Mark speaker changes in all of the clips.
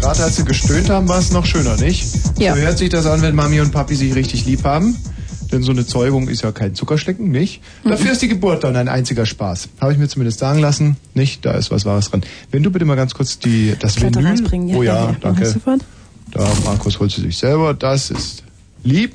Speaker 1: gerade als sie gestöhnt haben, war es noch schöner, nicht?
Speaker 2: Ja.
Speaker 1: So hört sich das an, wenn Mami und Papi sich richtig lieb haben. Denn so eine Zeugung ist ja kein Zuckerschlecken, nicht?
Speaker 2: Mhm.
Speaker 1: Dafür ist die Geburt dann ein einziger Spaß. Habe ich mir zumindest sagen lassen. Nicht? Da ist was Wahres dran. Wenn du bitte mal ganz kurz die, das
Speaker 2: Platte
Speaker 1: Vinyl...
Speaker 2: rausbringen, ja,
Speaker 1: oh
Speaker 2: ja,
Speaker 1: ja,
Speaker 2: ja. Mach ich
Speaker 1: danke.
Speaker 2: sofort.
Speaker 1: Da, Markus holt sie sich selber. Das ist lieb.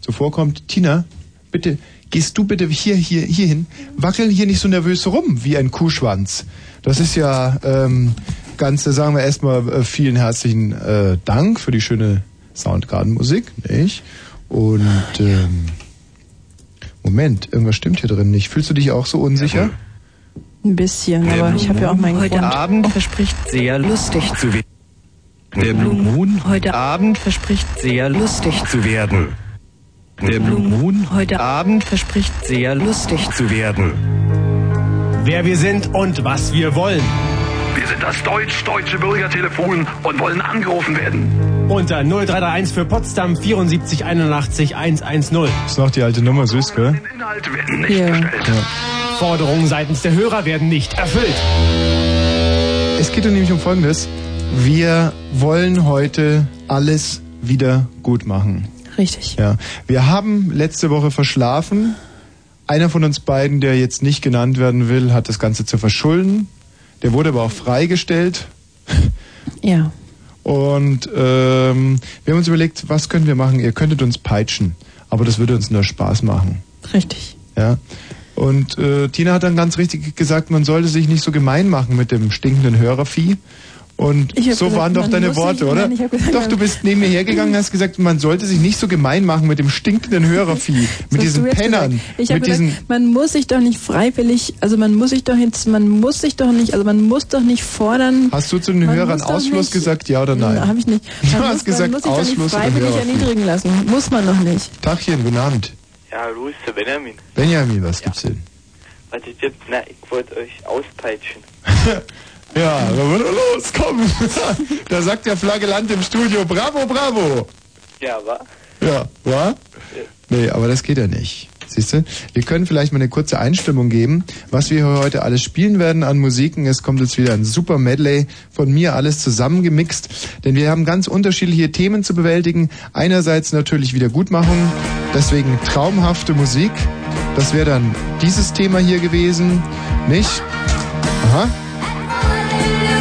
Speaker 1: Zuvorkommt. Tina, bitte, gehst du bitte hier, hier, hier hin. Wackel hier nicht so nervös rum wie ein Kuhschwanz. Das ist ja, ähm, ganz, äh, sagen wir erstmal äh, vielen herzlichen äh, Dank für die schöne Soundgarden-Musik, nicht? Und, ähm, Moment, irgendwas stimmt hier drin nicht. Fühlst du dich auch so unsicher?
Speaker 2: Ein bisschen,
Speaker 1: Der
Speaker 2: aber
Speaker 1: Blue
Speaker 2: ich habe ja auch meinen
Speaker 1: Moon heute
Speaker 2: Grund. Oh.
Speaker 1: Abend
Speaker 2: verspricht
Speaker 3: sehr lustig zu werden. Der Blue Moon heute Abend verspricht sehr lustig zu werden. Der Blue Moon heute Abend verspricht sehr lustig zu werden.
Speaker 4: Wer wir sind und was wir wollen.
Speaker 5: Wir sind das deutsch-deutsche Bürgertelefon und wollen angerufen werden.
Speaker 4: Unter 0331 für Potsdam 74 81 110.
Speaker 1: Ist noch die alte Nummer süß, gell?
Speaker 5: Inhalt werden
Speaker 4: nicht
Speaker 1: Ja.
Speaker 4: gestellt. Forderungen seitens der Hörer werden nicht erfüllt.
Speaker 1: Es geht nämlich um Folgendes. Wir wollen heute alles wieder gut machen.
Speaker 2: Richtig.
Speaker 1: Ja. Wir haben letzte Woche verschlafen. Einer von uns beiden, der jetzt nicht genannt werden will, hat das Ganze zu verschulden. Der wurde aber auch freigestellt.
Speaker 2: Ja.
Speaker 1: Und ähm, wir haben uns überlegt, was können wir machen? Ihr könntet uns peitschen, aber das würde uns nur Spaß machen.
Speaker 2: Richtig.
Speaker 1: Ja. Und äh, Tina hat dann ganz richtig gesagt, man sollte sich nicht so gemein machen mit dem stinkenden Hörervieh. Und
Speaker 2: Ich hab
Speaker 1: so
Speaker 2: gesagt,
Speaker 1: waren doch
Speaker 2: man
Speaker 1: deine
Speaker 2: muss sich-
Speaker 1: Worte, oder?
Speaker 2: nein, ich hab gesagt,
Speaker 1: doch,
Speaker 2: man-
Speaker 1: du bist neben mir hergegangen und hast gesagt, man sollte sich nicht so gemein machen mit dem stinkenden Hörervieh, mit
Speaker 2: hast
Speaker 1: diesen
Speaker 2: du jetzt
Speaker 1: Pennern,
Speaker 2: gesagt. Ich habe
Speaker 1: mit diesen...
Speaker 2: gesagt, man muss sich doch nicht freiwillig, also man muss sich doch jetzt, man muss sich doch nicht, also man muss doch nicht fordern.
Speaker 1: Hast du zu den
Speaker 2: man
Speaker 1: Hörern
Speaker 2: muss doch
Speaker 1: Ausschluss
Speaker 2: nicht-
Speaker 1: gesagt, ja oder
Speaker 2: Nein,
Speaker 1: nein?
Speaker 2: habe ich nicht.
Speaker 1: Du
Speaker 2: Man
Speaker 1: hast
Speaker 2: muss,
Speaker 1: gesagt,
Speaker 2: man muss sich doch
Speaker 1: Ausschluss
Speaker 2: nicht
Speaker 1: von
Speaker 2: freiwillig
Speaker 1: Hörerfrieden.
Speaker 2: erniedrigen lassen. Muss man doch nicht.
Speaker 1: Tagchen, guten Abend.
Speaker 6: Ja, Louis, der Benjamin.
Speaker 1: Benjamin, was gibt's denn?
Speaker 6: Also ich hab, na, ich wollte euch auspeitschen.
Speaker 1: Ja, dann wird er los, komm. da sagt der Flagellant im Studio, bravo, bravo.
Speaker 6: Ja, wa?
Speaker 1: Ja, wa? Nee, aber das geht ja nicht. Siehst du? Wir können vielleicht mal eine kurze Einstimmung geben, was wir hier heute alles spielen werden an Musiken. Es kommt jetzt wieder ein super Medley von mir, alles zusammengemixt. Denn wir haben ganz unterschiedliche Themen zu bewältigen. Einerseits natürlich Wiedergutmachung, deswegen traumhafte Musik. Das wäre dann dieses Thema hier gewesen, nicht? Aha.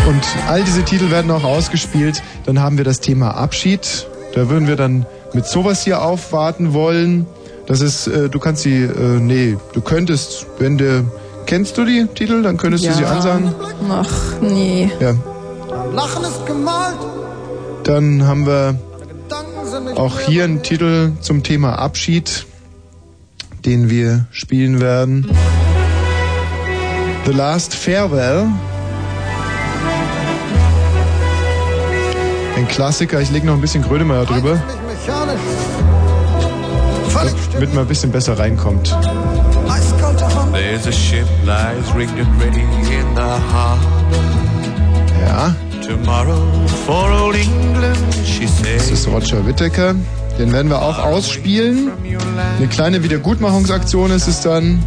Speaker 1: Und all diese Titel werden auch ausgespielt. Dann haben wir das Thema Abschied. Da würden wir dann mit sowas hier aufwarten wollen. Das ist, äh, du kannst die, äh, nee, du könntest, wenn du, kennst du die Titel, dann könntest
Speaker 2: Ja.
Speaker 1: du sie ansagen.
Speaker 2: Ach, nee.
Speaker 1: Ja.
Speaker 7: Lachen ist gemalt.
Speaker 1: Dann haben wir auch hier einen Titel zum Thema Abschied, den wir spielen werden. The Last Farewell. Ein Klassiker, ich lege noch ein bisschen Grönemeyer drüber,
Speaker 7: Mechanisch.
Speaker 1: damit man ein bisschen besser reinkommt.
Speaker 7: Eiskalter Mann.
Speaker 8: There's a ship lies rigged and ready in the harbor.
Speaker 1: Ja.
Speaker 8: Tomorrow for old England, she
Speaker 1: Das
Speaker 8: says.
Speaker 1: ist Roger Whittaker. Den werden wir auch ausspielen. Eine kleine Wiedergutmachungsaktion ist es dann,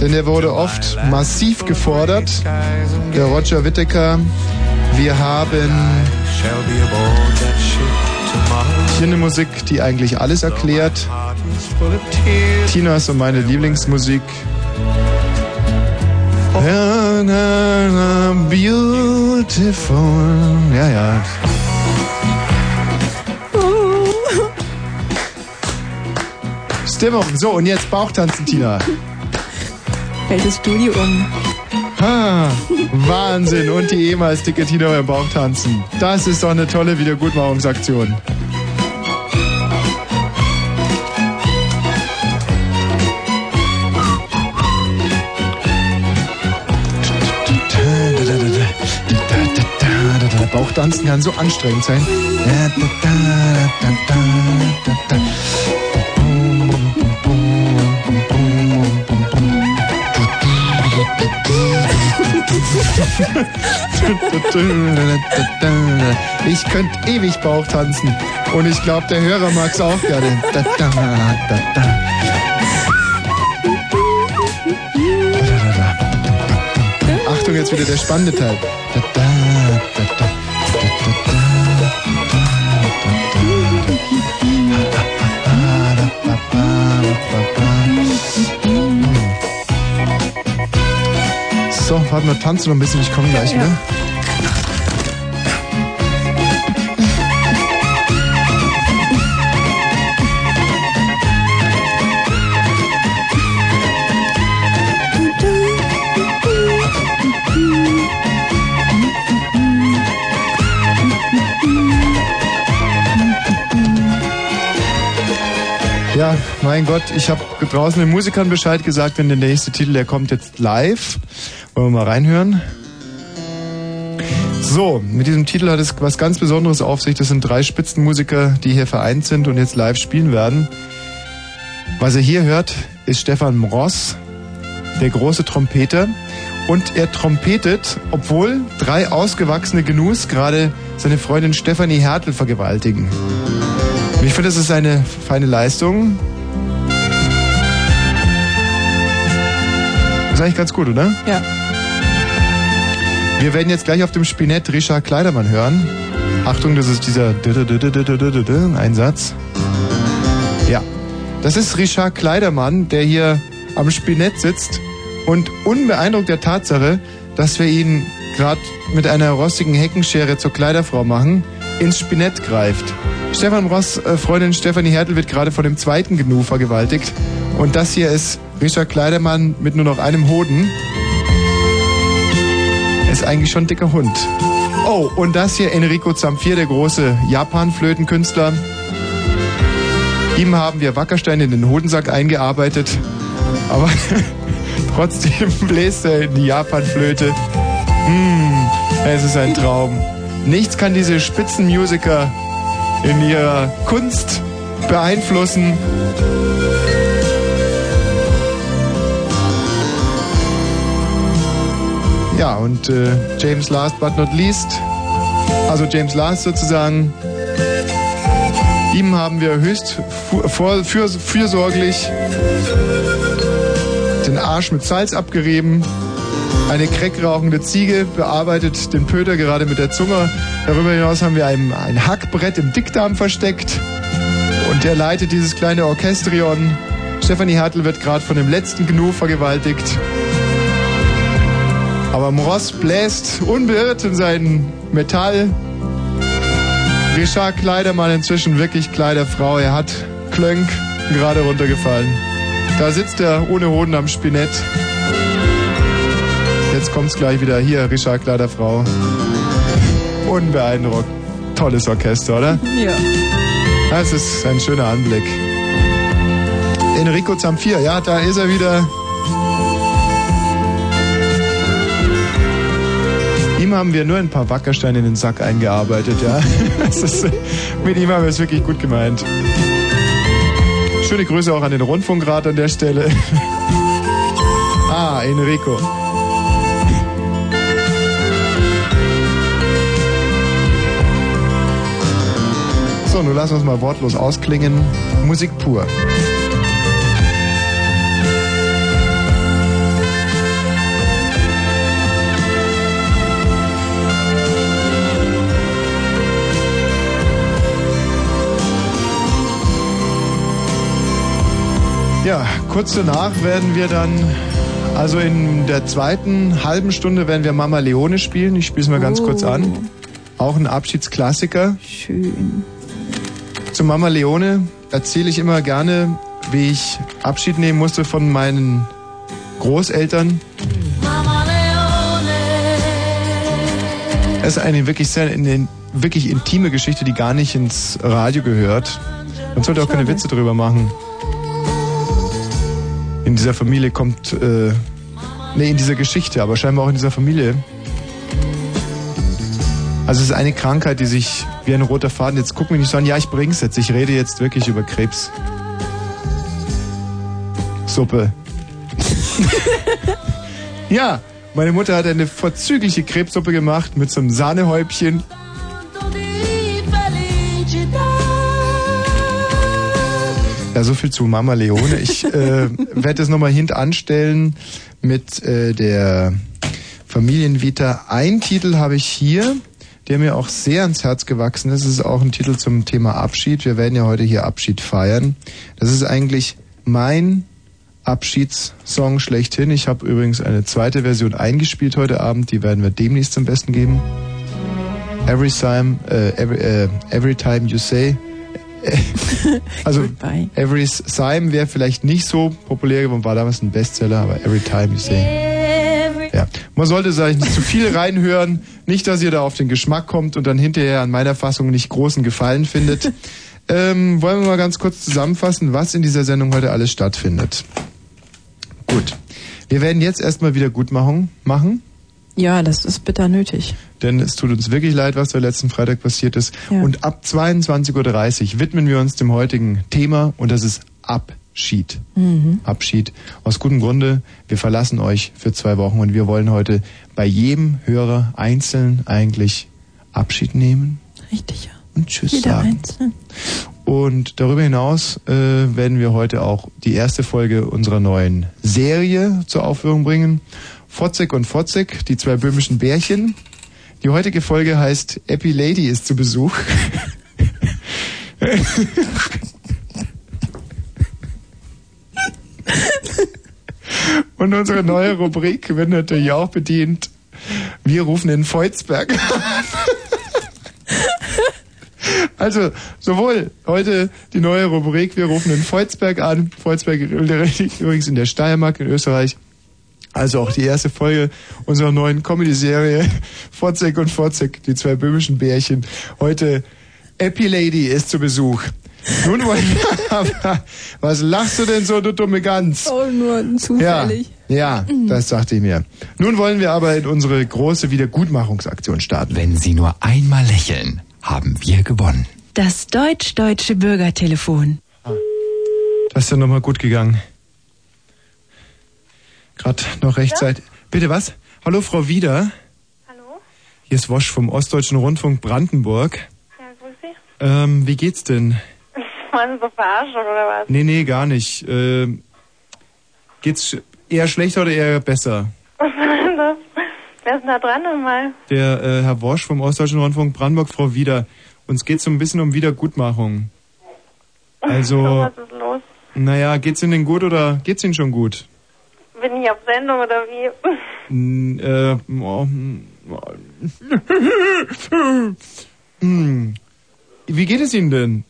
Speaker 1: denn der wurde oft massiv gefordert. Der Roger Whittaker. Wir haben
Speaker 8: Shall be aboard that ship tomorrow.
Speaker 1: hier eine Musik, die eigentlich alles erklärt. Tina ist so meine Lieblingsmusik. Ja, na, na, Beautiful. Ja, ja. Stimmung. So, und jetzt Bauchtanzen, Tina.
Speaker 2: Fällt das Studio um.
Speaker 1: Ha, Wahnsinn. Und die ehemals dicke Tina beim Bauchtanzen. Das ist doch eine tolle Wiedergutmachungsaktion. Bauchtanzen kann so anstrengend sein. Ich könnte ewig Bauch tanzen. Und ich glaube, der Hörer mag's auch gerne. Da, da, da, da. Achtung, jetzt wieder der spannende Teil. Da, da, da, da, da, da, da, da. So, warte mal, tanze noch ein bisschen, ich komme gleich ne? wieder. Ja, mein Gott, ich habe draußen den Musikern Bescheid gesagt, wenn der nächste Titel, der kommt jetzt live. Wollen wir mal reinhören? So, mit diesem Titel hat es was ganz Besonderes auf sich. Das sind drei Spitzenmusiker, die hier vereint sind und jetzt live spielen werden. Was ihr hier hört, ist Stefan Mross, der große Trompeter. Und er trompetet, obwohl drei ausgewachsene Genus gerade seine Freundin Stefanie Hertel vergewaltigen. Und Ich finde, das ist eine feine Leistung. Das ist eigentlich ganz gut, oder?
Speaker 2: Ja.
Speaker 1: Wir werden jetzt gleich auf dem Spinett Richard Kleidermann hören. Achtung, das ist dieser Einsatz. Ja, das ist Richard Kleidermann, der hier am Spinett sitzt und unbeeindruckt der Tatsache, dass wir ihn gerade mit einer rostigen Heckenschere zur Kleiderfrau machen, ins Spinett greift. Stefan Ross, äh, Freundin Stefanie Hertel wird gerade von dem zweiten Gnu vergewaltigt. Und das hier ist Richard Kleidermann mit nur noch einem Hoden. Er ist eigentlich schon ein dicker Hund. Oh, und das hier Enrico Zamfir, der große Japan-Flötenkünstler. Ihm haben wir Wackerstein in den Hodensack eingearbeitet. Aber trotzdem bläst er in die Japan-Flöte. Hm, es ist ein Traum. Nichts kann diese Spitzenmusiker in ihrer Kunst beeinflussen. Ja, und äh, James Last but not least, also James Last sozusagen, ihm haben wir höchst fu- vor, für, fürsorglich den Arsch mit Salz abgerieben. Eine kreckrauchende Ziege bearbeitet den Pöter gerade mit der Zunge. Darüber hinaus haben wir ein, ein Hackbrett im Dickdarm versteckt. Und er leitet dieses kleine Orchestrion. Stefanie Hertel wird gerade von dem letzten Gnu vergewaltigt. Aber Mross bläst unbeirrt in sein Metall. Richard Kleidermann inzwischen wirklich Kleiderfrau. Er hat Klönk gerade runtergefallen. Da sitzt er ohne Hoden am Spinett. Jetzt kommt's gleich wieder. Hier, Richard Kleiderfrau. Unbeeindruckt. Tolles Orchester, oder?
Speaker 2: Ja.
Speaker 1: Das ist ein schöner Anblick. Enrico Zamfir, ja, da ist er wieder. Ihm haben wir nur ein paar Wackersteine in den Sack eingearbeitet, ja. Das ist, mit ihm haben wir es wirklich gut gemeint. Schöne Grüße auch an den Rundfunkrat an der Stelle. Ah, Enrico. So, nun lassen wir es mal wortlos ausklingen. Musik pur. Ja, kurz danach werden wir dann, also in der zweiten halben Stunde werden wir Mama Leone spielen. Ich spiele es mal ganz
Speaker 2: Oh.
Speaker 1: kurz an. Auch ein Abschiedsklassiker.
Speaker 2: Schön.
Speaker 1: Zu Mama Leone erzähle ich immer gerne, wie ich Abschied nehmen musste von meinen Großeltern. Es ist eine wirklich sehr eine wirklich intime Geschichte, die gar nicht ins Radio gehört. Man sollte auch keine Witze drüber machen. In dieser Familie kommt, äh, nee, in dieser Geschichte, aber scheinbar auch in dieser Familie. Also es ist eine Krankheit, die sich wie ein roter Faden, jetzt guck mich nicht so an, ja, ich bring's jetzt, ich rede jetzt wirklich über Krebs. Suppe. ja, meine Mutter hat eine vorzügliche Krebssuppe gemacht mit so einem Sahnehäubchen. Ja, so viel zu Mama Leone. Ich äh, werde es nochmal hint anstellen mit äh, der Familienvita. Ein Titel habe ich hier, der mir auch sehr ans Herz gewachsen ist. Es ist auch ein Titel zum Thema Abschied. Wir werden ja heute hier Abschied feiern. Das ist eigentlich mein Abschiedssong schlechthin. Ich habe übrigens eine zweite Version eingespielt heute Abend, die werden wir demnächst zum Besten geben. Every time, äh, every, äh, every time you say. äh, Also Every Time wäre vielleicht nicht so populär geworden, war damals ein Bestseller, aber Every Time You Say. Ja. Man sollte, sage ich, nicht zu viel reinhören, nicht, dass ihr da auf den Geschmack kommt und dann hinterher an meiner Fassung nicht großen Gefallen findet. ähm, wollen wir mal ganz kurz zusammenfassen, was in dieser Sendung heute alles stattfindet. Gut. Wir werden jetzt erstmal wieder Gutmachung machen.
Speaker 2: Ja, das ist bitter nötig.
Speaker 1: Denn es tut uns wirklich leid, was da letzten Freitag passiert ist.
Speaker 2: Ja.
Speaker 1: Und ab 22.30 Uhr widmen wir uns dem heutigen Thema und das ist Abschied.
Speaker 2: Mhm.
Speaker 1: Abschied. Aus gutem Grunde, wir verlassen euch für zwei Wochen und wir wollen heute bei jedem Hörer einzeln eigentlich Abschied nehmen.
Speaker 2: Richtig, ja.
Speaker 1: Und Tschüss
Speaker 2: Jeder
Speaker 1: sagen.
Speaker 2: einzeln.
Speaker 1: Und darüber hinaus äh, werden wir heute auch die erste Folge unserer neuen Serie zur Aufführung bringen. Fotzig und Fotzig, die zwei böhmischen Bärchen. Die heutige Folge heißt Epi Lady ist zu Besuch. und unsere neue Rubrik wird natürlich auch bedient. Wir rufen in Volzberg Also, sowohl heute die neue Rubrik, wir rufen in Volzberg an. Volzberg liegt übrigens in der Steiermark in Österreich. Also auch die erste Folge unserer neuen Comedy-Serie Fotzek und Fotzek, die zwei böhmischen Bärchen. Heute Epi Lady ist zu Besuch. Nun wollen wir aber, was lachst du denn so, du dumme Gans?
Speaker 2: Oh, nur zufällig.
Speaker 1: Ja, das sagte ich mir. Nun wollen wir aber in unsere große Wiedergutmachungsaktion starten.
Speaker 9: Wenn Sie nur einmal lächeln, haben wir gewonnen.
Speaker 10: Das deutsch-deutsche Bürgertelefon.
Speaker 1: Das ist ja nochmal gut gegangen. Gerade noch rechtzeitig. Bitte was? Hallo Frau Wieder. Hallo. Hier ist Wosch vom Ostdeutschen Rundfunk Brandenburg.
Speaker 11: Ja, grüß dich.
Speaker 1: Ähm, wie geht's denn?
Speaker 11: Waren Sie so verarscht oder was?
Speaker 1: Nee, nee, gar nicht. Ähm, geht's eher schlechter oder eher besser?
Speaker 11: Was war denn das? Wer ist denn da dran nochmal?
Speaker 1: Der äh, Herr Wosch vom Ostdeutschen Rundfunk Brandenburg, Frau Wieder. Uns geht's so ein bisschen um Wiedergutmachung. Also,
Speaker 11: Was ist los?
Speaker 1: naja, geht's Ihnen denn gut oder geht's Ihnen schon gut?
Speaker 11: Bin ich auf Sendung oder wie?
Speaker 1: Mm, äh, oh, mm, oh. Mm. Wie geht es Ihnen denn?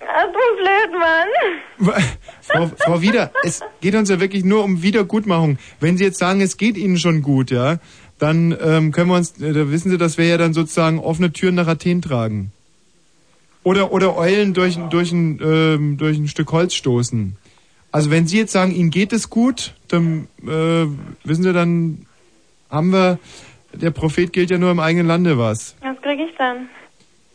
Speaker 11: Ah, du blöd, Mann.
Speaker 1: Wa- Frau, Frau Wieder, es geht uns ja wirklich nur um Wiedergutmachung. Wenn Sie jetzt sagen, es geht Ihnen schon gut, ja, dann ähm, können wir uns, äh, da wissen Sie, dass wir ja dann sozusagen offene Türen nach Athen tragen. Oder, oder Eulen durch, ein- durch, ein, ähm, durch ein Stück Holz stoßen. Also wenn Sie jetzt sagen, Ihnen geht es gut, dann äh, wissen Sie, dann haben wir, der Prophet gilt ja nur im eigenen Lande was.
Speaker 11: Was krieg ich dann?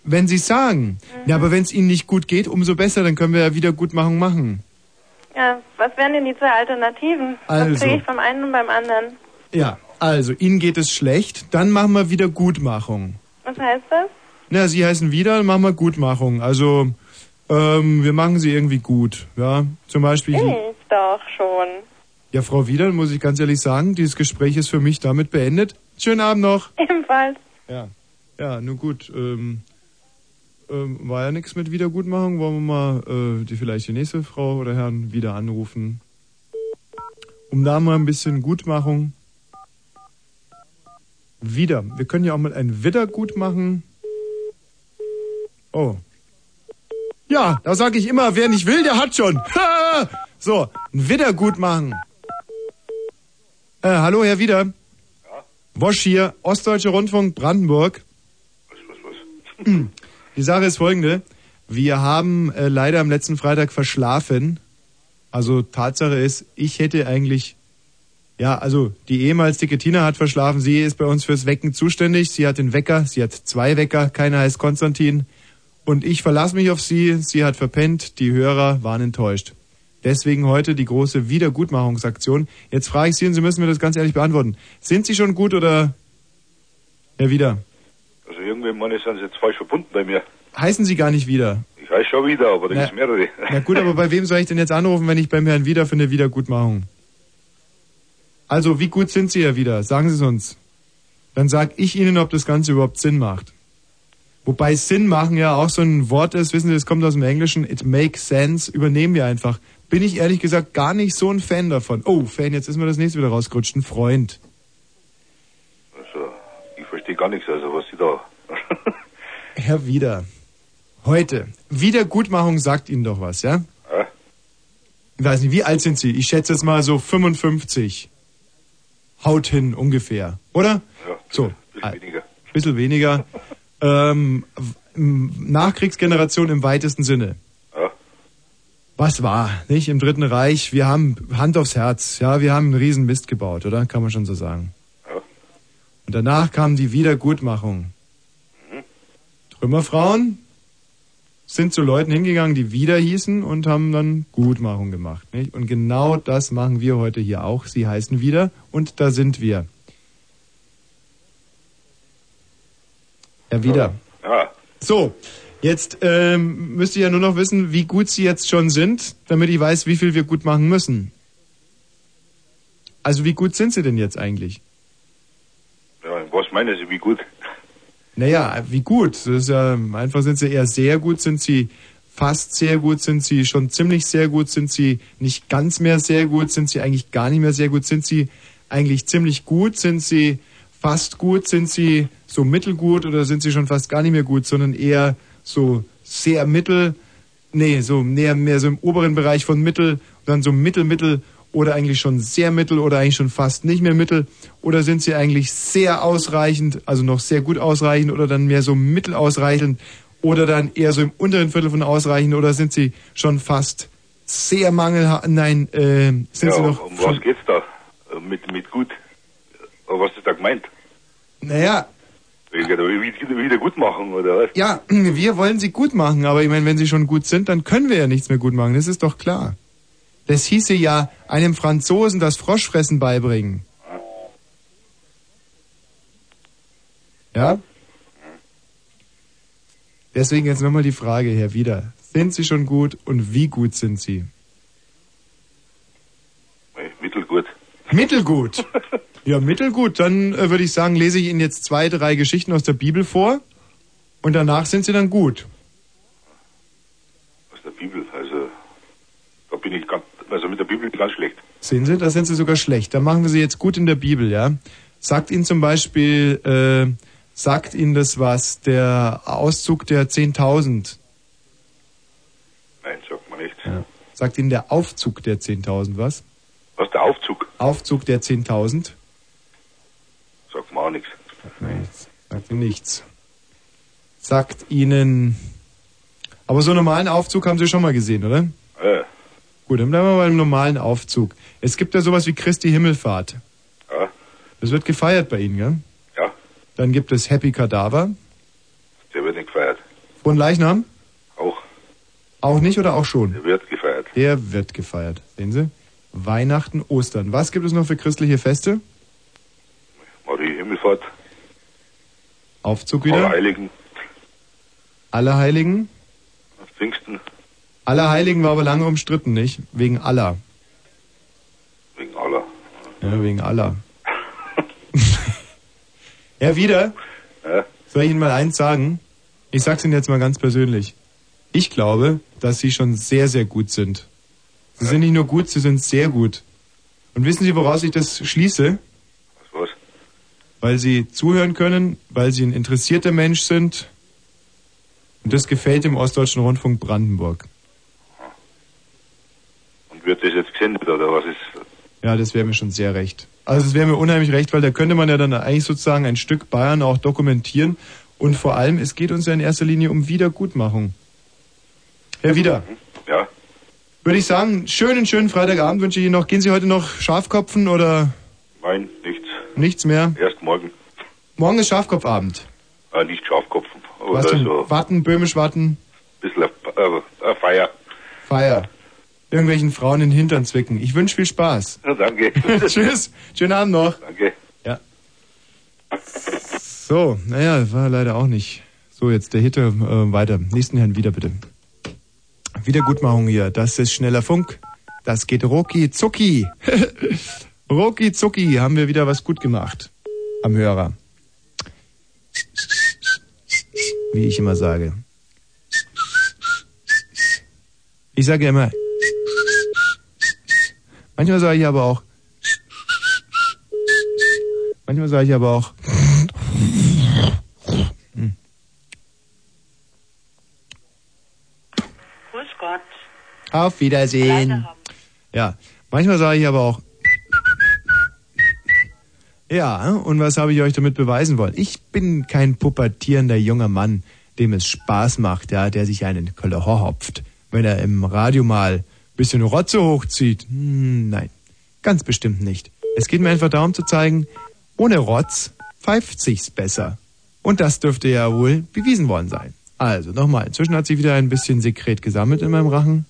Speaker 1: Wenn Sie sagen, ja, aber wenn es Ihnen nicht gut geht, umso besser, dann können wir ja Wiedergutmachung machen.
Speaker 11: Ja, was wären denn die zwei Alternativen? Was
Speaker 1: Also.
Speaker 11: krieg ich vom einen und beim anderen?
Speaker 1: Ja, also Ihnen geht es schlecht, dann machen wir wieder Gutmachung.
Speaker 11: Was heißt das?
Speaker 1: Na, Sie heißen wieder, dann machen wir Gutmachung. Also, ähm, wir machen Sie irgendwie gut, ja. Zum Beispiel,
Speaker 11: Ich doch schon.
Speaker 1: ja, Frau Wiedern, muss ich ganz ehrlich sagen, dieses Gespräch ist für mich damit beendet. Schönen Abend noch.
Speaker 11: Ebenfalls.
Speaker 1: Ja, ja, nun gut, ähm, ähm, war ja nichts mit Wiedergutmachung. Wollen wir mal äh, die vielleicht die nächste Frau oder Herrn wieder anrufen? Um da mal ein bisschen Gutmachung. Wieder. Wir können ja auch mal ein Widder gut machen. Oh. Ja, da sage ich immer, wer nicht will, der hat schon. Ha! so, ein Widder gut machen. Äh, hallo, Herr Wieder. Wosch hier, Ostdeutsche Rundfunk Brandenburg. Was, was, was? Die Sache ist folgende. Wir haben äh, leider am letzten Freitag verschlafen. Also Tatsache ist, ich hätte eigentlich... Ja, also die ehemals dicke Tina hat verschlafen. Sie ist bei uns fürs Wecken zuständig. Sie hat den Wecker, sie hat zwei Wecker. Keiner heißt Konstantin. Und ich verlasse mich auf sie. Sie hat verpennt. Die Hörer waren enttäuscht. Deswegen heute die große Wiedergutmachungsaktion. Jetzt frage ich Sie und Sie müssen mir das ganz ehrlich beantworten. Sind Sie schon gut oder ja wieder?
Speaker 12: Also irgendwie meine ich, sind sie jetzt falsch verbunden bei mir.
Speaker 1: Heißen Sie gar nicht wieder.
Speaker 12: Ich heiße schon wieder, aber da
Speaker 1: Na-
Speaker 12: gibt's mehrere.
Speaker 1: Na gut, aber bei wem soll ich denn jetzt anrufen, wenn ich beim Herrn wieder für eine Wiedergutmachung? Also, wie gut sind Sie ja wieder? Sagen Sie es uns. Dann sag ich Ihnen, ob das Ganze überhaupt Sinn macht. Wobei Sinn machen ja auch so ein Wort ist, wissen Sie, das kommt aus dem Englischen, it makes sense, übernehmen wir einfach. bin ich ehrlich gesagt gar nicht so ein Fan davon. Oh, Fan, jetzt ist mir das nächste wieder rausgerutscht. Ein Freund.
Speaker 12: Also, ich verstehe gar nichts, also was sie da.
Speaker 1: Herr Wieder. Heute. Wiedergutmachung sagt Ihnen doch was, ja?
Speaker 12: Äh?
Speaker 1: Ich weiß nicht, wie alt sind Sie? Ich schätze jetzt mal so 55. Haut hin ungefähr, oder?
Speaker 12: Ja,
Speaker 1: so.
Speaker 12: bisschen weniger.
Speaker 1: Bisschen weniger. ähm, w- m- Nachkriegsgeneration im weitesten Sinne.
Speaker 12: Ja.
Speaker 1: Was war, nicht? Im Dritten Reich, wir haben Hand aufs Herz, ja, wir haben einen riesen Mist gebaut, oder? Kann man schon so sagen.
Speaker 12: Ja.
Speaker 1: Und danach kam die Wiedergutmachung. Trümmerfrauen sind zu Leuten hingegangen, die wieder hießen und haben dann Gutmachung gemacht. Nicht? Und genau das machen wir heute hier auch. Sie heißen wieder und da sind wir. Ja, wieder.
Speaker 12: Ja,
Speaker 1: So, jetzt ähm, müsst ihr ja nur noch wissen, wie gut sie jetzt schon sind, damit ich weiß, wie viel wir gut machen müssen. Also wie gut sind sie denn jetzt eigentlich?
Speaker 12: ja, was meinen Sie, wie gut?
Speaker 1: Naja, wie gut? Das ist ja, einfach sind sie eher sehr gut, sind sie fast sehr gut, sind sie schon ziemlich sehr gut, sind sie nicht ganz mehr sehr gut, sind sie eigentlich gar nicht mehr sehr gut, sind sie eigentlich ziemlich gut, sind sie fast gut, sind sie so mittelgut oder sind sie schon fast gar nicht mehr gut, sondern eher so sehr mittel, nee, so näher mehr so im oberen Bereich von mittel, dann so mittel, mittel oder eigentlich schon sehr mittel oder eigentlich schon fast nicht mehr mittel oder sind sie eigentlich sehr ausreichend, also noch sehr gut ausreichend oder dann mehr so mittel ausreichend oder dann eher so im unteren Viertel von ausreichend oder sind sie schon fast sehr mangelhaft, nein, äh, sind
Speaker 12: ja,
Speaker 1: sie noch
Speaker 12: um
Speaker 1: schon
Speaker 12: was geht's da? Äh, Mit, mit gut. Aber was ist da gemeint?
Speaker 1: Naja.
Speaker 12: Wieder gut machen, oder was?
Speaker 1: Ja, wir wollen sie gut machen, aber ich meine, wenn sie schon gut sind, dann können wir ja nichts mehr gut machen, das ist doch klar. Das hieße ja, einem Franzosen das Froschfressen beibringen. Ja? Deswegen jetzt nochmal die Frage her wieder. Sind sie schon gut und wie gut sind sie?
Speaker 12: Äh, Mittelgut.
Speaker 1: Mittelgut. Ja, mittelgut. Dann äh, würde ich sagen, lese ich Ihnen jetzt zwei, drei Geschichten aus der Bibel vor und danach sind sie dann gut.
Speaker 12: Aus der Bibel. Also, da bin ich ganz, also mit der Bibel ganz schlecht.
Speaker 1: Sehen Sie, da sind Sie sogar schlecht. Da machen wir Sie jetzt gut in der Bibel, ja? Sagt Ihnen zum Beispiel, äh, sagt Ihnen das was, der Auszug der 10.000?
Speaker 12: Nein, sagt man nicht.
Speaker 1: Sagt Ihnen der Aufzug der 10.000 was?
Speaker 12: Was der Aufzug?
Speaker 1: Aufzug der 10.000?
Speaker 12: Sagt man auch nichts.
Speaker 1: Nein, sagt Ihnen nichts. Sagt Ihnen... Aber so einen normalen Aufzug haben Sie schon mal gesehen, oder?
Speaker 12: Äh,
Speaker 1: Gut, dann bleiben wir beim normalen Aufzug. Es gibt ja sowas wie Christi Himmelfahrt.
Speaker 12: Ja.
Speaker 1: Das wird gefeiert bei Ihnen, gell?
Speaker 12: Ja.
Speaker 1: Dann gibt es Happy Kadaver.
Speaker 12: der wird nicht gefeiert.
Speaker 1: Frohen Leichnam?
Speaker 12: Auch.
Speaker 1: Auch nicht oder auch schon?
Speaker 12: Der wird gefeiert.
Speaker 1: Der wird gefeiert. Sehen Sie? Weihnachten, Ostern. Was gibt es noch für christliche Feste?
Speaker 12: Marie Himmelfahrt.
Speaker 1: Aufzug wieder.
Speaker 12: Heiligen.
Speaker 1: Allerheiligen.
Speaker 12: Pfingsten.
Speaker 1: Allerheiligen war aber lange umstritten, nicht? Wegen Allah.
Speaker 12: Wegen aller.
Speaker 1: Ja, wegen Allah. ja, wieder.
Speaker 12: Ja.
Speaker 1: Soll ich Ihnen mal eins sagen? Ich sag's Ihnen jetzt mal ganz persönlich. Ich glaube, dass Sie schon sehr, sehr gut sind. Sie sind nicht nur gut, Sie sind sehr gut. Und wissen Sie, woraus ich das schließe?
Speaker 12: Was?
Speaker 1: Weil Sie zuhören können, weil Sie ein interessierter Mensch sind. Und das gefällt dem Ostdeutschen Rundfunk Brandenburg.
Speaker 12: Und wird das jetzt gesendet, oder was ist?
Speaker 1: Ja, das wäre mir schon sehr recht. Also es wäre mir unheimlich recht, weil da könnte man ja dann eigentlich sozusagen ein Stück Bayern auch dokumentieren. Und vor allem, es geht uns ja in erster Linie um Wiedergutmachung. Herr Wieder.
Speaker 12: Ja.
Speaker 1: Würde ich sagen, schönen, schönen Freitagabend wünsche ich Ihnen noch. Gehen Sie heute noch Schafkopfen oder
Speaker 12: Nein, nichts.
Speaker 1: nichts mehr?
Speaker 12: Erst morgen.
Speaker 1: Morgen ist Schafkopfabend.
Speaker 12: Äh, nicht Schafkopfen. also- Oder
Speaker 1: Was denn?
Speaker 12: so ein
Speaker 1: Watten, böhmisch Watten,
Speaker 12: bisschen eine, äh, eine Feier.
Speaker 1: Feier. Irgendwelchen Frauen in den Hintern zwicken. Ich wünsche viel Spaß.
Speaker 12: Ja, danke.
Speaker 1: Tschüss, schönen Abend noch.
Speaker 12: Danke.
Speaker 1: Ja. So, naja, war leider auch nicht. So, jetzt der Hitte äh, weiter. Nächsten Herrn wieder bitte. Wiedergutmachung hier. Das ist schneller Funk. Das geht rucki zucki. rucki zucki haben wir wieder was gut gemacht. Am Hörer. Wie ich immer sage. Ich sage immer. Manchmal sage ich aber auch. Manchmal sage ich aber auch. Hm.
Speaker 13: Grüß Gott.
Speaker 1: Auf Wiedersehen. Ja, manchmal sage ich aber auch. Ja, und was habe ich euch damit beweisen wollen? Ich bin kein pubertierender junger Mann, dem es Spaß macht, ja, der sich einen Köllerhor hopft, wenn er im Radio mal ein bisschen Rotze hochzieht. Hm, nein, ganz bestimmt nicht. Es geht mir einfach darum zu zeigen, ohne Rotz pfeift sich's besser. Und das dürfte ja wohl bewiesen worden sein. Also nochmal, inzwischen hat sich wieder ein bisschen Sekret gesammelt in meinem Rachen.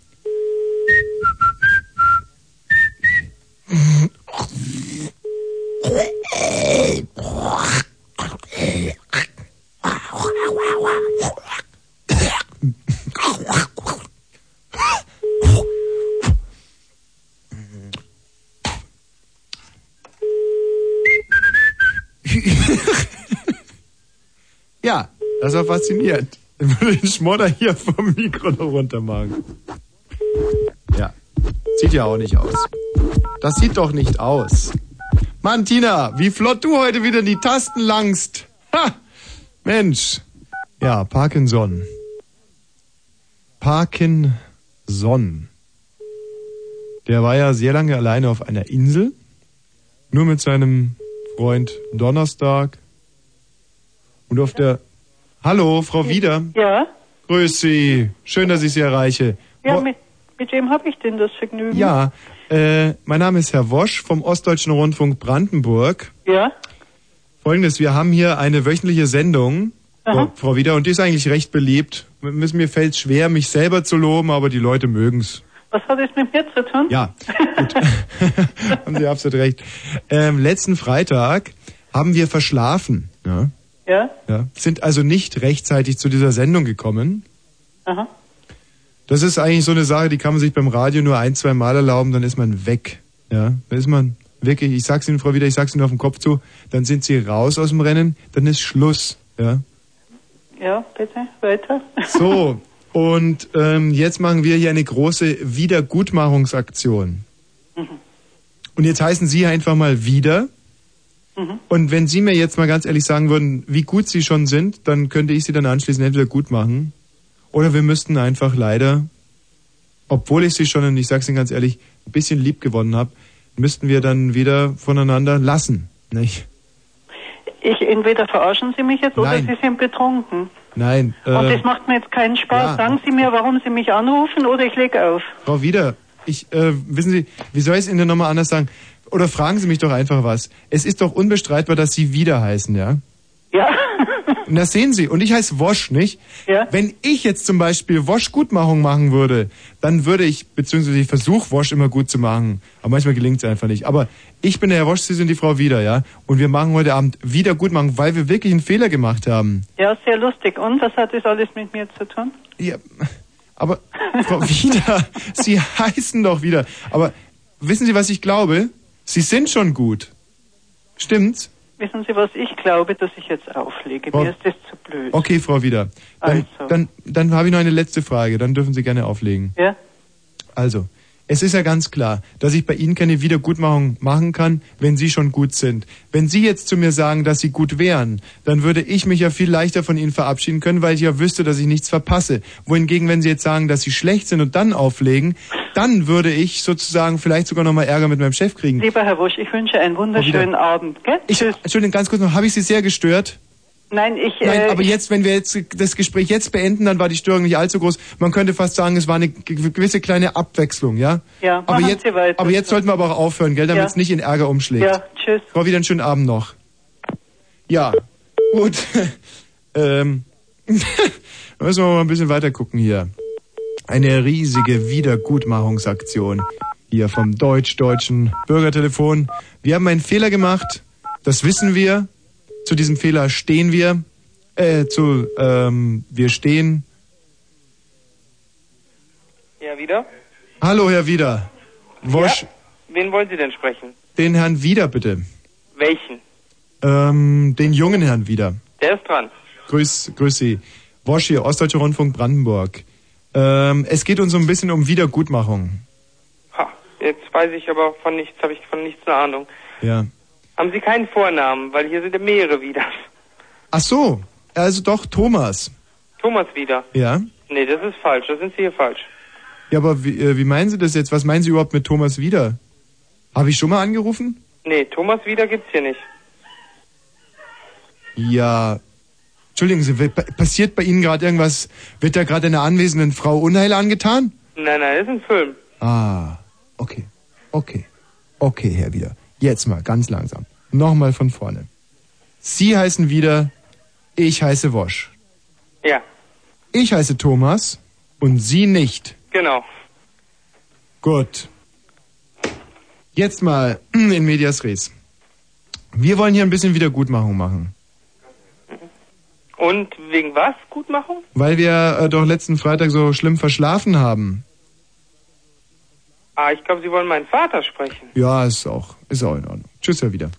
Speaker 1: Ja, das war faszinierend. Ich würde den Schmodder hier vom Mikro noch runter machen. Ja, sieht ja auch nicht aus. Das sieht doch nicht aus. Mann, Tina, wie flott du heute wieder die Tasten langst. Ha! Mensch. Ja, Parkinson. Parkinson. Der war ja sehr lange alleine auf einer Insel. Nur mit seinem Freund Donnerstag. Und auf der... Hallo, Frau Wieder.
Speaker 13: Ja?
Speaker 1: Grüß Sie. Schön, dass ich Sie erreiche.
Speaker 13: Ja, mit, mit wem habe ich denn das Vergnügen?
Speaker 1: Ja, äh, mein Name ist Herr Wosch vom Ostdeutschen Rundfunk Brandenburg.
Speaker 13: Ja?
Speaker 1: Folgendes, wir haben hier eine wöchentliche Sendung, Frau,
Speaker 13: Aha.
Speaker 1: Frau Wieder, und die ist eigentlich recht beliebt. M- Mir mir fällt schwer, mich selber zu loben, aber die Leute mögen's.
Speaker 13: Was hat es mit mir zu tun?
Speaker 1: Ja, gut. haben Sie absolut recht. Ähm, letzten Freitag haben wir verschlafen. ne? Ja.
Speaker 13: Ja?
Speaker 1: Ja. Sind also nicht rechtzeitig zu dieser Sendung gekommen.
Speaker 13: Aha.
Speaker 1: Das ist eigentlich so eine Sache, die kann man sich beim Radio nur ein, zwei Mal erlauben, dann ist man weg. Ja, dann ist man wirklich, ich sag's Ihnen, Frau Wieder, ich sag's Ihnen auf den Kopf zu, dann sind Sie raus aus dem Rennen, dann ist Schluss. Ja.
Speaker 13: Ja, bitte, weiter.
Speaker 1: So, und ähm, jetzt machen wir hier eine große Wiedergutmachungsaktion.
Speaker 13: Mhm.
Speaker 1: Und jetzt heißen Sie einfach mal wieder.
Speaker 13: Mhm.
Speaker 1: Und wenn Sie mir jetzt mal ganz ehrlich sagen würden, wie gut Sie schon sind, dann könnte ich Sie dann anschließend entweder gut machen. Oder wir müssten einfach leider, obwohl ich Sie schon, und ich sag's Ihnen ganz ehrlich, ein bisschen lieb gewonnen habe, müssten wir dann wieder voneinander lassen. Nicht?
Speaker 13: Ich, entweder verarschen Sie mich jetzt
Speaker 1: Nein.
Speaker 13: oder Sie sind betrunken.
Speaker 1: Nein.
Speaker 13: Und
Speaker 1: äh,
Speaker 13: das macht mir jetzt keinen
Speaker 1: ja.
Speaker 13: Spaß. Sagen Sie mir, warum Sie mich anrufen oder ich lege auf.
Speaker 1: Frau Wieder, ich, äh, wissen Sie, wie soll ich es Ihnen denn nochmal anders sagen? Oder fragen Sie mich doch einfach was. Es ist doch unbestreitbar, dass Sie Wieder heißen, ja?
Speaker 13: Ja.
Speaker 1: Und das sehen Sie. Und ich heiße Wosch, nicht?
Speaker 13: Ja.
Speaker 1: Wenn ich jetzt zum Beispiel Wosch-Gutmachung machen würde, dann würde ich, beziehungsweise ich versuche Wosch immer gut zu machen. Aber manchmal gelingt es einfach nicht. Aber ich bin der Herr Wosch, Sie sind die Frau Wieder, ja? Und wir machen heute Abend wieder gut machen, weil wir wirklich einen Fehler gemacht haben.
Speaker 13: Ja, sehr lustig. Und was hat das alles mit mir zu tun?
Speaker 1: Ja, aber Frau Wieder, Sie heißen doch wieder. Aber wissen Sie, was ich glaube? Sie sind schon gut. Stimmt's?
Speaker 13: Wissen Sie, was ich glaube, dass ich jetzt auflege?
Speaker 1: Frau-
Speaker 13: Mir ist das zu blöd.
Speaker 1: Oh. Okay, Frau Wieder. Dann, dann, dann habe ich noch eine letzte Frage. Dann dürfen Sie gerne auflegen.
Speaker 13: Ja?
Speaker 1: Also, es ist ja ganz klar, dass ich bei Ihnen keine Wiedergutmachung machen kann, wenn Sie schon gut sind. Wenn Sie jetzt zu mir sagen, dass Sie gut wären, dann würde ich mich ja viel leichter von Ihnen verabschieden können, weil ich ja wüsste, dass ich nichts verpasse. Wohingegen, wenn Sie jetzt sagen, dass Sie schlecht sind und dann auflegen, dann würde ich sozusagen vielleicht sogar nochmal Ärger mit meinem Chef kriegen.
Speaker 13: Lieber Herr Wosch, ich wünsche einen wunderschönen
Speaker 1: Wieder.
Speaker 13: Abend. Gell?
Speaker 1: Ich, Entschuldigung, ganz kurz noch, habe ich Sie sehr gestört?
Speaker 13: Nein, ich.
Speaker 1: Nein,
Speaker 13: äh,
Speaker 1: aber
Speaker 13: ich-
Speaker 1: jetzt, wenn wir jetzt das Gespräch jetzt beenden, dann war die Störung nicht allzu groß. Man könnte fast sagen, es war eine ge- gewisse kleine Abwechslung, ja?
Speaker 13: Ja,
Speaker 1: aber
Speaker 13: machen
Speaker 1: jetzt,
Speaker 13: Sie weiter.
Speaker 1: aber jetzt sollten wir aber auch aufhören, gell, damit
Speaker 13: Ja.
Speaker 1: es nicht in Ärger umschlägt.
Speaker 13: Ja, tschüss.
Speaker 1: Frau, wieder einen schönen Abend noch. Ja, gut. ähm, da müssen wir mal ein bisschen weiter gucken hier. Eine riesige Wiedergutmachungsaktion hier vom deutsch-deutschen Bürgertelefon. Wir haben einen Fehler gemacht, das wissen wir. Zu diesem Fehler stehen wir. Äh, zu, ähm, wir stehen.
Speaker 14: Ja, wieder?
Speaker 1: Hallo, Herr Wieder. Wosch,
Speaker 14: Wen wollen Sie denn sprechen?
Speaker 1: den Herrn Wieder bitte.
Speaker 14: Welchen?
Speaker 1: Ähm, den jungen Herrn Wieder.
Speaker 14: Der ist dran.
Speaker 1: Grüß, grüß Sie. Wosch hier, Ostdeutscher Rundfunk Brandenburg. Ähm, es geht uns so ein bisschen um Wiedergutmachung.
Speaker 14: Ha, jetzt weiß ich aber von nichts, habe ich von nichts eine Ahnung.
Speaker 1: Ja.
Speaker 14: Haben Sie keinen Vornamen, weil hier sind ja mehrere wieder.
Speaker 1: Ach so, also doch Thomas.
Speaker 14: Thomas wieder.
Speaker 1: Ja.
Speaker 14: Nee, das ist falsch, da sind Sie hier falsch.
Speaker 1: Ja, aber wie, äh, wie meinen Sie das jetzt? Was meinen Sie überhaupt mit Thomas wieder? Habe ich schon mal angerufen?
Speaker 14: Nee, Thomas wieder gibt's hier nicht.
Speaker 1: Ja. Entschuldigen Sie, wird- pa- passiert bei Ihnen gerade irgendwas? Wird da gerade einer anwesenden Frau Unheil angetan?
Speaker 14: Nein, nein, das ist ein Film.
Speaker 1: Ah, okay. Okay. Okay, Herr wieder. Jetzt mal ganz langsam. Nochmal von vorne. Sie heißen wieder, ich heiße Wosch.
Speaker 14: Ja,
Speaker 1: Ich heiße Thomas und Sie nicht.
Speaker 14: genau.
Speaker 1: Gut. Jetzt mal in medias res. Wir wollen hier ein bisschen Wiedergutmachung machen,
Speaker 14: Und wegen was? Gutmachung?
Speaker 1: weil wir äh, doch letzten Freitag so schlimm verschlafen haben.
Speaker 14: Ah, ich glaube, Sie wollen meinen Vater sprechen.
Speaker 1: Ja, ist auch, ist auch in Ordnung. Tschüss, Herr wieder.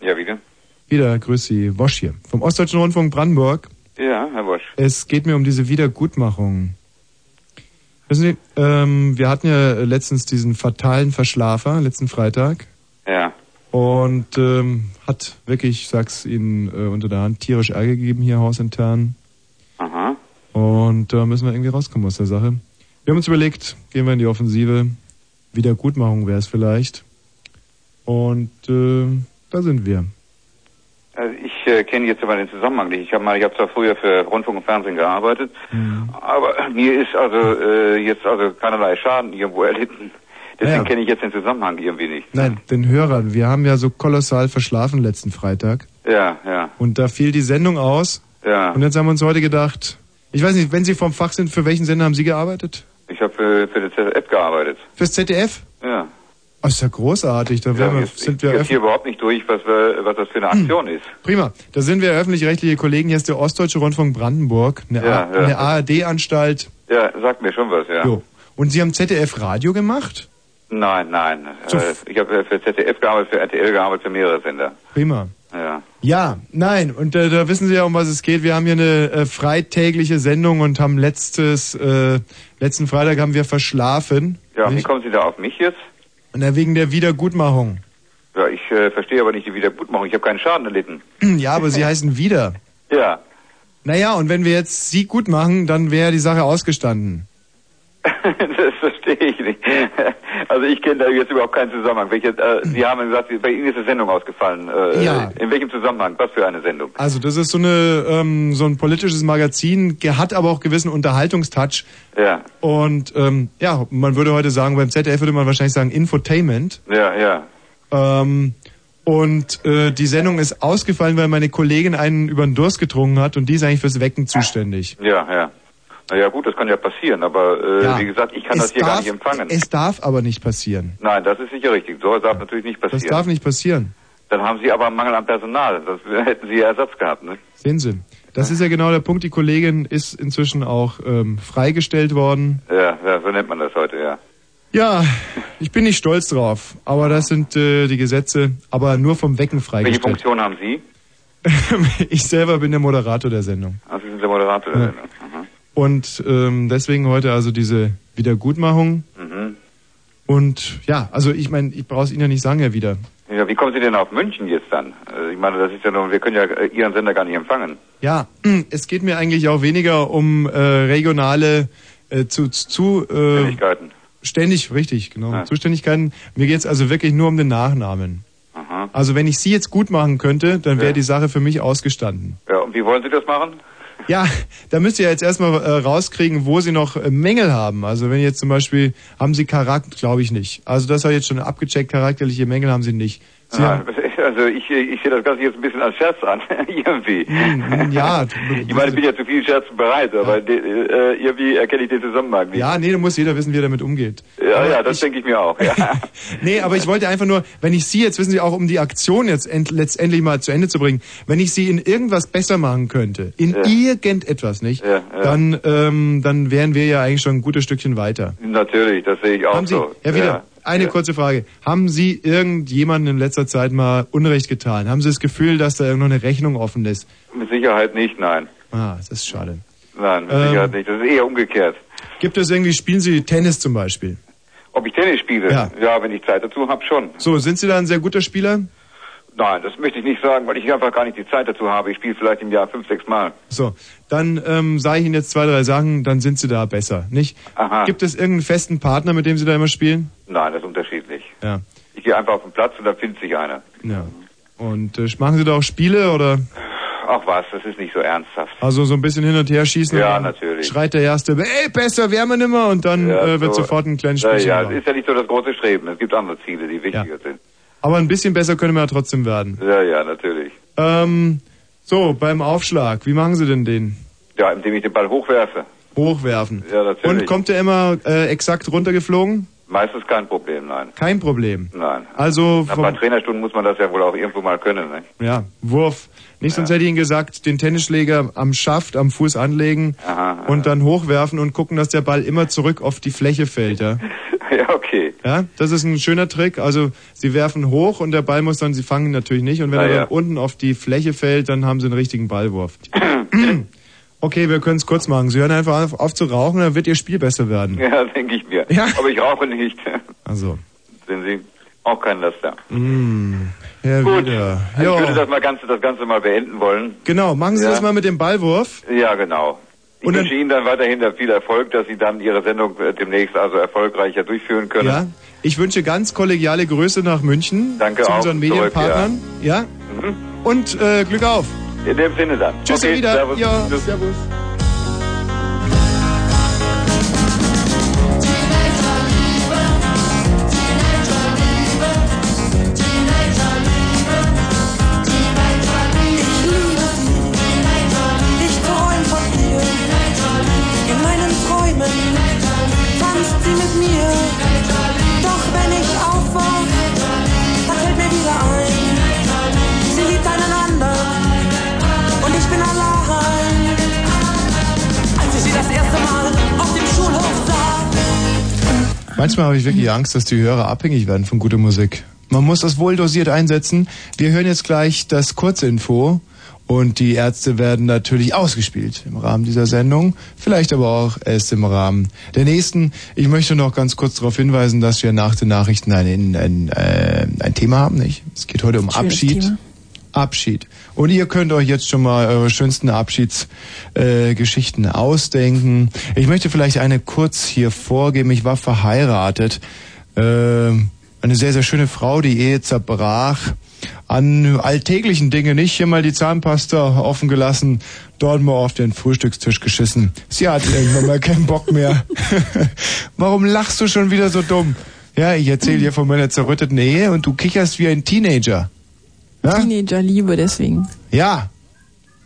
Speaker 12: Ja, wieder?
Speaker 1: Wieder, grüß Sie, Wosch hier. Vom Ostdeutschen Rundfunk Brandenburg.
Speaker 12: Ja, Herr Wosch.
Speaker 1: Es geht mir um diese Wiedergutmachung. Wissen Sie, ähm, wir hatten ja letztens diesen fatalen Verschlafer, letzten Freitag.
Speaker 12: Ja.
Speaker 1: Und ähm, hat wirklich, ich sag's Ihnen äh, unter der Hand, tierisch Ärger gegeben hier hausintern.
Speaker 12: Aha.
Speaker 1: Und da müssen wir irgendwie rauskommen aus der Sache. Wir haben uns überlegt, gehen wir in die Offensive. Wiedergutmachung wäre es vielleicht. Und äh, da sind wir.
Speaker 12: Also ich äh, kenne jetzt aber den Zusammenhang nicht. Ich habe mal, ich habe zwar früher für Rundfunk und Fernsehen gearbeitet,
Speaker 1: Hm.
Speaker 12: aber mir ist also äh, jetzt also keinerlei Schaden irgendwo erlitten. Deswegen
Speaker 1: Naja.
Speaker 12: kenne ich jetzt den Zusammenhang irgendwie nicht.
Speaker 1: Nein, den Hörern. Wir haben ja so kolossal verschlafen letzten Freitag.
Speaker 12: Ja, ja,
Speaker 1: Und da fiel die Sendung aus.
Speaker 12: ja.
Speaker 1: Und jetzt haben wir uns heute gedacht, ich weiß nicht, wenn Sie vom Fach sind, für welchen Sender haben Sie gearbeitet?
Speaker 12: Ich habe für, für die ZF gearbeitet.
Speaker 1: Fürs ZDF?
Speaker 12: Ja.
Speaker 1: Oh, ist ja großartig. Da wären
Speaker 12: ja
Speaker 1: wir,
Speaker 12: jetzt,
Speaker 1: sind
Speaker 12: jetzt
Speaker 1: Hm. wir
Speaker 12: hier
Speaker 1: öffentlich.
Speaker 12: überhaupt nicht durch, was wir, was das für eine Aktion ist.
Speaker 1: Prima. Da sind wir öffentlich-rechtliche Kollegen. Hier ist der Ostdeutsche Rundfunk Brandenburg, eine,
Speaker 12: Ja,
Speaker 1: A-
Speaker 12: ja.
Speaker 1: eine ARD-Anstalt.
Speaker 12: Ja, sagt mir schon was, ja.
Speaker 1: Jo. Und Sie haben ZDF Radio gemacht?
Speaker 12: Nein, nein. Äh, ich habe für ZDF gearbeitet, für RTL gearbeitet, für mehrere Sender.
Speaker 1: Prima.
Speaker 12: Ja.
Speaker 1: Ja, nein, und äh, da wissen Sie ja, um was es geht. Wir haben hier eine äh, freitägliche Sendung und haben letztes, äh, letzten Freitag haben wir verschlafen.
Speaker 12: Ja, wie kommen Sie da auf mich jetzt?
Speaker 1: Und da wegen der Wiedergutmachung.
Speaker 12: Ja, ich äh, verstehe aber nicht die Wiedergutmachung. Ich habe keinen Schaden erlitten.
Speaker 1: Ja, aber Sie heißen wieder.
Speaker 12: Ja.
Speaker 1: Naja, und wenn wir jetzt Sie gut machen, dann wäre die Sache ausgestanden.
Speaker 12: Das verstehe ich nicht. Also ich kenne da jetzt überhaupt keinen Zusammenhang. Welche, äh, Sie haben gesagt, bei Ihnen ist eine Sendung ausgefallen. Äh,
Speaker 1: Ja.
Speaker 12: In welchem Zusammenhang? Was für eine Sendung?
Speaker 1: Also das ist so, eine, ähm, so ein politisches Magazin, ge- hat aber auch gewissen Unterhaltungstouch.
Speaker 12: Ja,
Speaker 1: Und ähm, ja, man würde heute sagen, beim ZDF würde man wahrscheinlich sagen Infotainment.
Speaker 12: ja, ja.
Speaker 1: Ähm, und äh, die Sendung ist ausgefallen, weil meine Kollegin einen über den Durst getrunken hat und die ist eigentlich fürs Wecken zuständig.
Speaker 12: Ja, ja. Naja gut, das kann ja passieren, aber äh,
Speaker 1: Ja.
Speaker 12: wie gesagt, ich kann das hier gar nicht empfangen.
Speaker 1: Es darf aber nicht passieren.
Speaker 12: Nein, das ist sicher richtig. So darf natürlich nicht
Speaker 1: Das
Speaker 12: passieren.
Speaker 1: darf nicht passieren.
Speaker 12: Dann haben Sie aber einen Mangel an Personal. Das hätten Sie ja Ersatz gehabt, ne?
Speaker 1: Sehen Sie. Das ist ja genau der Punkt. Die Kollegin ist inzwischen auch ähm, freigestellt worden.
Speaker 12: Ja, ja, so nennt man das heute, ja.
Speaker 1: Ja, ich bin nicht stolz drauf, aber das sind äh, die Gesetze, aber nur vom Wecken
Speaker 12: Welche
Speaker 1: freigestellt.
Speaker 12: Funktion haben Sie?
Speaker 1: Ich selber bin der Moderator der Sendung.
Speaker 12: Ah, Sie sind der Moderator Mhm. der Sendung.
Speaker 1: Und ähm, deswegen heute also diese Wiedergutmachung.
Speaker 12: Mhm.
Speaker 1: Und ja, also ich meine, ich brauche es Ihnen ja nicht sagen, Herr Wieder.
Speaker 12: Ja, wie kommen Sie denn auf München jetzt dann? Also ich meine, das ist ja nur, wir können ja äh, Ihren Sender gar nicht empfangen.
Speaker 1: Ja, es geht mir eigentlich auch weniger um äh, regionale äh, zu, zu äh,
Speaker 12: Möglichkeiten.
Speaker 1: ständig, richtig, genau, Zuständigkeiten. Mir geht es also wirklich nur um den Nachnamen.
Speaker 12: Aha.
Speaker 1: Also wenn ich Sie jetzt gut machen könnte, dann wäre die Sache für mich ausgestanden.
Speaker 12: Ja, und wie wollen Sie das machen?
Speaker 1: Ja, da müsst ihr jetzt erstmal äh, rauskriegen, wo sie noch äh, Mängel haben. Also wenn jetzt zum Beispiel, haben sie Charakter, glaube ich nicht. Also das habe ich jetzt schon abgecheckt, charakterliche Mängel haben sie nicht. Sie
Speaker 12: Ah,
Speaker 1: haben,
Speaker 12: Also ich, ich sehe das Ganze jetzt ein bisschen als Scherz an, irgendwie.
Speaker 1: ja,
Speaker 12: Ich meine, ich bin ja zu viel Scherzen bereit, aber de, äh, irgendwie erkenne ich den Zusammenhang nicht.
Speaker 1: ja, nee, da muss jeder wissen, wie er damit umgeht.
Speaker 12: Ja, ja, das denke ich mir auch, ja.
Speaker 1: Nee, aber ich wollte einfach nur, wenn ich sie jetzt, wissen Sie auch, um die Aktion jetzt end, letztendlich mal zu Ende zu bringen, wenn ich sie in irgendwas besser machen könnte, in
Speaker 12: Ja.
Speaker 1: irgendetwas, nicht?
Speaker 12: Ja, ja.
Speaker 1: Dann, ähm, dann wären wir ja eigentlich schon ein gutes Stückchen weiter.
Speaker 12: Natürlich, das sehe ich auch
Speaker 1: Haben Sie,
Speaker 12: so.
Speaker 1: Herr Wieder, eine kurze Frage. Haben Sie irgendjemanden in letzter Zeit mal Unrecht getan? Haben Sie das Gefühl, dass da noch eine Rechnung offen ist?
Speaker 12: Mit Sicherheit nicht, nein.
Speaker 1: Ah, das ist schade.
Speaker 12: Nein, mit Sicherheit nicht. Das ist eher umgekehrt.
Speaker 1: Gibt es irgendwie, spielen Sie Tennis zum Beispiel?
Speaker 12: Ob ich Tennis spiele?
Speaker 1: Ja.
Speaker 12: wenn ich Zeit dazu habe, schon.
Speaker 1: So, sind Sie da ein sehr guter Spieler?
Speaker 12: Nein, das möchte ich nicht sagen, weil ich einfach gar nicht die Zeit dazu habe. Ich spiele vielleicht im Jahr fünf, sechs Mal.
Speaker 1: So, dann ähm, sage ich Ihnen jetzt zwei, drei Sachen, dann sind Sie da besser, nicht?
Speaker 12: Aha.
Speaker 1: Gibt es irgendeinen festen Partner, mit dem Sie da immer spielen?
Speaker 12: Nein, das ist unterschiedlich.
Speaker 1: Ja.
Speaker 12: Ich gehe einfach auf den Platz und da findet sich einer.
Speaker 1: Ja. Und äh, machen Sie da auch Spiele oder?
Speaker 12: Ach was, das ist nicht so ernsthaft.
Speaker 1: Also so ein bisschen hin und her schießen?
Speaker 12: Ja,
Speaker 1: Und dann
Speaker 12: natürlich.
Speaker 1: Schreit der Erste, ey, besser, wärmer nimmer und dann äh, wird
Speaker 12: so-
Speaker 1: sofort ein kleines
Speaker 12: Ja,
Speaker 1: Spielchen
Speaker 12: ja,
Speaker 1: gemacht.
Speaker 12: es ist ja nicht so das große Streben. Es gibt andere Ziele, die wichtiger sind.
Speaker 1: Aber ein bisschen besser können wir ja trotzdem werden.
Speaker 12: Ja, ja, natürlich.
Speaker 1: Ähm, so, beim Aufschlag, wie machen Sie denn den?
Speaker 12: Ja, indem ich den Ball hochwerfe.
Speaker 1: Hochwerfen.
Speaker 12: Ja, natürlich.
Speaker 1: Und kommt der immer äh, exakt runtergeflogen?
Speaker 12: Meistens kein Problem, nein.
Speaker 1: Kein Problem.
Speaker 12: Nein.
Speaker 1: Also
Speaker 12: Nach ein
Speaker 1: vom-
Speaker 12: paar Trainerstunden muss man das ja wohl auch irgendwo mal können, ne?
Speaker 1: Ja, Wurf. Nicht, sonst hätte ich Ihnen gesagt, den Tennisschläger am Schaft, am Fuß anlegen
Speaker 12: Aha.
Speaker 1: und dann hochwerfen und gucken, dass der Ball immer zurück auf die Fläche fällt. Ja?
Speaker 12: ja, okay.
Speaker 1: ja, das ist ein schöner Trick. Also Sie werfen hoch und der Ball muss dann, Sie fangen ihn natürlich nicht. Und wenn
Speaker 12: Na
Speaker 1: er
Speaker 12: Ah, ja.
Speaker 1: dann unten auf die Fläche fällt, dann haben Sie einen richtigen Ballwurf. okay, wir können es kurz machen. Sie hören einfach auf, auf zu rauchen, dann wird Ihr Spiel besser werden.
Speaker 12: Ja, denke ich mir. Aber ich rauche nicht.
Speaker 1: Also,
Speaker 12: Sind Sie auch kein Laster.
Speaker 1: mm, Herr Wieder.
Speaker 12: Also Ich würde das, mal ganze, das Ganze mal beenden wollen.
Speaker 1: Genau, machen Sie
Speaker 12: Ja.
Speaker 1: das mal mit dem Ballwurf.
Speaker 12: Ja, genau. Ich wünsche Ihnen dann weiterhin da viel Erfolg, dass Sie dann Ihre Sendung äh, demnächst also erfolgreicher durchführen können.
Speaker 1: Ja. Ich wünsche ganz kollegiale Grüße nach München
Speaker 12: Danke
Speaker 1: zu
Speaker 12: auch,
Speaker 1: unseren
Speaker 12: zurück,
Speaker 1: Medienpartnern. ja. Und äh, Glück auf.
Speaker 12: In dem Sinne dann.
Speaker 1: Tschüss
Speaker 12: okay,
Speaker 1: ihr wieder.
Speaker 12: Servus.
Speaker 1: ja, servus.
Speaker 7: Ich liebe dich, träum von dir. In meinen Träumen tanzt sie mit mir. Doch wenn ich aufwach, da fällt mir wieder ein. Sie liebt einen anderen und ich bin allein. Als ich sie das erste Mal auf dem Schulhof sah,
Speaker 1: Manchmal habe ich wirklich Angst, dass die Hörer abhängig werden von guter Musik. Man muss das wohl dosiert einsetzen. Wir hören jetzt gleich das Kurzinfo und die Ärzte werden natürlich ausgespielt im Rahmen dieser Sendung, vielleicht aber auch erst im Rahmen der nächsten. Ich möchte noch ganz kurz darauf hinweisen, dass wir nach den Nachrichten ein, ein, äh, ein Thema haben, nicht? Es geht heute um
Speaker 2: Schönes
Speaker 1: Abschied.
Speaker 2: Thema.
Speaker 1: Abschied. Und ihr könnt euch jetzt schon mal eure schönsten Abschiedsgeschichten äh, Geschichten ausdenken. Ich möchte vielleicht eine kurz hier vorgeben. Ich war verheiratet. Ähm, eine sehr, sehr schöne Frau, die Ehe zerbrach. An alltäglichen Dingen nicht. Hier mal die Zahnpasta offen gelassen, dort mal auf den Frühstückstisch geschissen. Sie hat irgendwann mal keinen Bock mehr. Warum lachst du schon wieder so dumm? Ja, ich erzähle dir von meiner zerrütteten Ehe und du kicherst wie ein Teenager.
Speaker 2: Teenagerliebe deswegen.
Speaker 1: Ja.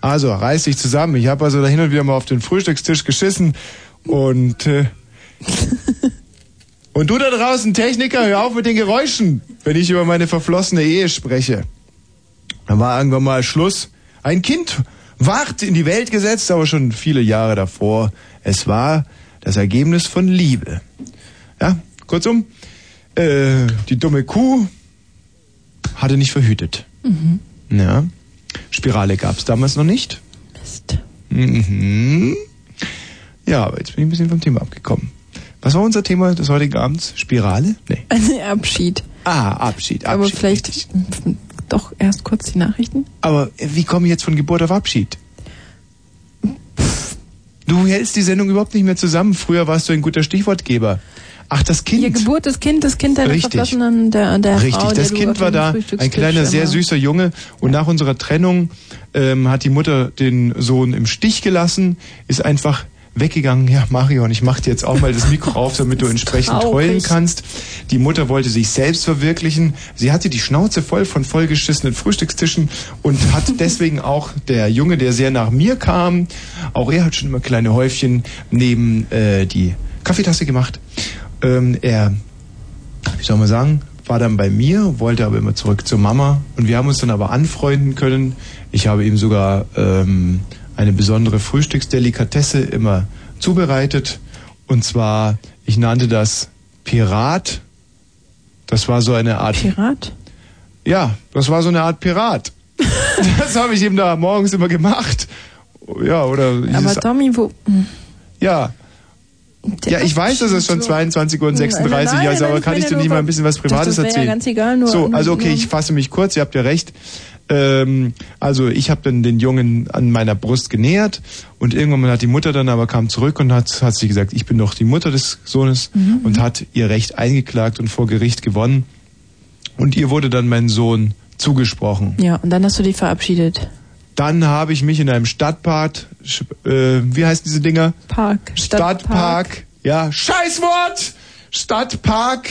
Speaker 1: Also, reiß dich zusammen. Ich habe also da hin und wieder mal auf den Frühstückstisch geschissen und äh, und du da draußen Techniker, hör auf mit den Geräuschen, wenn ich über meine verflossene Ehe spreche. Dann war irgendwann mal Schluss. Ein Kind ward in die Welt gesetzt, aber schon viele Jahre davor. Es war das Ergebnis von Liebe. Ja, kurzum, äh, die dumme Kuh hatte nicht verhütet.
Speaker 2: Mhm.
Speaker 1: Ja. Spirale gab's damals noch nicht. Mist. Mhm. Ja, aber jetzt bin ich ein bisschen vom Thema abgekommen. Was war unser Thema des heutigen Abends? Spirale? Nee.
Speaker 2: Abschied.
Speaker 1: Ah, Abschied, Abschied.
Speaker 2: Aber vielleicht doch erst kurz die Nachrichten.
Speaker 1: Aber äh, wie komme ich jetzt von Geburt auf Abschied? Du hältst die Sendung überhaupt nicht mehr zusammen. Früher warst du ein guter Stichwortgeber. Ach, das Kind.
Speaker 2: Ihr Geburt, das Kind, das Kind deiner
Speaker 1: Richtig.
Speaker 2: Verflossenen, der, der
Speaker 1: Richtig,
Speaker 2: Frau,
Speaker 1: das
Speaker 2: der du auf
Speaker 1: Kind war
Speaker 2: dem
Speaker 1: da, ein
Speaker 2: Frühstückstisch
Speaker 1: kleiner, sehr
Speaker 2: immer-
Speaker 1: süßer Junge. Und nach unserer Trennung ähm, hat die Mutter den Sohn im Stich gelassen, ist einfach weggegangen. Ja, Marion, ich mach dir jetzt auch mal das Mikro auf, damit du entsprechend
Speaker 2: traurig.
Speaker 1: heulen kannst. Die Mutter wollte sich selbst verwirklichen. Sie hatte die Schnauze voll von vollgeschissenen Frühstückstischen und hat deswegen auch der Junge, der sehr nach mir kam, auch er hat schon immer kleine Häufchen neben äh, die Kaffeetasse gemacht. Ähm, er wie soll man sagen, war dann bei mir, wollte aber immer zurück zur Mama und wir haben uns dann aber anfreunden können. Ich habe ihm sogar ähm, eine besondere Frühstücksdelikatesse immer zubereitet und zwar, ich nannte das Pirat. Das war so eine Art
Speaker 2: Pirat?
Speaker 1: Ja, das war so eine Art Pirat. das habe ich ihm da morgens immer gemacht Ja, oder hieß
Speaker 2: Aber
Speaker 1: es-
Speaker 2: Tommy, wo.
Speaker 1: Ja. ja, ich weiß, es ist schon 22 Uhr und 36,
Speaker 2: Nein, nein,
Speaker 1: also,
Speaker 2: nein,
Speaker 1: aber
Speaker 2: ich
Speaker 1: kann
Speaker 2: meine
Speaker 1: ich denn
Speaker 2: nur,
Speaker 1: nicht mal ein
Speaker 2: weil-
Speaker 1: bisschen was
Speaker 2: das- das
Speaker 1: Privates
Speaker 2: wäre ja
Speaker 1: erzählen?
Speaker 2: ganz egal, nur-
Speaker 1: so, also okay,
Speaker 2: nur-
Speaker 1: ich fasse mich kurz, ihr habt ja recht. Ähm, also ich habe dann den Jungen an meiner Brust genähert und irgendwann hat die Mutter dann aber kam zurück und hat, hat sie gesagt, ich bin doch die Mutter des Sohnes
Speaker 15: Mhm,
Speaker 1: und hat ihr Recht eingeklagt und vor Gericht gewonnen. Und ihr wurde dann mein Sohn zugesprochen.
Speaker 2: Ja, und dann hast du dich verabschiedet.
Speaker 1: Dann habe ich mich in einem Stadtpark, sch- äh, wie heißen diese Dinger?
Speaker 2: Park.
Speaker 1: Stadtpark. Ja, Scheißwort! Stadtpark.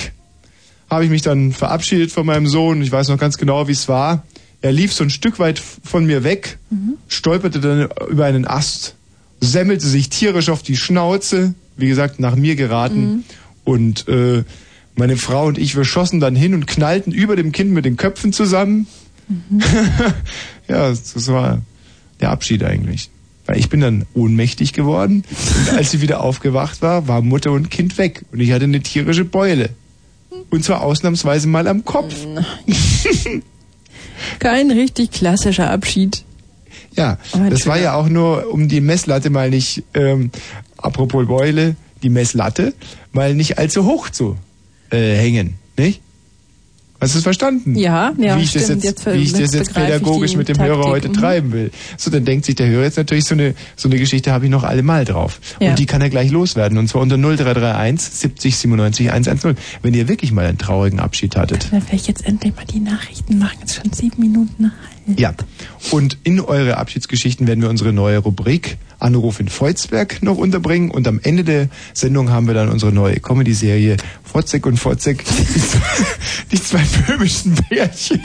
Speaker 1: Habe ich mich dann verabschiedet von meinem Sohn. Ich weiß noch ganz genau, wie es war. Er lief so ein Stück weit von mir weg, stolperte dann über einen Ast, semmelte sich tierisch auf die Schnauze, wie gesagt, nach mir geraten. Und äh, meine Frau und ich, wir schossen dann hin und knallten über dem Kind mit den Köpfen zusammen. Mhm. ja, das war der Abschied eigentlich. Weil ich bin dann ohnmächtig geworden und als sie wieder aufgewacht war, war Mutter und Kind weg und ich hatte eine tierische Beule. Und zwar ausnahmsweise mal am Kopf.
Speaker 2: Kein richtig klassischer Abschied.
Speaker 1: Ja, das war ja auch nur, um die Messlatte mal nicht, ähm, apropos Beule, die Messlatte, mal nicht allzu hoch zu äh, hängen, nicht? Hast du es verstanden?
Speaker 2: Ja, ja,
Speaker 1: wie ich das
Speaker 2: stimmt.
Speaker 1: jetzt,
Speaker 2: Jetzt ver-
Speaker 1: wie ich das
Speaker 2: jetzt
Speaker 1: jetzt
Speaker 2: begreife ich
Speaker 1: pädagogisch
Speaker 2: die
Speaker 1: mit dem Hörer
Speaker 2: Taktik,
Speaker 1: heute
Speaker 2: mhm.
Speaker 1: treiben will. So, dann denkt sich der Hörer jetzt natürlich, so eine, so eine Geschichte habe ich noch allemal drauf.
Speaker 2: Ja.
Speaker 1: Und die kann er gleich loswerden. Und zwar unter 0331 70 97 110. Wenn ihr wirklich mal einen traurigen Abschied hattet.
Speaker 2: Dann werde ich jetzt endlich mal die Nachrichten machen. Jetzt schon sieben Minuten nach halb.
Speaker 1: Ja. Und in eure Abschiedsgeschichten werden wir unsere neue Rubrik Anruf in Freudsberg noch unterbringen. Und am Ende der Sendung haben wir dann unsere neue Comedy-Serie Fotzek und Fotzek, die zwei- die zwei böhmischen Bärchen.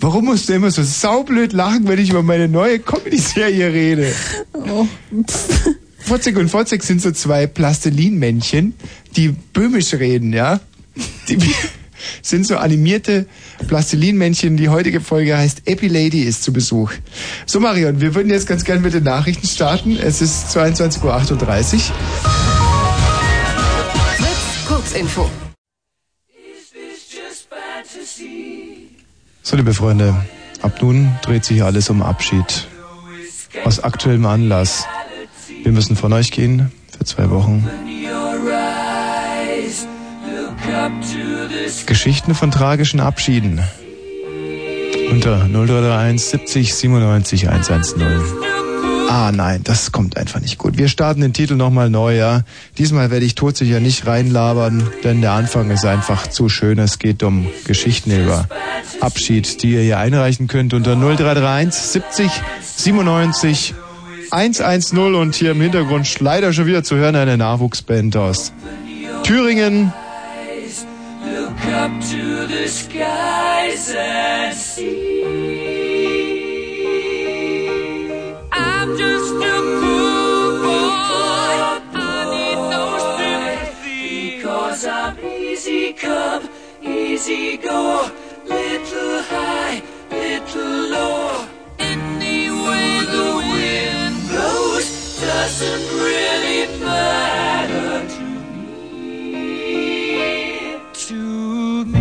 Speaker 1: Warum musst du immer so saublöd lachen, wenn ich über meine neue Comedy-Serie rede?
Speaker 2: Oh.
Speaker 1: Fotzek und Fotzek sind so zwei Plastilin-Männchen, die böhmisch reden, ja? Die sind so animierte Plastilin-Männchen. Die heutige Folge heißt Epi Lady ist zu Besuch. So, Marion, wir würden jetzt ganz gerne mit den Nachrichten starten. Es ist 22.38 Uhr.
Speaker 16: Fritz, Kurzinfo.
Speaker 1: So, liebe Freunde, ab nun dreht sich alles um Abschied. Aus aktuellem Anlass. Wir müssen von euch gehen für zwei Wochen. Geschichten von tragischen Abschieden. Unter 0331 70 97 110. Ah nein, das kommt einfach nicht gut. Wir starten den Titel nochmal neu, ja. Diesmal werde ich todsicher nicht reinlabern, denn der Anfang ist einfach zu schön. Es geht um Geschichten über Abschied, die ihr hier einreichen könnt unter 0331 70 97 110 und hier im Hintergrund leider schon wieder zu hören eine Nachwuchsband aus Thüringen.
Speaker 7: Look up to the skies and see. I'm just a poor boy. I need no sympathy. Because I'm easy come, easy go. Little high, little low. Anyway, the wind blows doesn't really matter to me. To me.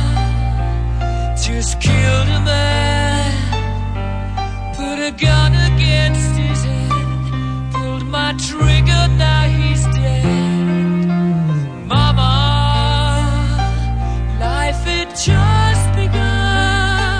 Speaker 7: Mama just killed a man, put a gun against his head, pulled my trigger, now he's dead. Mama, life had just begun.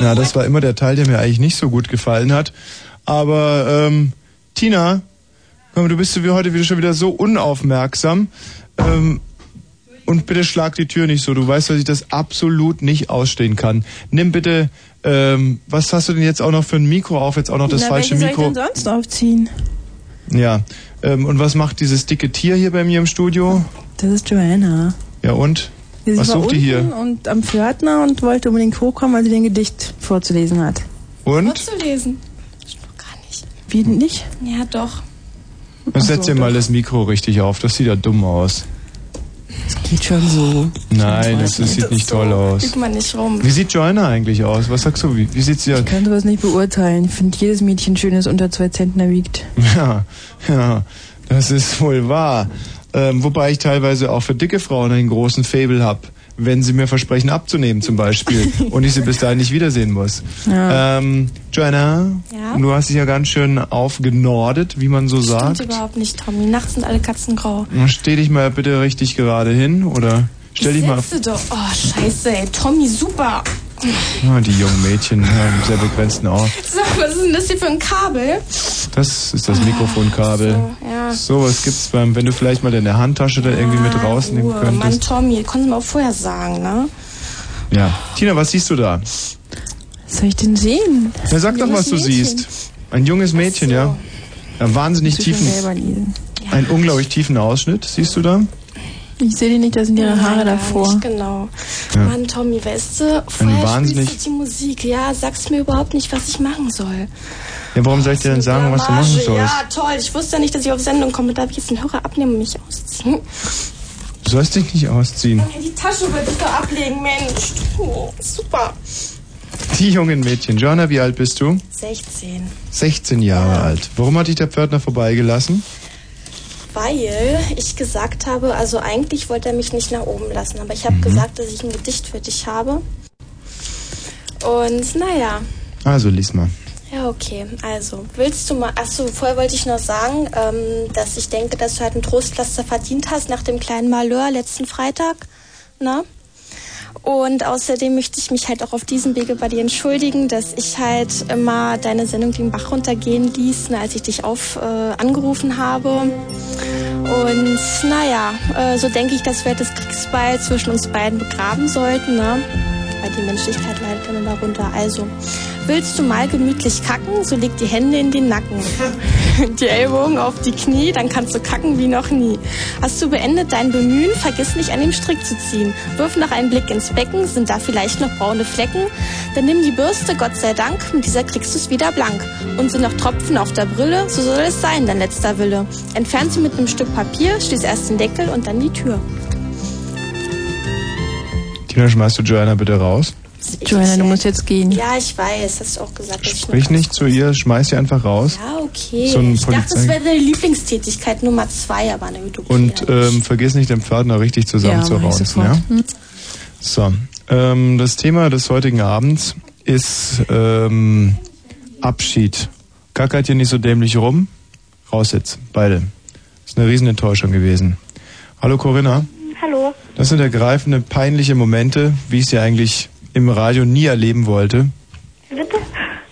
Speaker 1: Na, das war immer der Teil, der mir eigentlich nicht so gut gefallen hat. Aber ähm, Tina, komm, du bist wie heute wieder schon wieder so unaufmerksam. Ähm, und bitte schlag die Tür nicht so. Du weißt, dass ich das absolut nicht ausstehen kann. Nimm bitte, ähm, was hast du denn jetzt auch noch für ein Mikro auf? Jetzt auch noch das
Speaker 2: Na,
Speaker 1: falsche
Speaker 2: welche
Speaker 1: Mikro.
Speaker 2: Soll ich denn sonst aufziehen?
Speaker 1: Ja. Ähm, und was macht dieses dicke Tier hier bei mir im Studio?
Speaker 2: Das ist Joanna.
Speaker 1: Ja und?
Speaker 2: Sie
Speaker 1: Was
Speaker 2: war
Speaker 1: sucht die
Speaker 2: unten
Speaker 1: hier?
Speaker 2: Und am Pförtner und wollte unbedingt hochkommen, weil sie den Gedicht vorzulesen hat.
Speaker 1: Und?
Speaker 15: lesen.
Speaker 2: Wie nicht?
Speaker 15: Ja, doch.
Speaker 1: Dann setz dir mal das Mikro richtig auf. Das sieht ja dumm aus.
Speaker 2: Das geht schon so.
Speaker 1: Nein, das, das sieht nicht toll aus.
Speaker 15: Lügt man nicht rum.
Speaker 1: Wie sieht Joanna eigentlich aus? Was sagst du? Wie, wie sieht sie aus?
Speaker 2: Ich kann sowas nicht beurteilen. Ich finde jedes Mädchen schön, das unter zwei Zentner wiegt.
Speaker 1: Ja, ja, das ist wohl wahr. Ähm, wobei ich teilweise auch für dicke Frauen einen großen Fabel habe, wenn sie mir versprechen abzunehmen zum Beispiel und ich sie bis dahin nicht wiedersehen muss.
Speaker 15: Ja.
Speaker 1: Ähm, Joanna,
Speaker 15: Ja?
Speaker 1: du hast dich ja ganz schön aufgenordet, wie man so
Speaker 15: Stimmt
Speaker 1: sagt. Hm,
Speaker 15: überhaupt nicht, Tommy. Nachts sind alle Katzen grau.
Speaker 1: Steh dich mal bitte richtig gerade hin oder stell dich
Speaker 15: ich
Speaker 1: mal auf.
Speaker 15: sitze doch. Oh, scheiße, ey. Tommy, super.
Speaker 1: Ah, die jungen Mädchen haben sehr begrenzten Ohr.
Speaker 15: Sag, was ist denn das hier für ein Kabel?
Speaker 1: Das ist das Mikrofonkabel.
Speaker 15: ja.
Speaker 1: So, was gibt's beim, wenn du vielleicht mal deine Handtasche da irgendwie mit rausnehmen
Speaker 15: Ah, Ruhe. Mann,
Speaker 1: könntest.
Speaker 15: Tommy, konntest du mir auch vorher sagen, ne?
Speaker 1: Ja. Tina, was siehst du da?
Speaker 2: Was soll ich denn sehen?
Speaker 1: Ja, sag doch, was du
Speaker 2: Junges Mädchen.
Speaker 1: siehst. Ein junges Mädchen, ja. Ja, wahnsinnig
Speaker 2: Muss ich
Speaker 1: tiefen,
Speaker 2: schon selber lesen.
Speaker 1: einen unglaublich tiefen Ausschnitt, siehst du da?
Speaker 2: Ich sehe die nicht, da sind ihre Haare davor.
Speaker 15: Genau.
Speaker 1: Ja.
Speaker 15: Mann, Tommy, weißt du, vorher
Speaker 1: wahnsinnig-
Speaker 15: spielst du die Musik. Ja, sagst mir überhaupt nicht, was ich machen soll.
Speaker 1: Ja, warum soll ich dir denn sagen, was du machen
Speaker 15: Blamage,
Speaker 1: sollst?
Speaker 15: Ja, toll. Ich wusste ja nicht, dass ich auf Sendung komme. Darf ich jetzt den Hörer abnehmen und mich ausziehen?
Speaker 1: Du sollst dich nicht ausziehen.
Speaker 15: Ja, Die Tasche will bitte ablegen, Mensch. Du, super.
Speaker 1: Die jungen Mädchen. Joanna, wie alt bist du?
Speaker 15: 16.
Speaker 1: 16 Jahre alt. Warum hat dich der Pförtner vorbeigelassen?
Speaker 15: Weil ich gesagt habe, also eigentlich wollte er mich nicht nach oben lassen, aber ich habe gesagt, dass ich ein Gedicht für dich habe. Und naja,
Speaker 1: Also, lies mal.
Speaker 15: ja, okay. Also, willst du mal. Achso, vorher wollte ich noch sagen, ähm, dass ich denke, dass du halt einen Trostpflaster verdient hast nach dem kleinen Malheur letzten Freitag. Ne? Und außerdem möchte ich mich halt auch auf diesem Wege bei dir entschuldigen, dass ich halt immer deine Sendung den Bach runtergehen ließ, ne, als ich dich auf, äh, angerufen habe. Und naja, äh, so denke ich, dass wir das Kriegsbeil zwischen uns beiden begraben sollten, ne? Weil die Menschlichkeit leidet immer darunter. Also, willst du mal gemütlich kacken, so leg die Hände in den Nacken. Die Ellbogen auf die Knie, dann kannst du kacken wie noch nie. Hast du beendet dein Bemühen, vergiss nicht an dem Strick zu ziehen. Wirf noch einen Blick ins Becken, sind da vielleicht noch braune Flecken? Dann nimm die Bürste, Gott sei Dank, mit dieser kriegst du's wieder blank. Und sind noch Tropfen auf der Brille, so soll es sein, dein letzter Wille. Entfern sie mit einem Stück Papier, schließ erst den Deckel und dann die Tür.
Speaker 1: Tina, schmeißt du Joanna bitte raus?
Speaker 2: Joanna, du musst jetzt gehen.
Speaker 15: Ja, ich weiß, hast du auch gesagt. dass ich noch-
Speaker 1: Sprich nicht zu ihr, schmeiß sie einfach raus.
Speaker 15: Ja, okay.
Speaker 1: So ein
Speaker 15: ich dachte, das
Speaker 1: Polizei-
Speaker 15: wäre deine Lieblingstätigkeit Nummer zwei, aber ne, du
Speaker 1: Und ähm, vergiss nicht, den Pförtner richtig
Speaker 15: mach ich
Speaker 1: zusammenzuhauen.
Speaker 15: sofort.
Speaker 1: ja?
Speaker 2: Hm.
Speaker 1: So, ähm, das Thema des heutigen Abends ist ähm, Abschied. Kackert hier nicht so dämlich rum. Raus jetzt, beide. Ist eine Riesenenttäuschung gewesen. Hallo Corinna.
Speaker 17: Hallo.
Speaker 1: Das sind ergreifende, peinliche Momente, wie ich sie eigentlich im Radio nie erleben wollte.
Speaker 17: Bitte?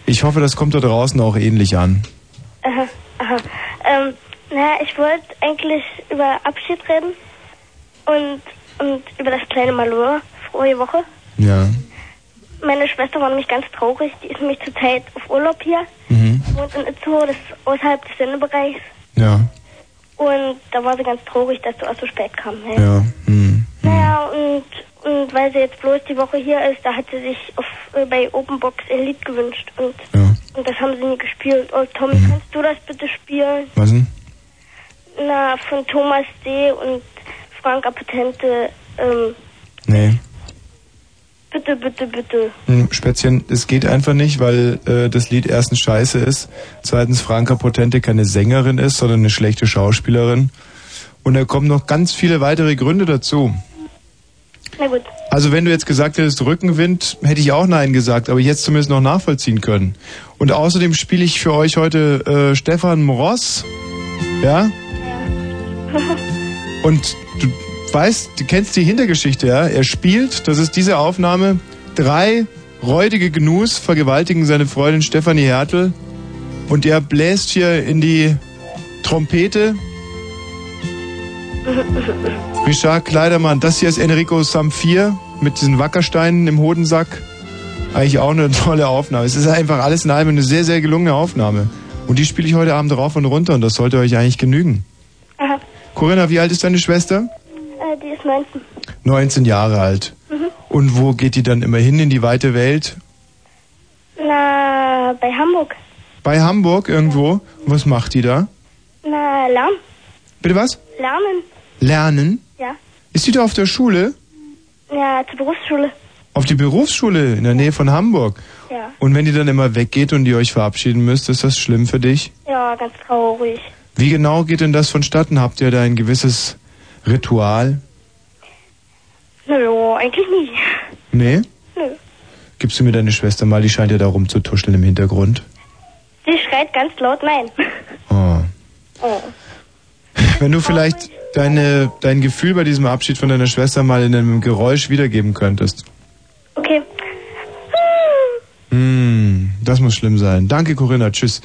Speaker 1: Ich hoffe, das kommt da draußen auch ähnlich an.
Speaker 17: Aha, aha. Ähm, naja, ich wollte eigentlich über Abschied reden und, und über das kleine Malheur. Frohe Woche.
Speaker 1: Ja.
Speaker 17: Meine Schwester war nämlich ganz traurig. Die ist nämlich zurzeit auf Urlaub hier.
Speaker 1: Mhm.
Speaker 17: Wohnt in Itzehoe, das ist außerhalb des Sendebereichs.
Speaker 1: Ja.
Speaker 17: Und da war sie ganz traurig, dass du auch so spät kamst. Ja.
Speaker 1: Hm.
Speaker 17: Naja, und, und weil sie jetzt bloß die Woche hier ist, da hat sie sich auf, äh, bei Open Box ein Lied gewünscht. Und, und das haben sie nie gespielt. Oh, Tom,
Speaker 1: Mhm.
Speaker 17: kannst du das bitte spielen?
Speaker 1: Was denn?
Speaker 17: Na, von Thomas D. und Frank Appetente. Ähm,
Speaker 1: Nee.
Speaker 17: bitte, bitte, bitte.
Speaker 1: Hm, Spätzchen, es geht einfach nicht, weil äh, das Lied erstens scheiße ist, zweitens Franka Potente keine Sängerin ist, sondern eine schlechte Schauspielerin. Und da kommen noch ganz viele weitere Gründe dazu.
Speaker 17: Na gut.
Speaker 1: Also wenn du jetzt gesagt hättest Rückenwind, hätte ich auch Nein gesagt, aber jetzt zumindest noch nachvollziehen können. Und außerdem spiele ich für euch heute äh, Stefan Moross. Ja? Und du weißt, du kennst die Hintergeschichte, ja? Er spielt, das ist diese Aufnahme, drei räudige Gnus vergewaltigen seine Freundin Stefanie Hertel und er bläst hier in die Trompete. Richard Kleidermann, das hier ist Enrico Samphir mit diesen Wackersteinen im Hodensack. Eigentlich auch eine tolle Aufnahme. Es ist einfach alles in allem eine sehr, sehr gelungene Aufnahme. Und die spiele ich heute Abend rauf und runter und das sollte euch eigentlich genügen.
Speaker 17: Aha.
Speaker 1: Corinna, wie alt ist deine Schwester?
Speaker 17: Äh, die ist 19.
Speaker 1: 19 Jahre alt.
Speaker 17: Mhm.
Speaker 1: Und wo geht die dann immer hin in die weite Welt?
Speaker 17: Na, bei Hamburg.
Speaker 1: Bei Hamburg irgendwo. Was macht die da?
Speaker 17: Na, Lahm.
Speaker 1: Bitte was?
Speaker 17: Lahmen.
Speaker 1: Lernen?
Speaker 17: Ja.
Speaker 1: Ist die da auf der Schule?
Speaker 17: Ja, zur Berufsschule.
Speaker 1: Auf die Berufsschule in der Nähe von Hamburg.
Speaker 17: Ja.
Speaker 1: Und wenn die dann immer weggeht und ihr euch verabschieden müsst, ist das schlimm für dich?
Speaker 17: Ja, ganz traurig.
Speaker 1: Wie genau geht denn das vonstatten? Habt ihr da ein gewisses Ritual?
Speaker 17: Nö, eigentlich nie.
Speaker 1: Nee?
Speaker 17: Nö.
Speaker 1: Gibst du mir deine Schwester mal, die scheint ja da rumzutuscheln im Hintergrund.
Speaker 17: Sie schreit ganz laut nein.
Speaker 1: Oh.
Speaker 17: Oh.
Speaker 1: Wenn du vielleicht deine, dein Gefühl bei diesem Abschied von deiner Schwester mal in einem Geräusch wiedergeben könntest.
Speaker 17: Okay.
Speaker 1: Hm, das muss schlimm sein. Danke, Corinna. Tschüss.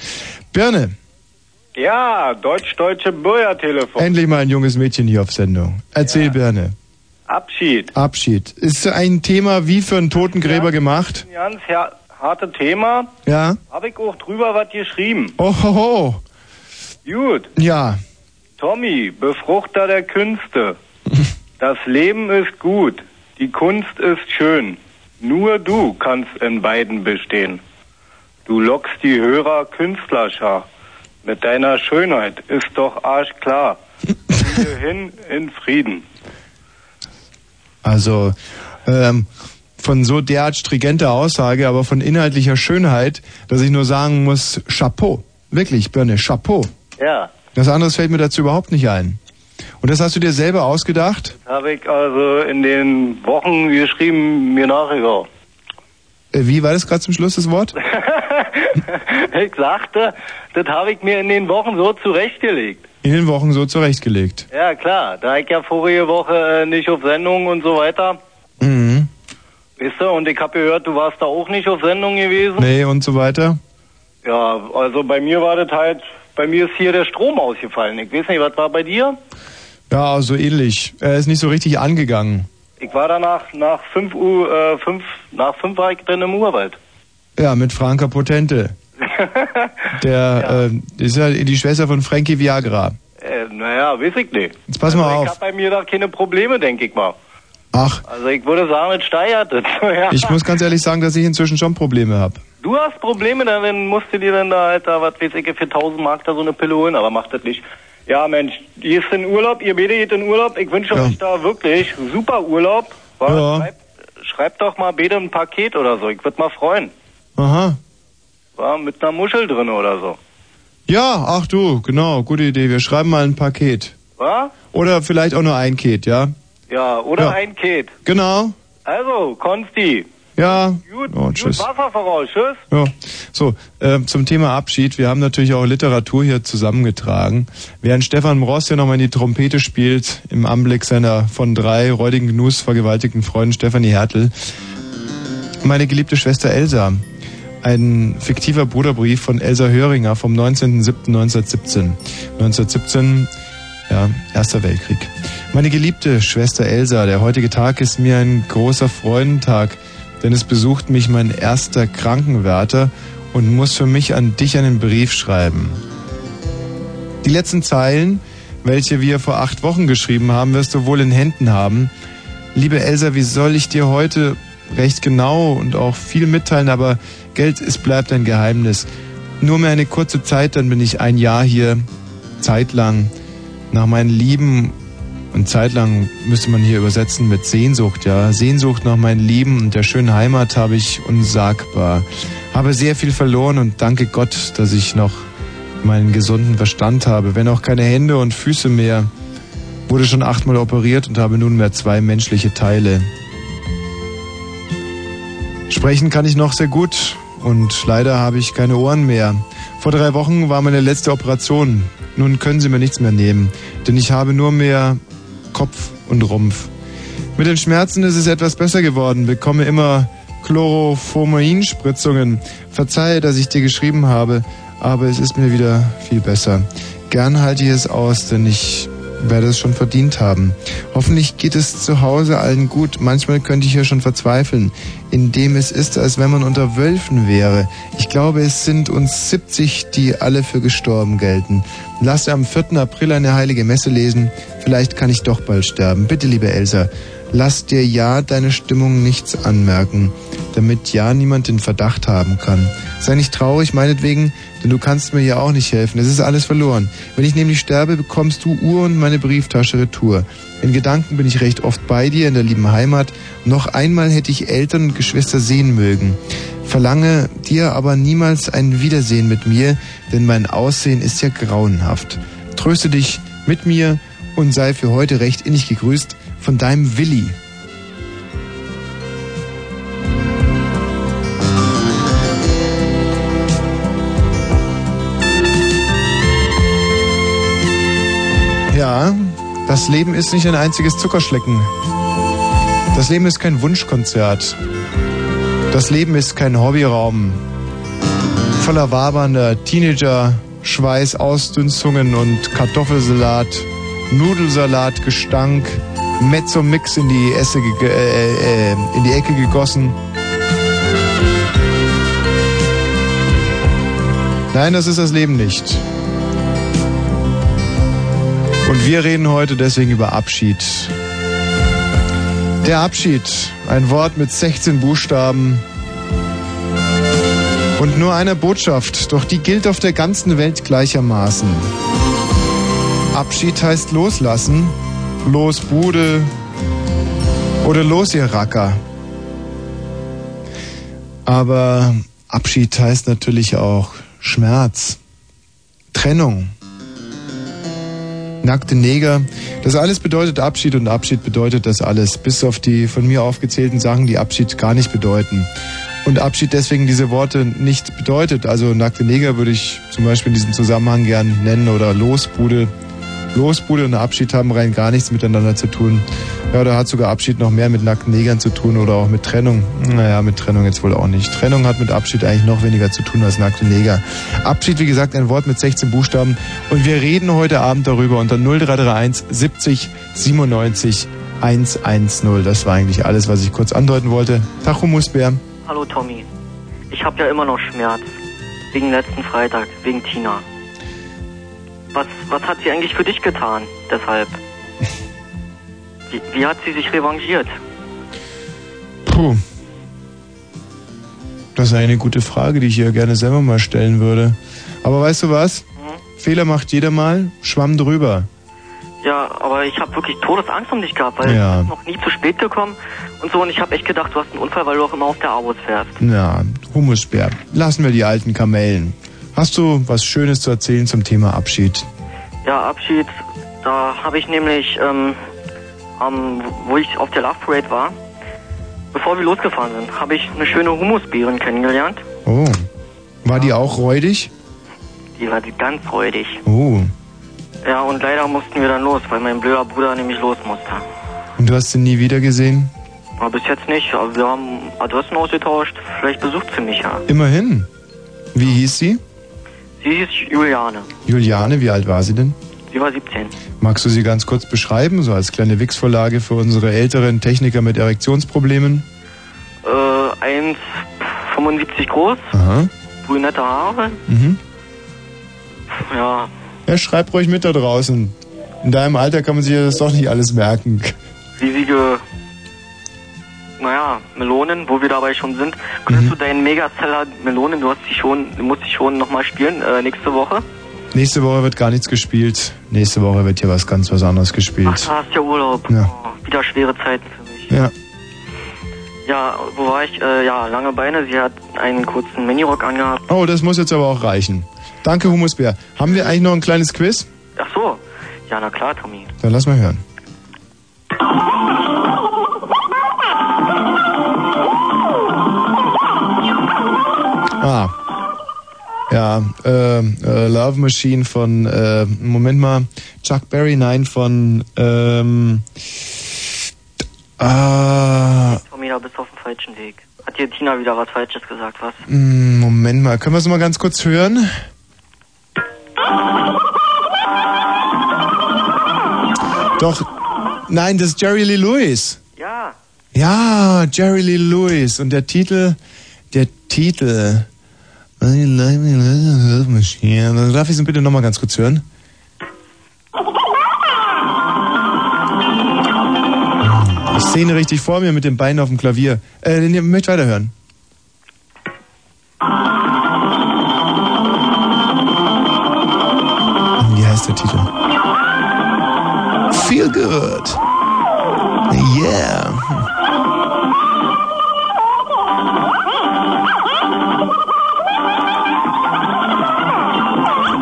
Speaker 1: Birne,
Speaker 18: Ja, deutsch-deutsche Bürgertelefon.
Speaker 1: endlich mal ein junges Mädchen hier auf Sendung. Erzähl, Birne.
Speaker 18: Abschied.
Speaker 1: Abschied. Ist ein Thema wie für einen Totengräber gemacht?
Speaker 18: Ein ganz her- harte Thema.
Speaker 1: Ja.
Speaker 18: Habe ich auch drüber was geschrieben.
Speaker 1: Oh, ho, ho.
Speaker 18: Gut,
Speaker 1: Ja.
Speaker 18: Tommy, Befruchter der Künste. Das Leben ist gut, die Kunst ist schön. Nur du kannst in beiden bestehen. Du lockst die Hörer Künstlerschar. Mit deiner Schönheit ist doch arschklar. Hierhin in Frieden.
Speaker 1: Also ähm, von so derart stringenter Aussage, aber von inhaltlicher Schönheit, dass ich nur sagen muss, Chapeau. Wirklich, Birne, Chapeau.
Speaker 18: Ja,
Speaker 1: Das andere fällt mir dazu überhaupt nicht ein. Und das hast du dir selber ausgedacht?
Speaker 18: das habe ich also in den Wochen geschrieben, mir nachgehört.
Speaker 1: Äh, Wie war das gerade zum Schluss, das Wort?
Speaker 18: ich sagte, das habe ich mir in den Wochen so zurechtgelegt.
Speaker 1: In den Wochen so zurechtgelegt.
Speaker 18: Ja, klar, da ich ja vorige Woche äh, nicht auf Sendung und so weiter,
Speaker 1: Mhm.
Speaker 18: weißt du, und ich habe gehört, du warst da auch nicht auf Sendung gewesen.
Speaker 1: Nee und so weiter.
Speaker 18: Ja, also bei mir war das halt, bei mir ist hier der Strom ausgefallen. Ich weiß nicht, was war bei dir?
Speaker 1: Ja, so ähnlich. Er ist nicht so richtig angegangen.
Speaker 18: Ich war danach, nach 5 Uhr, äh, 5, nach 5 war ich drin im Urwald.
Speaker 1: Ja, mit Franka Potente. Der äh, ist ja die Schwester von Frankie Viagra.
Speaker 18: Äh, naja, weiß ich nicht.
Speaker 1: Jetzt pass mal
Speaker 18: also,
Speaker 1: auf.
Speaker 18: Ich habe bei mir da keine Probleme, denke ich mal.
Speaker 1: Ach,
Speaker 18: Also ich würde sagen, es steigert es. ja.
Speaker 1: ich muss ganz ehrlich sagen, dass ich inzwischen schon Probleme habe.
Speaker 18: Du hast Probleme, dann musst du dir dann da, Alter, was weiß ich, für 1000 Mark da so eine Pille holen, aber mach das nicht. Ja, Mensch, ihr ist in Urlaub, ihr beide geht in Urlaub. Ich wünsche euch da wirklich super Urlaub. Wa? Schreibt, schreibt doch mal beide ein Paket oder so. Ich würde mal freuen.
Speaker 1: Aha.
Speaker 18: War mit einer Muschel drin oder so.
Speaker 1: Ja, ach du, genau, gute Idee. Wir schreiben mal ein Paket.
Speaker 18: War?
Speaker 1: Oder vielleicht auch nur ein Ket, ja?
Speaker 18: Ja, oder
Speaker 1: Ja.
Speaker 18: ein Ket.
Speaker 1: Genau.
Speaker 18: Also, Konsti,
Speaker 1: Ja.
Speaker 18: gut,
Speaker 1: Oh,
Speaker 18: gut
Speaker 1: tschüss.
Speaker 18: Wasser voraus, tschüss.
Speaker 1: Ja. So, ähm, zum Thema Abschied. Wir haben natürlich auch Literatur hier zusammengetragen. Während Stefan Ross hier nochmal in die Trompete spielt, im Anblick seiner von drei räudigen Gnus vergewaltigten Freundin Stefanie Hertel, meine geliebte Schwester Elsa. Ein fiktiver Bruderbrief von Elsa Höringer vom 19.07.1917. 1917, ja, Erster Weltkrieg. Meine geliebte Schwester Elsa, der heutige Tag ist mir ein großer Freudentag, denn es besucht mich mein erster Krankenwärter und muss für mich an dich einen Brief schreiben. Die letzten Zeilen, welche wir vor acht Wochen geschrieben haben, wirst du wohl in Händen haben. Liebe Elsa, wie soll ich dir heute recht genau und auch viel mitteilen, aber Geld, es bleibt ein Geheimnis. Nur mehr eine kurze Zeit, dann bin ich ein Jahr hier, zeitlang, nach meinen Lieben und zeitlang müsste man hier übersetzen mit Sehnsucht, ja. Sehnsucht nach meinen Lieben und der schönen Heimat habe ich unsagbar. Habe sehr viel verloren und danke Gott, dass ich noch meinen gesunden Verstand habe, wenn auch keine Hände und Füße mehr. Wurde schon achtmal operiert und habe nunmehr zwei menschliche Teile. Sprechen kann ich noch sehr gut und leider habe ich keine Ohren mehr. Vor drei Wochen war meine letzte Operation. Nun können sie mir nichts mehr nehmen, denn ich habe nur mehr Kopf und Rumpf. Mit den Schmerzen ist es etwas besser geworden, bekomme immer Chloroformoinspritzungen. Verzeihe, dass ich dir geschrieben habe, aber es ist mir wieder viel besser. Gern halte ich es aus, denn ich werde es schon verdient haben. Hoffentlich geht es zu Hause allen gut. Manchmal könnte ich ja schon verzweifeln, indem es ist, als wenn man unter Wölfen wäre. Ich glaube, es sind uns 70, die alle für gestorben gelten. Lass am 4. April eine heilige Messe lesen. Vielleicht kann ich doch bald sterben. Bitte, liebe Elsa, lass dir ja deine Stimmung nichts anmerken, damit ja niemand den Verdacht haben kann. Sei nicht traurig, meinetwegen, denn du kannst mir ja auch nicht helfen. Es ist alles verloren. Wenn ich nämlich sterbe, bekommst du Uhr und meine Brieftasche retour. In Gedanken bin ich recht oft bei dir in der lieben Heimat. Noch einmal hätte ich Eltern und Geschwister sehen mögen. Verlange dir aber niemals ein Wiedersehen mit mir, denn mein Aussehen ist ja grauenhaft. Tröste dich mit mir und sei für heute recht innig gegrüßt von deinem Willi. Ja, das Leben ist nicht ein einziges Zuckerschlecken. Das Leben ist kein Wunschkonzert. Das Leben ist kein Hobbyraum. Voller wabernder Teenager, Schweiß, Ausdünstungen und Kartoffelsalat, Nudelsalat, Gestank, Mezzo-Mix in die, Esse, ge- äh, äh, in die Ecke gegossen. Nein, das ist das Leben nicht. Und wir reden heute deswegen über Abschied. Der Abschied, ein Wort mit 16 Buchstaben und nur einer Botschaft, doch die gilt auf der ganzen Welt gleichermaßen. Abschied heißt loslassen, los Bude oder los ihr Racker. Aber Abschied heißt natürlich auch Schmerz, Trennung, nackte Neger. Das alles bedeutet Abschied und Abschied bedeutet das alles, bis auf die von mir aufgezählten Sachen, die Abschied gar nicht bedeuten. Und Abschied deswegen diese Worte nicht bedeutet. Also nackte Neger würde ich zum Beispiel in diesem Zusammenhang gern nennen oder Losbude. Losbude und Abschied haben rein gar nichts miteinander zu tun. Ja, da hat sogar Abschied noch mehr mit nackten Negern zu tun oder auch mit Trennung. Naja, mit Trennung jetzt wohl auch nicht. Trennung hat mit Abschied eigentlich noch weniger zu tun als nackte Neger. Abschied, wie gesagt, ein Wort mit 16 Buchstaben. Und wir reden heute Abend darüber unter 0331 70 97 110. Das war eigentlich alles, was ich kurz andeuten wollte. Tacho Musbär.
Speaker 19: Hallo Tommy. Ich habe ja immer noch Schmerz. Wegen letzten Freitag, wegen Tina. Was, was hat sie eigentlich für dich getan, deshalb? Wie, wie hat sie sich revanchiert?
Speaker 1: Puh. Das ist eine gute Frage, die ich ihr gerne selber mal stellen würde. Aber weißt du was? Fehler macht jeder mal, schwamm drüber.
Speaker 19: Ja, aber ich habe wirklich Todesangst um dich gehabt, weil
Speaker 1: Ja.
Speaker 19: du bist noch nie zu spät gekommen und so. Und ich habe echt gedacht, du hast einen Unfall, weil du auch immer auf der Arbeit fährst.
Speaker 1: Na, Humusbär, lassen wir die alten Kamellen. Hast du was Schönes zu erzählen zum Thema Abschied?
Speaker 19: Ja, Abschied. Da habe ich nämlich, ähm, am, wo ich auf der Love Parade war, bevor wir losgefahren sind, habe ich eine schöne Humusbärin kennengelernt.
Speaker 1: Oh, war die auch räudig?
Speaker 19: Die war ganz räudig.
Speaker 1: Oh,
Speaker 19: Ja, und leider mussten wir dann los, weil mein blöder Bruder nämlich los musste.
Speaker 1: und du hast sie nie wieder gesehen?
Speaker 19: Aber bis jetzt nicht. Aber wir haben Adressen ausgetauscht. Vielleicht besucht sie mich ja.
Speaker 1: Immerhin. Wie hieß sie?
Speaker 19: Sie ist Juliane.
Speaker 1: Juliane, wie alt war sie denn?
Speaker 19: Sie war 17.
Speaker 1: Magst du sie ganz kurz beschreiben, so als kleine Wix-Vorlage für unsere älteren Techniker mit Erektionsproblemen?
Speaker 19: Äh, 1,75 groß,
Speaker 1: Aha.
Speaker 19: brünette Haare.
Speaker 1: Mhm.
Speaker 19: Ja,
Speaker 1: Ja, schreib ruhig mit da draußen. In deinem Alter kann man sich das doch nicht alles merken.
Speaker 19: riesige, naja, Melonen, wo wir dabei schon sind.
Speaker 1: Mhm.
Speaker 19: Könntest du deinen Megazeller Melonen, du hast die schon, du musst die schon nochmal spielen, äh, nächste Woche.
Speaker 1: Nächste Woche wird gar nichts gespielt. Nächste Woche wird hier was ganz was anderes
Speaker 19: Ach,
Speaker 1: gespielt.
Speaker 19: du hast ja Urlaub.
Speaker 1: Ja.
Speaker 19: Oh, wieder schwere Zeiten für mich.
Speaker 1: Ja.
Speaker 19: Ja, wo war ich? Äh, ja, lange Beine, sie hat einen kurzen Minirock angehabt.
Speaker 1: Oh, das muss jetzt aber auch reichen. Danke, Humusbär. Haben wir eigentlich noch ein kleines Quiz?
Speaker 19: Ach so. Ja, na klar, Tommy.
Speaker 1: Dann lass mal hören. Ah. Ja, äh, äh, Love Machine von, äh, Moment mal, Chuck Berry, nein, von, ähm, ah,
Speaker 19: Tommy, da bist du auf dem falschen Weg. Hat
Speaker 20: hat dir Tina wieder was Falsches gesagt, was?
Speaker 1: Hm, Moment mal, können wir es mal ganz kurz hören? Doch, nein, das ist Jerry Lee Lewis.
Speaker 20: Ja.
Speaker 1: Ja, Jerry Lee Lewis. Und der Titel, der Titel. Darf ich es bitte nochmal ganz kurz hören? Ich sehe ihn richtig vor mir mit den Beinen auf dem Klavier. Äh, nee, ich möchte weiterhören. Wie heißt der Titel? Feel good. Yeah.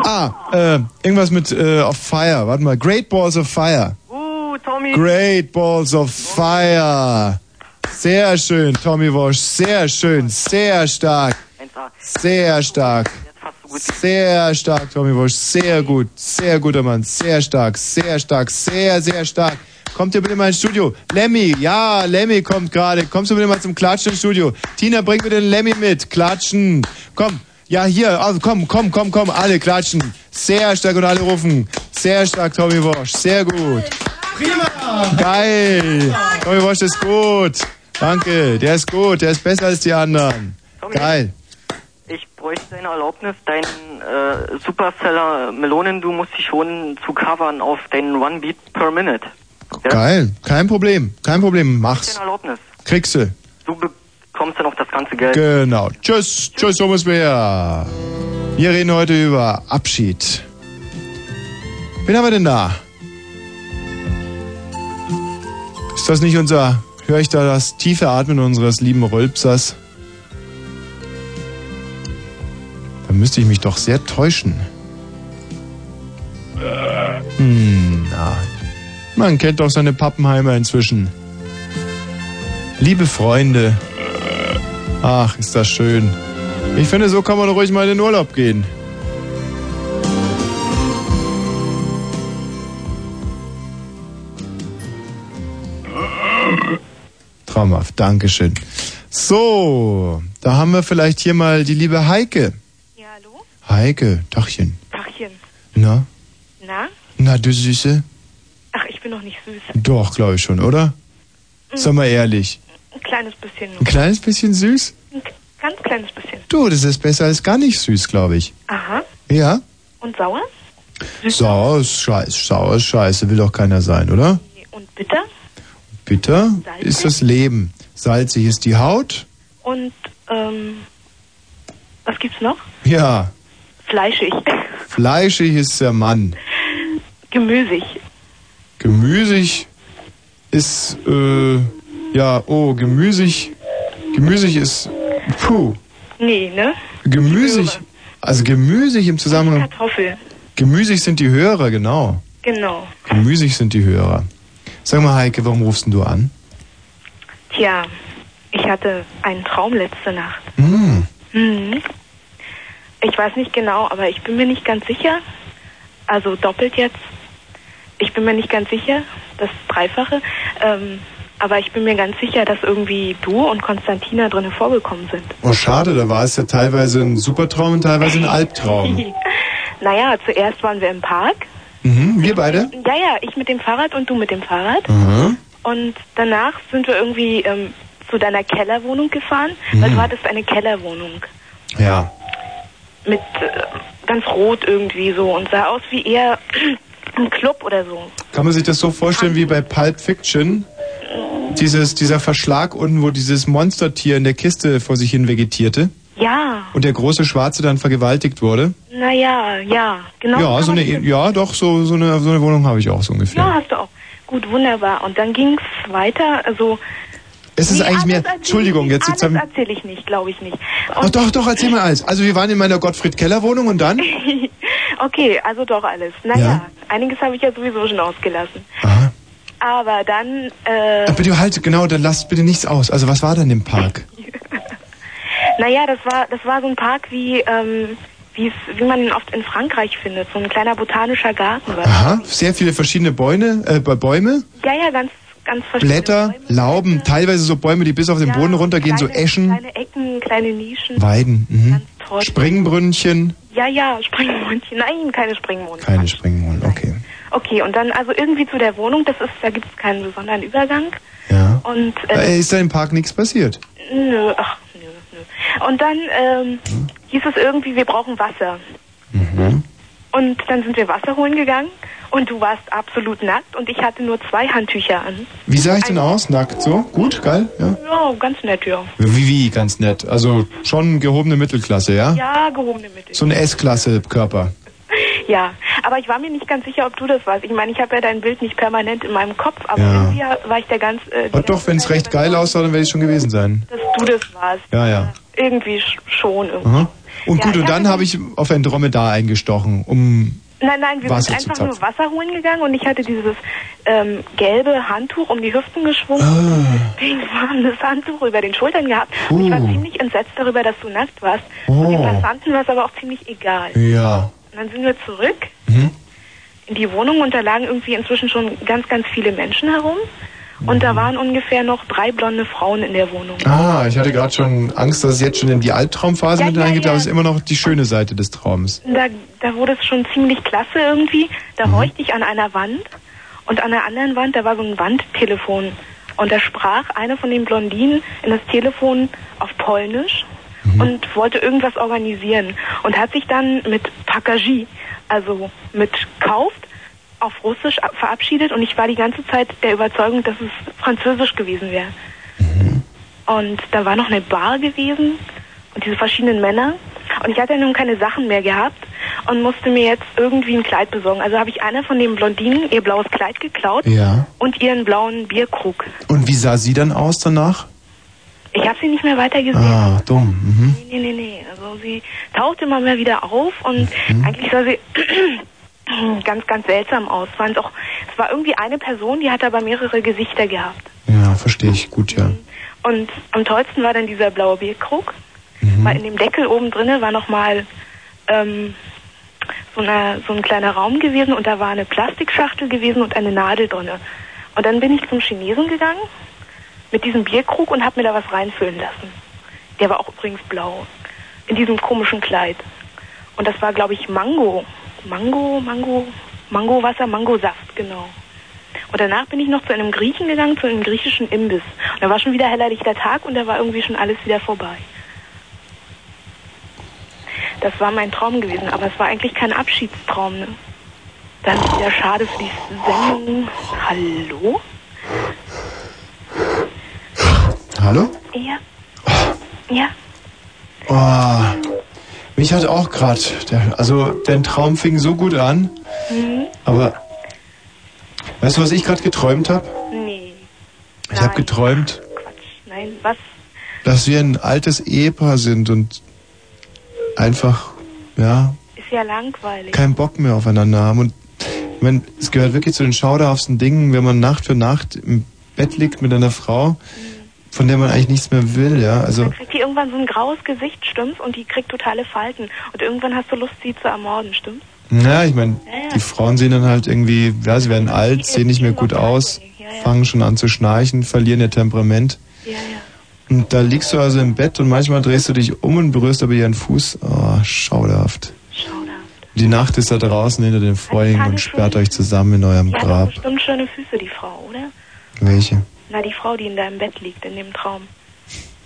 Speaker 1: Ah, äh, irgendwas mit äh, of Fire. Warte mal. Great Balls of Fire.
Speaker 20: Uh, Tommy.
Speaker 1: Great Balls of Fire. Sehr schön, Tommy Walsh. Sehr schön, sehr stark. Sehr stark. Sehr stark, Tommy Walsh. Sehr gut, sehr guter Mann. Sehr stark, sehr stark, sehr, sehr stark. Kommt ihr bitte mal ins Studio. Lemmy, ja, Lemmy kommt gerade. Kommst du bitte mal zum Klatschen ins Studio. Tina, bring bitte den Lemmy mit. Klatschen. Komm. Ja, hier, also komm, komm, komm, komm, alle klatschen. Sehr stark und alle rufen. Sehr stark, Tommy Walsh. Sehr gut.
Speaker 7: Prima!
Speaker 1: Geil. Tommy Walsh ist gut. Danke. Der ist gut. Der ist besser als die anderen. Geil.
Speaker 20: Ich bräuchte deine Erlaubnis, deinen äh, Superseller Melonen, du musst dich schon zu covern auf deinen One Beat per Minute.
Speaker 1: Geil. Kein Problem. Kein Problem. Mach's.
Speaker 20: Deine Erlaubnis.
Speaker 1: Kriegst du.
Speaker 20: Du bekommst dann auch das ganze Geld.
Speaker 1: Genau. Tschüss. Tschüss, Thomas Bär. Wir reden heute über Abschied. Wen haben wir denn da? Ist das nicht unser. Höre ich da das tiefe Atmen unseres lieben Rülpsers? Da müsste ich mich doch sehr täuschen. Hm, na. Man kennt doch seine Pappenheimer inzwischen. Liebe Freunde. Ach, ist das schön. Ich finde, so kann man ruhig mal in den Urlaub gehen. Traumhaft, Dankeschön. So, da haben wir vielleicht hier mal die liebe Heike.
Speaker 21: Ja, hallo?
Speaker 1: Heike, Tachchen.
Speaker 21: Tachchen.
Speaker 1: Na?
Speaker 21: Na?
Speaker 1: Na, du Süße?
Speaker 21: Ach, ich bin noch nicht süß. Mhm.
Speaker 1: Doch, glaube ich schon, oder? Sag mal ehrlich.
Speaker 21: Ein kleines bisschen nur.
Speaker 1: Ein kleines bisschen süß?
Speaker 21: Ein k- ganz kleines bisschen.
Speaker 1: Du, das ist besser als gar nicht süß, glaube ich.
Speaker 21: Aha.
Speaker 1: Ja?
Speaker 21: Und sauer?
Speaker 1: Sauer ist scheiße, sauer ist scheiße, will doch keiner sein, oder?
Speaker 21: Und bitter?
Speaker 1: Bitter ist das Leben. Salzig ist die Haut.
Speaker 21: Und, ähm, was gibt's noch?
Speaker 1: Ja,
Speaker 21: Fleischig.
Speaker 1: fleischig ist der Mann.
Speaker 21: Gemüsig.
Speaker 1: Gemüsig ist, äh, ja, oh, gemüsig. Gemüsig ist, puh,
Speaker 21: Nee, ne?
Speaker 1: gemüsig. Also gemüsig im Zusammenhang.
Speaker 21: Kartoffel.
Speaker 1: Gemüsig sind die Hörer, genau.
Speaker 21: Genau.
Speaker 1: Gemüsig sind die Hörer. Sag mal, Heike, warum rufst denn du an?
Speaker 21: Tja, ich hatte einen Traum letzte Nacht.
Speaker 1: Hm.
Speaker 21: Hm. Ich weiß nicht genau, aber ich bin mir nicht ganz sicher. Also doppelt jetzt. Ich bin mir nicht ganz sicher, das Dreifache. Ähm, aber ich bin mir ganz sicher, dass irgendwie du und Konstantina drin vorgekommen sind.
Speaker 1: Oh, schade, da war es ja teilweise ein Supertraum und teilweise ein Albtraum.
Speaker 21: naja, zuerst waren wir im Park.
Speaker 1: Mhm, wir beide?
Speaker 21: Ja, ja, ich mit dem Fahrrad und du mit dem Fahrrad.
Speaker 1: Mhm.
Speaker 21: Und danach sind wir irgendwie ähm, zu deiner Kellerwohnung gefahren, weil
Speaker 1: Mhm.
Speaker 21: du hattest eine Kellerwohnung
Speaker 1: Ja.
Speaker 21: mit äh, ganz rot irgendwie so und sah aus wie eher ein Club oder so.
Speaker 1: Kann man sich das so vorstellen wie bei Pulp Fiction? Dieses, dieser Verschlag unten, wo dieses Monstertier in der Kiste vor sich hin vegetierte
Speaker 21: Ja,
Speaker 1: und der große Schwarze dann vergewaltigt wurde.
Speaker 21: naja, ja, genau.
Speaker 1: ja, so eine, E- ja, doch, so, so, eine, so eine Wohnung habe ich auch so ungefähr.
Speaker 21: Ja, hast du auch. Gut, wunderbar. Und dann ging's weiter, also...
Speaker 1: Es ist
Speaker 21: Nee,
Speaker 1: eigentlich
Speaker 21: alles
Speaker 1: mehr.
Speaker 21: erzähl ich
Speaker 1: Entschuldigung,
Speaker 21: nicht,
Speaker 1: jetzt, jetzt
Speaker 21: alles
Speaker 1: haben.
Speaker 21: erzähle ich nicht, glaube ich nicht.
Speaker 1: Ach, doch, doch, erzähl mal alles. Also, wir waren in meiner Gottfried-Keller-Wohnung und dann?
Speaker 21: okay, also doch alles. Naja, ja. einiges habe ich ja sowieso schon ausgelassen. Aber dann, äh,
Speaker 1: Ach, bitte halt, genau, dann lasst bitte nichts aus. Also, was war denn im Park?
Speaker 21: naja, das war, das war so ein Park wie, ähm, wie es- wie man ihn oft in Frankreich findet. So ein kleiner botanischer Garten. war das.
Speaker 1: Aha, sehr viele verschiedene Bäume, äh, Bäume.
Speaker 21: Ja, ja, ganz, ganz verschiedene
Speaker 1: Blätter, Lauben, teilweise so Bäume, die bis auf den
Speaker 21: Ja,
Speaker 1: Boden runtergehen, so
Speaker 21: kleine-
Speaker 1: Eschen,
Speaker 21: Kleine Ecken, kleine Nischen.
Speaker 1: Weiden, mhm.
Speaker 21: toll.
Speaker 1: Springbrünnchen.
Speaker 21: Ja, ja, Springmondchen. Nein, keine Springmond.
Speaker 1: Keine Springhuhn, okay.
Speaker 21: Okay, und dann also irgendwie zu der Wohnung, das ist, da gibt es keinen besonderen Übergang.
Speaker 1: Ja.
Speaker 21: Und
Speaker 1: Da
Speaker 21: äh,
Speaker 1: ist da im Park nichts passiert.
Speaker 21: nö, ach nö, nö. Und dann ähm,
Speaker 1: Hm?
Speaker 21: hieß es irgendwie, wir brauchen Wasser.
Speaker 1: Mhm.
Speaker 21: Und dann sind wir Wasser holen gegangen und du warst absolut nackt und ich hatte nur zwei Handtücher an.
Speaker 1: Wie sah ich denn aus? Nackt so? Gut, geil, ja.
Speaker 21: Ja, ganz nett, ja.
Speaker 1: Wie, wie, ganz nett. Also schon gehobene Mittelklasse, ja?
Speaker 21: Ja, gehobene Mitte.
Speaker 1: So ein S-Klasse-Körper.
Speaker 21: Ja, aber ich war mir nicht ganz sicher, ob du das warst. Ich meine, ich habe ja dein Bild nicht permanent in meinem Kopf, aber
Speaker 1: Ja.
Speaker 21: irgendwie war ich da ganz, äh,
Speaker 1: Aber doch, wenn es recht geil aussah, dann werde ich schon gewesen sein.
Speaker 21: dass du das warst.
Speaker 1: Ja, ja.
Speaker 21: Irgendwie sch schon. Irgendwie.
Speaker 1: Aha. Und
Speaker 21: Ja,
Speaker 1: gut,
Speaker 21: ich
Speaker 1: und dann habe ich auf ein Dromedar eingestochen, um...
Speaker 21: Nein, nein, wir
Speaker 1: Wasser zu
Speaker 21: sind
Speaker 1: zapfen.
Speaker 21: einfach nur Wasser holen gegangen und ich hatte dieses ähm, gelbe Handtuch um die Hüften geschwungen,
Speaker 1: Ah.
Speaker 21: pinkfarbenes Handtuch über den Schultern gehabt und ich war
Speaker 1: Uh.
Speaker 21: ziemlich entsetzt darüber, dass du nackt warst. Und den
Speaker 1: Oh,
Speaker 21: Passanten war es aber auch ziemlich egal.
Speaker 1: ja.
Speaker 21: Und dann sind wir zurück
Speaker 1: Mhm.
Speaker 21: in die Wohnung und da lagen irgendwie inzwischen schon ganz, ganz viele Menschen herum. Und
Speaker 1: Mhm.
Speaker 21: da waren ungefähr noch drei blonde Frauen in der Wohnung.
Speaker 1: Ah, ich hatte gerade schon Angst, dass es jetzt schon in die Albtraumphase
Speaker 21: Ja,
Speaker 1: mit
Speaker 21: ja,
Speaker 1: reingeht, aber es
Speaker 21: ja.
Speaker 1: ist immer noch die schöne Seite des Traums.
Speaker 21: Da, da wurde es schon ziemlich klasse irgendwie. Da horchte ich an einer Wand und an der anderen Wand, da war so ein Wandtelefon. Und da sprach eine von den Blondinen in das Telefon auf Polnisch und wollte irgendwas organisieren. Und hat sich dann mit Pakaji, also mit Kauft, auf Russisch ab- verabschiedet. Und ich war die ganze Zeit der Überzeugung, dass es Französisch gewesen wäre. Und da war noch eine Bar gewesen und diese verschiedenen Männer. Und ich hatte ja nun keine Sachen mehr gehabt und musste mir jetzt irgendwie ein Kleid besorgen. Also habe ich einer von den Blondinen ihr blaues Kleid geklaut
Speaker 1: Ja.
Speaker 21: und ihren blauen Bierkrug.
Speaker 1: Und wie sah sie dann aus danach?
Speaker 21: Ich habe sie nicht mehr weiter gesehen.
Speaker 1: Ah, dumm. Mhm.
Speaker 21: Nee, nee, nee. Also sie tauchte immer mehr wieder auf und
Speaker 1: Mhm.
Speaker 21: eigentlich sah sie ganz, ganz seltsam aus. Es, waren doch, es war irgendwie eine Person, die hat aber mehrere Gesichter gehabt.
Speaker 1: Ja, verstehe ich. Gut, ja.
Speaker 21: Und am tollsten war dann dieser blaue Bierkrug, weil in dem Deckel oben drinne war nochmal ähm, so, eine, so ein kleiner Raum gewesen und da war eine Plastikschachtel gewesen und eine Nadel drinne. Und dann bin ich zum Chinesen gegangen mit diesem Bierkrug und habe mir da was reinfüllen lassen. Der war auch übrigens blau, in diesem komischen Kleid. Und das war, glaube ich, Mango. Mango, Mango, Mangowasser, Mangosaft, genau. Und danach bin ich noch zu einem Griechen gegangen, zu einem griechischen Imbiss. Und da war schon wieder heller lichter Tag und da war irgendwie schon alles wieder vorbei. Das war mein Traum gewesen, aber es war eigentlich kein Abschiedstraum. Ne? Dann ist wieder schade für die Sendung. Hallo?
Speaker 1: Hallo?
Speaker 21: Ja. Ja.
Speaker 1: Oh, mich hat auch gerade... der- Also, dein Traum fing so gut an,
Speaker 21: Hm?
Speaker 1: aber... Weißt du, was ich gerade geträumt habe?
Speaker 21: Nee.
Speaker 1: Ich habe geträumt,
Speaker 21: Nein, was?
Speaker 1: dass wir ein altes Ehepaar sind und einfach, ja,
Speaker 21: Ist ja langweilig.
Speaker 1: keinen Bock mehr aufeinander haben. Und ich meine, es gehört wirklich zu den schauderhaften Dingen, wenn man Nacht für Nacht im Bett liegt mit einer Frau, von der man eigentlich nichts mehr will, ja. Also,
Speaker 21: Kriegt die irgendwann so ein graues Gesicht, stimmt's? Und die kriegt totale Falten. Und irgendwann hast du Lust, sie zu ermorden, stimmt's?
Speaker 1: naja, ich meine, die Frauen sehen dann halt irgendwie, ja, sie werden alt, sehen nicht mehr gut aus, fangen schon an zu schnarchen, verlieren ihr Temperament. Und da liegst du also im Bett und manchmal drehst du dich um und berührst aber ihren Fuß. Oh, schauderhaft. Die Nacht ist da draußen hinter den Vorhängen und sperrt euch zusammen in eurem
Speaker 21: Die hat
Speaker 1: Grab.
Speaker 21: doch bestimmt schöne Füße, die Frau, oder?
Speaker 1: Welche?
Speaker 21: Na, die Frau, die in deinem Bett liegt, in dem Traum.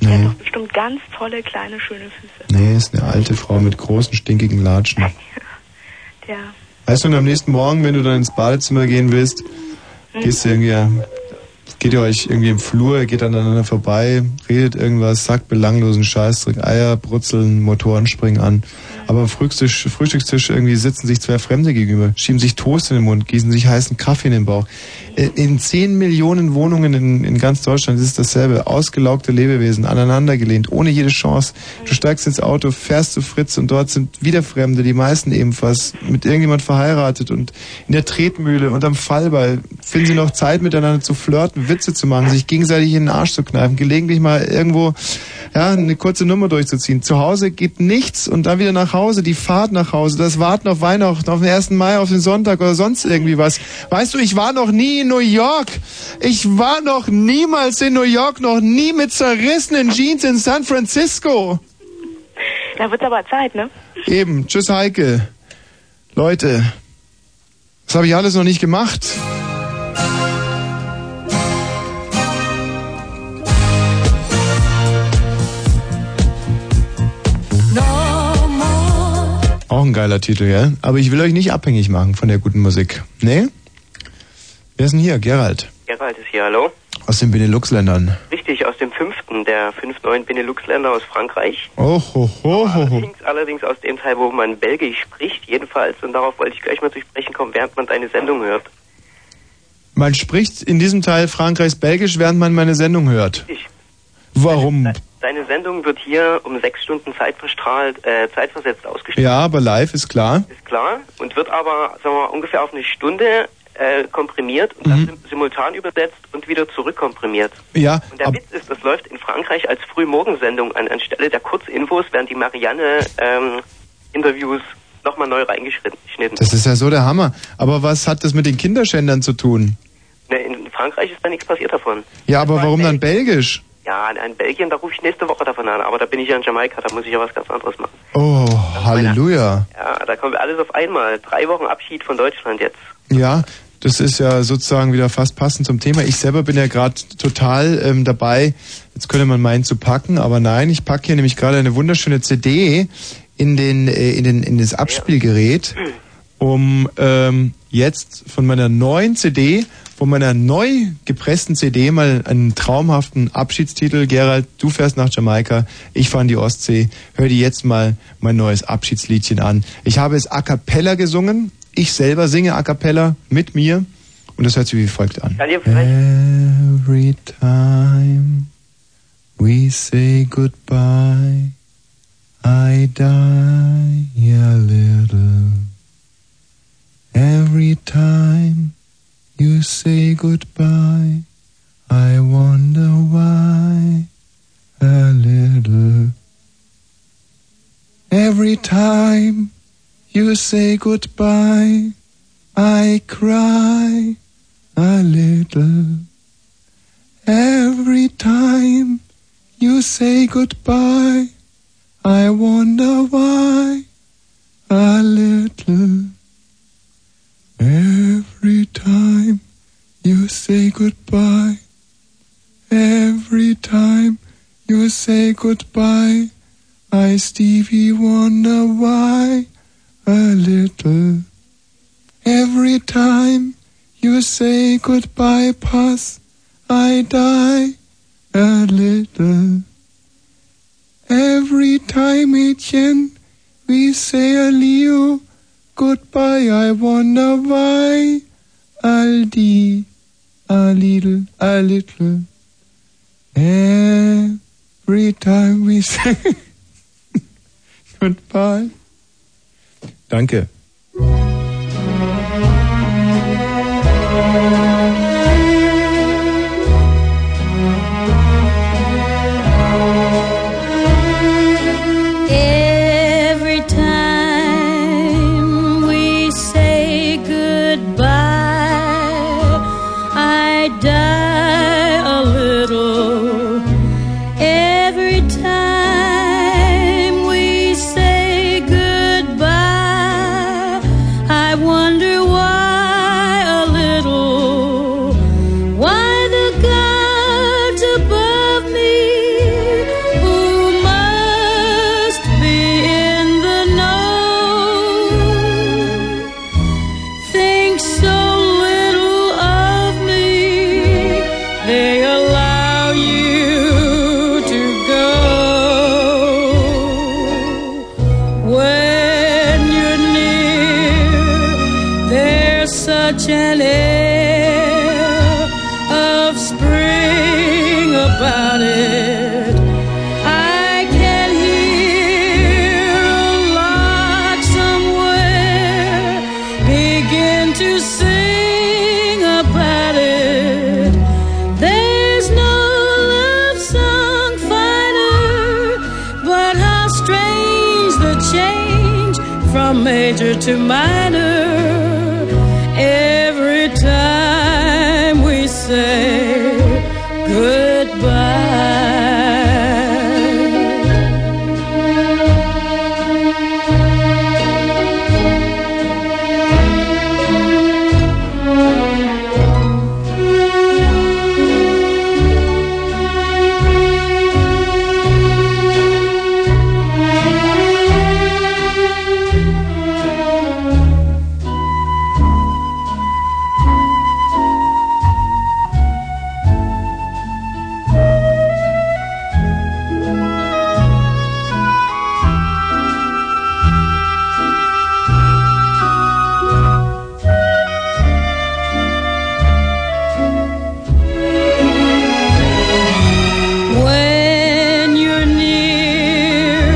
Speaker 1: Nee,
Speaker 21: Bestimmt ganz tolle, kleine, schöne Füße.
Speaker 1: nee, ist eine alte Frau mit großen, stinkigen Latschen.
Speaker 21: Ja.
Speaker 1: Weißt du, und am nächsten Morgen, wenn du dann ins Badezimmer gehen willst, gehst du irgendwie, geht ihr euch irgendwie im Flur, geht aneinander vorbei, redet irgendwas, sagt belanglosen Scheißdreck, Eier brutzeln, Motoren springen an. Aber am Frühstückstisch, Frühstückstisch irgendwie sitzen sich zwei Fremde gegenüber, schieben sich Toast in den Mund, gießen sich heißen Kaffee in den Bauch. Äh, In zehn Millionen Wohnungen in, in ganz Deutschland ist es dasselbe. Ausgelaugte Lebewesen, aneinandergelehnt, ohne jede Chance. Du steigst ins Auto, fährst zu Fritz und dort sind wieder Fremde, die meisten ebenfalls, mit irgendjemand verheiratet und in der Tretmühle und am Fallball finden sie noch Zeit, miteinander zu flirten, Witze zu machen, sich gegenseitig in den Arsch zu kneifen, gelegentlich mal irgendwo ja, eine kurze Nummer durchzuziehen. Zu Hause gibt nichts und dann wieder nach Hause, die Fahrt nach Hause, das Warten auf Weihnachten, auf den 1. Mai, auf den Sonntag oder sonst irgendwie was. Weißt du, ich war noch nie in New York. Ich war noch niemals in New York, noch nie mit zerrissenen Jeans in San Francisco.
Speaker 21: Da wird's aber Zeit, ne?
Speaker 1: Eben, tschüss Heike. Leute, das habe ich alles noch nicht gemacht. Auch ein geiler Titel, ja? Aber ich will euch nicht abhängig machen von der guten Musik. Nee? Wer ist denn hier? Gerald.
Speaker 22: Gerald ist hier, hallo.
Speaker 1: Aus den Benelux-Ländern.
Speaker 22: Richtig, aus dem fünften, der fünf neuen Benelux-Länder aus Frankreich.
Speaker 1: Oh, ho, ho, ho, ho.
Speaker 22: Allerdings, allerdings aus dem Teil, wo man Belgisch spricht, jedenfalls. Und darauf wollte ich gleich mal zu sprechen kommen, während man deine Sendung hört.
Speaker 1: Man spricht in diesem Teil Frankreichs Belgisch, während man meine Sendung hört.
Speaker 22: Ich.
Speaker 1: Warum?
Speaker 22: Deine Sendung wird hier um sechs Stunden zeitverstrahlt, äh, zeitversetzt ausgestrahlt.
Speaker 1: Ja, aber live ist klar.
Speaker 22: Ist klar. Und wird aber, sagen wir mal, ungefähr auf eine Stunde äh, komprimiert und dann sim- simultan übersetzt und wieder zurückkomprimiert.
Speaker 1: Ja,
Speaker 22: Und der Witz ist, das läuft in Frankreich als Frühmorgensendung an. Anstelle der Kurzinfos werden die ähm, Marianne-Interviews nochmal neu reingeschnitten.
Speaker 1: das ist ja so der Hammer. Aber was hat das mit den Kinderschändern zu tun?
Speaker 22: Ne, in Frankreich ist da nichts passiert davon.
Speaker 1: Ja, aber warum dann Belgisch?
Speaker 22: Ja, in- in Belgien, da rufe ich nächste Woche davon an, aber da bin ich ja in Jamaika, da muss ich ja was ganz anderes machen.
Speaker 1: Oh, Halleluja.
Speaker 22: Ja, da kommt alles auf einmal. Drei Wochen Abschied von Deutschland jetzt.
Speaker 1: Ja, das ist ja sozusagen wieder fast passend zum Thema. Ich selber bin ja gerade total ähm, dabei, jetzt könnte man meinen zu packen, aber nein, ich packe hier nämlich gerade eine wunderschöne CD in, den, äh, in, den, in das Abspielgerät, um ähm, jetzt von meiner neuen CD, von meiner neu gepressten CD mal einen traumhaften Abschiedstitel. Gerald, du fährst nach Jamaika, ich fahre in die Ostsee. Hör dir jetzt mal mein neues Abschiedsliedchen an. Ich habe es a cappella gesungen. Ich selber singe a cappella mit mir. Und das hört sich wie folgt an.
Speaker 22: Kann dir
Speaker 1: Every time we say goodbye, I die a little. Every time you say goodbye, I wonder why a little. Every time you say goodbye, I cry a little. Every time you say goodbye, I wonder why a little. Every time you say goodbye, every time you say goodbye, I Stevie wonder why a little. Every time you say goodbye, pass, I die a little. Every time, Etienne, we say adieu, goodbye, I wonder why. Aldi, a little, a little. Every time we say goodbye. Danke.
Speaker 3: Every time we say goodbye, I die a little. Every time we say goodbye, I wonder why a little. Why the gods above me, who must be in the know, think so little of me, they allow you to go. from major to minor every time we say When you're near,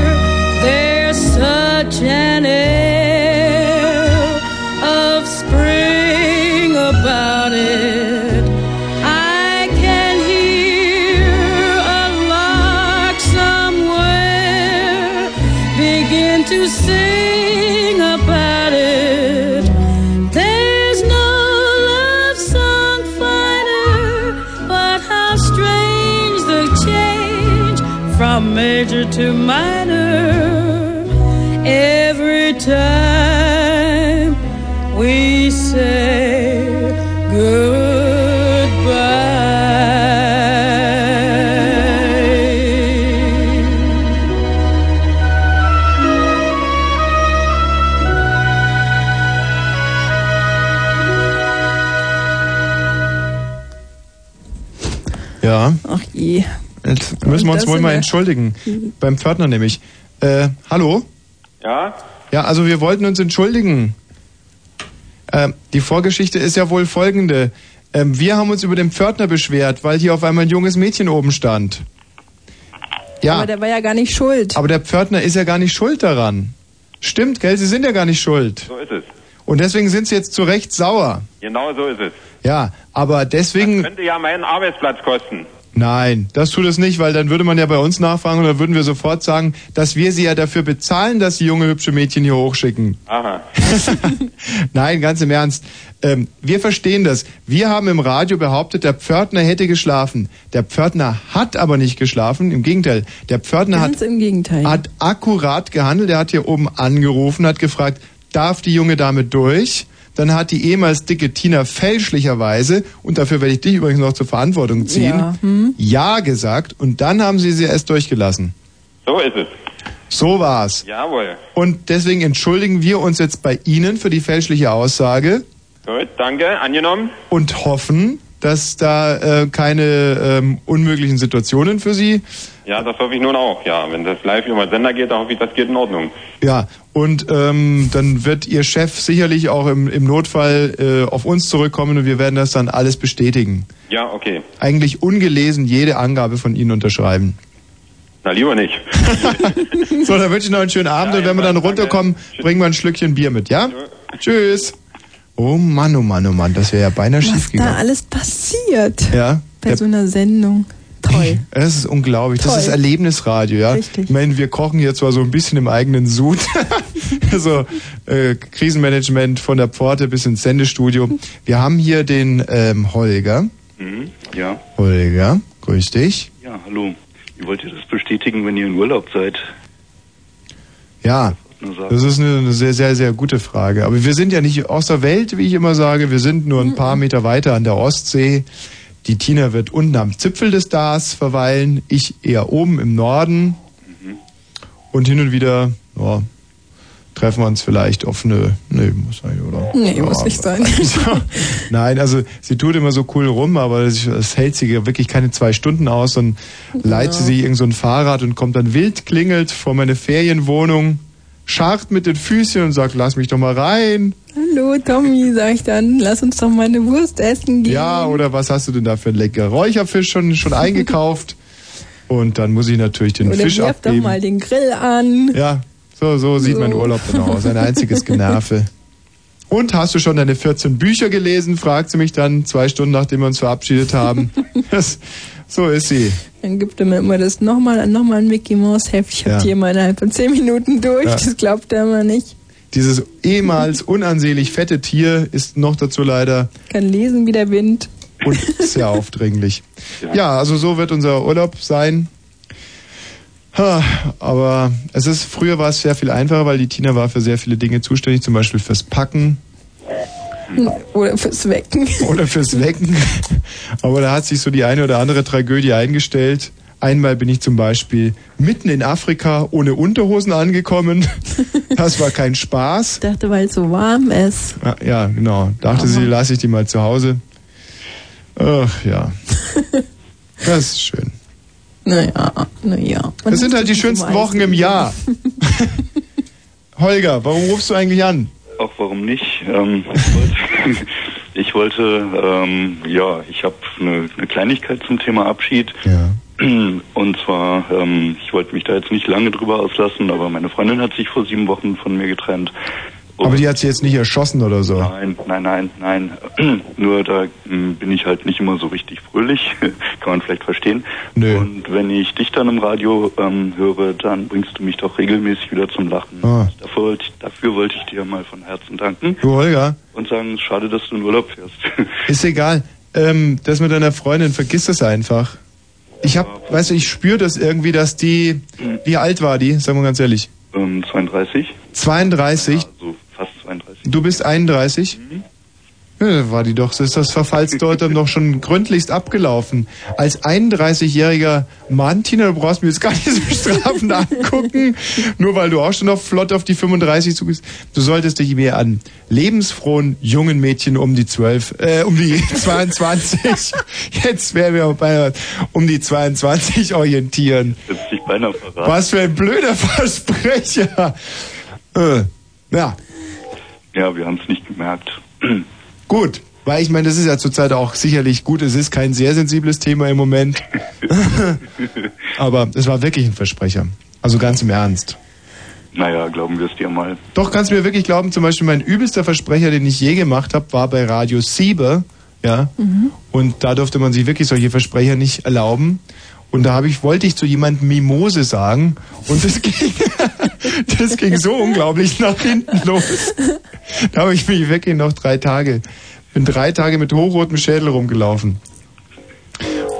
Speaker 3: there's such an air of spring about it. I can hear a lark somewhere begin to sing about it. There's no love song finer, but how strange the change from major to minor every time we say goodbye.
Speaker 1: Ja.
Speaker 2: Ach je.
Speaker 1: Jetzt müssen wir uns
Speaker 2: Das
Speaker 1: wohl
Speaker 2: sind
Speaker 1: mal
Speaker 2: wir.
Speaker 1: entschuldigen. Beim Pförtner nämlich. Äh, hallo?
Speaker 18: Ja?
Speaker 1: Ja, also wir wollten uns entschuldigen. Ähm, die Vorgeschichte ist ja wohl folgende. Ähm, wir haben uns über den Pförtner beschwert, weil hier auf einmal ein junges Mädchen oben stand. Ja.
Speaker 2: Aber der war ja gar nicht schuld.
Speaker 1: Aber der Pförtner ist ja gar nicht schuld daran. Stimmt, gell? Sie sind ja gar nicht schuld.
Speaker 18: So ist es.
Speaker 1: Und deswegen sind sie jetzt zu Recht sauer.
Speaker 18: Genau so ist es.
Speaker 1: Ja, aber deswegen...
Speaker 18: Könnte ja meinen Arbeitsplatz kosten.
Speaker 1: Nein, das tut es nicht, weil dann würde man ja bei uns nachfragen und dann würden wir sofort sagen, dass wir sie ja dafür bezahlen, dass sie junge, hübsche Mädchen hier hochschicken.
Speaker 18: Aha.
Speaker 1: Nein, ganz im Ernst. Ähm, wir verstehen das. Wir haben im Radio behauptet, der Pförtner hätte geschlafen. Der Pförtner hat aber nicht geschlafen. Im Gegenteil, der Pförtner
Speaker 2: Ganz
Speaker 1: hat,
Speaker 2: im Gegenteil.
Speaker 1: hat akkurat gehandelt. Er hat hier oben angerufen, hat gefragt, darf die junge Dame durch? Dann hat die ehemals dicke Tina fälschlicherweise, und dafür werde ich dich übrigens noch zur Verantwortung ziehen,
Speaker 2: Ja, hm.
Speaker 1: ja gesagt und dann haben sie sie erst durchgelassen.
Speaker 18: So ist es.
Speaker 1: So war's.
Speaker 18: Jawohl.
Speaker 1: Und deswegen entschuldigen wir uns jetzt bei Ihnen für die fälschliche Aussage
Speaker 18: Gut, danke. Angenommen.
Speaker 1: und hoffen, dass da äh, keine ähm, unmöglichen Situationen für Sie.
Speaker 18: Ja, das hoffe ich nun auch. Ja, wenn das live über den Sender geht, dann hoffe ich, das geht in Ordnung.
Speaker 1: Ja, und ähm, dann wird Ihr Chef sicherlich auch im, im Notfall äh, auf uns zurückkommen und wir werden das dann alles bestätigen.
Speaker 18: Ja, okay.
Speaker 1: Eigentlich ungelesen jede Angabe von Ihnen unterschreiben.
Speaker 18: Na, lieber nicht.
Speaker 1: So, dann wünsche ich noch einen schönen Abend und wenn wir dann runterkommen, bringen wir ein Schlückchen Bier mit, ja? Tschüss. Oh Mann, oh Mann, oh Mann, das wäre ja beinahe schief
Speaker 2: Da
Speaker 1: gegangen.
Speaker 2: alles passiert.
Speaker 1: Ja,
Speaker 2: Bei so einer Sendung. Toll.
Speaker 1: das ist unglaublich. Das
Speaker 2: Toll.
Speaker 1: ist Erlebnisradio, ja? Richtig. Ich meine, wir kochen hier zwar so ein bisschen im eigenen Sud. also äh, Krisenmanagement von der Pforte bis ins Sendestudio. Wir haben hier den ähm, Holger.
Speaker 23: Mhm, ja,
Speaker 1: Holger, grüß dich.
Speaker 23: ja, hallo. Ihr wollt ihr das bestätigen, wenn ihr in Urlaub seid?
Speaker 1: Ja,
Speaker 23: Nur sagen.
Speaker 1: Das ist eine eine sehr, sehr, sehr gute Frage. Aber wir sind ja nicht aus der Welt, wie ich immer sage. Wir sind nur
Speaker 2: Mhm.
Speaker 1: ein paar Meter weiter an der Ostsee. Die Tina wird unten am Zipfel des Dars verweilen, ich eher oben im Norden. Und hin und wieder ja, treffen wir uns vielleicht auf eine. Nee, muss eigentlich, oder?
Speaker 2: Nee,
Speaker 1: ja,
Speaker 2: muss nicht sein.
Speaker 1: Nein, also sie tut immer so cool rum, aber es- es hält sie wirklich keine zwei Stunden aus. Dann leiht sie
Speaker 2: Ja.
Speaker 1: sich irgend so ein Fahrrad und kommt dann wild klingelt vor meine Ferienwohnung, scharrt mit den Füßchen und sagt, lass mich doch mal rein.
Speaker 2: Hallo Tommy, sag ich dann, lass uns doch mal eine Wurst essen gehen.
Speaker 1: Ja, oder was hast du denn da für einen leckeren Räucherfisch schon, schon eingekauft? Und dann muss ich natürlich den
Speaker 2: Oder
Speaker 1: Fisch
Speaker 2: wirf doch
Speaker 1: abgeben.
Speaker 2: mal den Grill an.
Speaker 1: Ja, so, so sieht mein Urlaub dann aus. Ein einziges Generve. Und hast du schon deine 14 Bücher gelesen? fragt sie mich dann zwei Stunden, nachdem wir uns verabschiedet haben. Das, so ist sie.
Speaker 2: Dann gibt er mir immer das nochmal noch mal ein Mickey Mouse Heft. Ich hab
Speaker 1: Ja.
Speaker 2: die immer innerhalb von 10 Minuten durch.
Speaker 1: Ja.
Speaker 2: Das glaubt er immer nicht.
Speaker 1: Dieses ehemals unansehnlich fette Tier ist noch dazu leider
Speaker 2: Kann lesen wie der Wind.
Speaker 1: und sehr aufdringlich. Ja. also so wird unser Urlaub sein. Ha, aber es ist, früher war es sehr viel einfacher, weil die Tina war für sehr viele Dinge zuständig, zum Beispiel fürs Packen
Speaker 2: Oder fürs Wecken.
Speaker 1: oder fürs Wecken. Aber da hat sich so die eine oder andere Tragödie eingestellt. Einmal bin ich zum Beispiel mitten in Afrika ohne Unterhosen angekommen. Das war kein Spaß.
Speaker 2: Ich dachte, weil es so warm ist.
Speaker 1: Ah, Ja, genau. Dachte sie, lasse ich die mal zu Hause. Ach ja. Das ist schön.
Speaker 2: Naja, naja.
Speaker 1: Das sind halt die schönsten Wochen im Jahr. Holger, warum rufst du eigentlich an?
Speaker 23: Auch warum nicht? Ähm, ich wollte, ich wollte ähm, ja, ich habe eine, eine Kleinigkeit zum Thema Abschied. Und zwar, ähm, ich wollte mich da jetzt nicht lange drüber auslassen, aber meine Freundin hat sich vor sieben Wochen von mir getrennt.
Speaker 1: Aber die hat sie jetzt nicht erschossen oder so.
Speaker 23: Nein, nein, nein, nein. Nur da ähm, bin ich halt nicht immer so richtig fröhlich. Kann man vielleicht verstehen.
Speaker 1: Nö.
Speaker 23: Und wenn ich dich dann im Radio ähm, höre, dann bringst du mich doch regelmäßig wieder zum Lachen.
Speaker 1: Ah.
Speaker 23: Dafür wollte, ich, dafür wollte ich dir mal von Herzen danken
Speaker 1: Du Holger,
Speaker 23: und sagen, schade, dass du in Urlaub fährst.
Speaker 1: ist egal. Ähm, das mit deiner Freundin, vergiss das einfach. Ich hab, weißt du, ich spüre das irgendwie, dass die, wie alt war die? Sagen wir ganz ehrlich.
Speaker 23: ähm, 32,
Speaker 1: 32,
Speaker 23: so fast 32.
Speaker 1: du bist 31. Ja, da war die doch, ist das Verfallsdatum doch schon gründlichst abgelaufen. Als 31-jähriger Mann, Tina, du brauchst mir jetzt gar nicht so strafend angucken, nur weil du auch schon noch flott auf die 35 zugehst. Du solltest dich mehr an lebensfrohen jungen Mädchen um die 12, äh, um die 22, jetzt wären wir bei, um die 22 orientieren.
Speaker 23: Jetzt dich beinahe verraten.
Speaker 1: Was für ein blöder Versprecher. Äh, ja,
Speaker 23: Ja, wir haben es nicht gemerkt.
Speaker 1: Gut, weil ich meine, das ist ja zurzeit auch sicherlich gut. Es ist kein sehr sensibles Thema im Moment. Aber es war wirklich ein Versprecher. Also ganz im Ernst.
Speaker 23: naja, glauben wir es dir mal.
Speaker 1: Doch kannst du mir wirklich glauben, zum Beispiel mein übelster Versprecher, den ich je gemacht habe, war bei Radio Siebe. Ja. Und da durfte man sich wirklich solche Versprecher nicht erlauben. Und da habe ich, wollte ich zu jemandem Mimose sagen. Und das ging, das ging so unglaublich nach hinten los. Da habe ich mich wirklich noch drei Tage, bin drei Tage mit hochrotem Schädel rumgelaufen.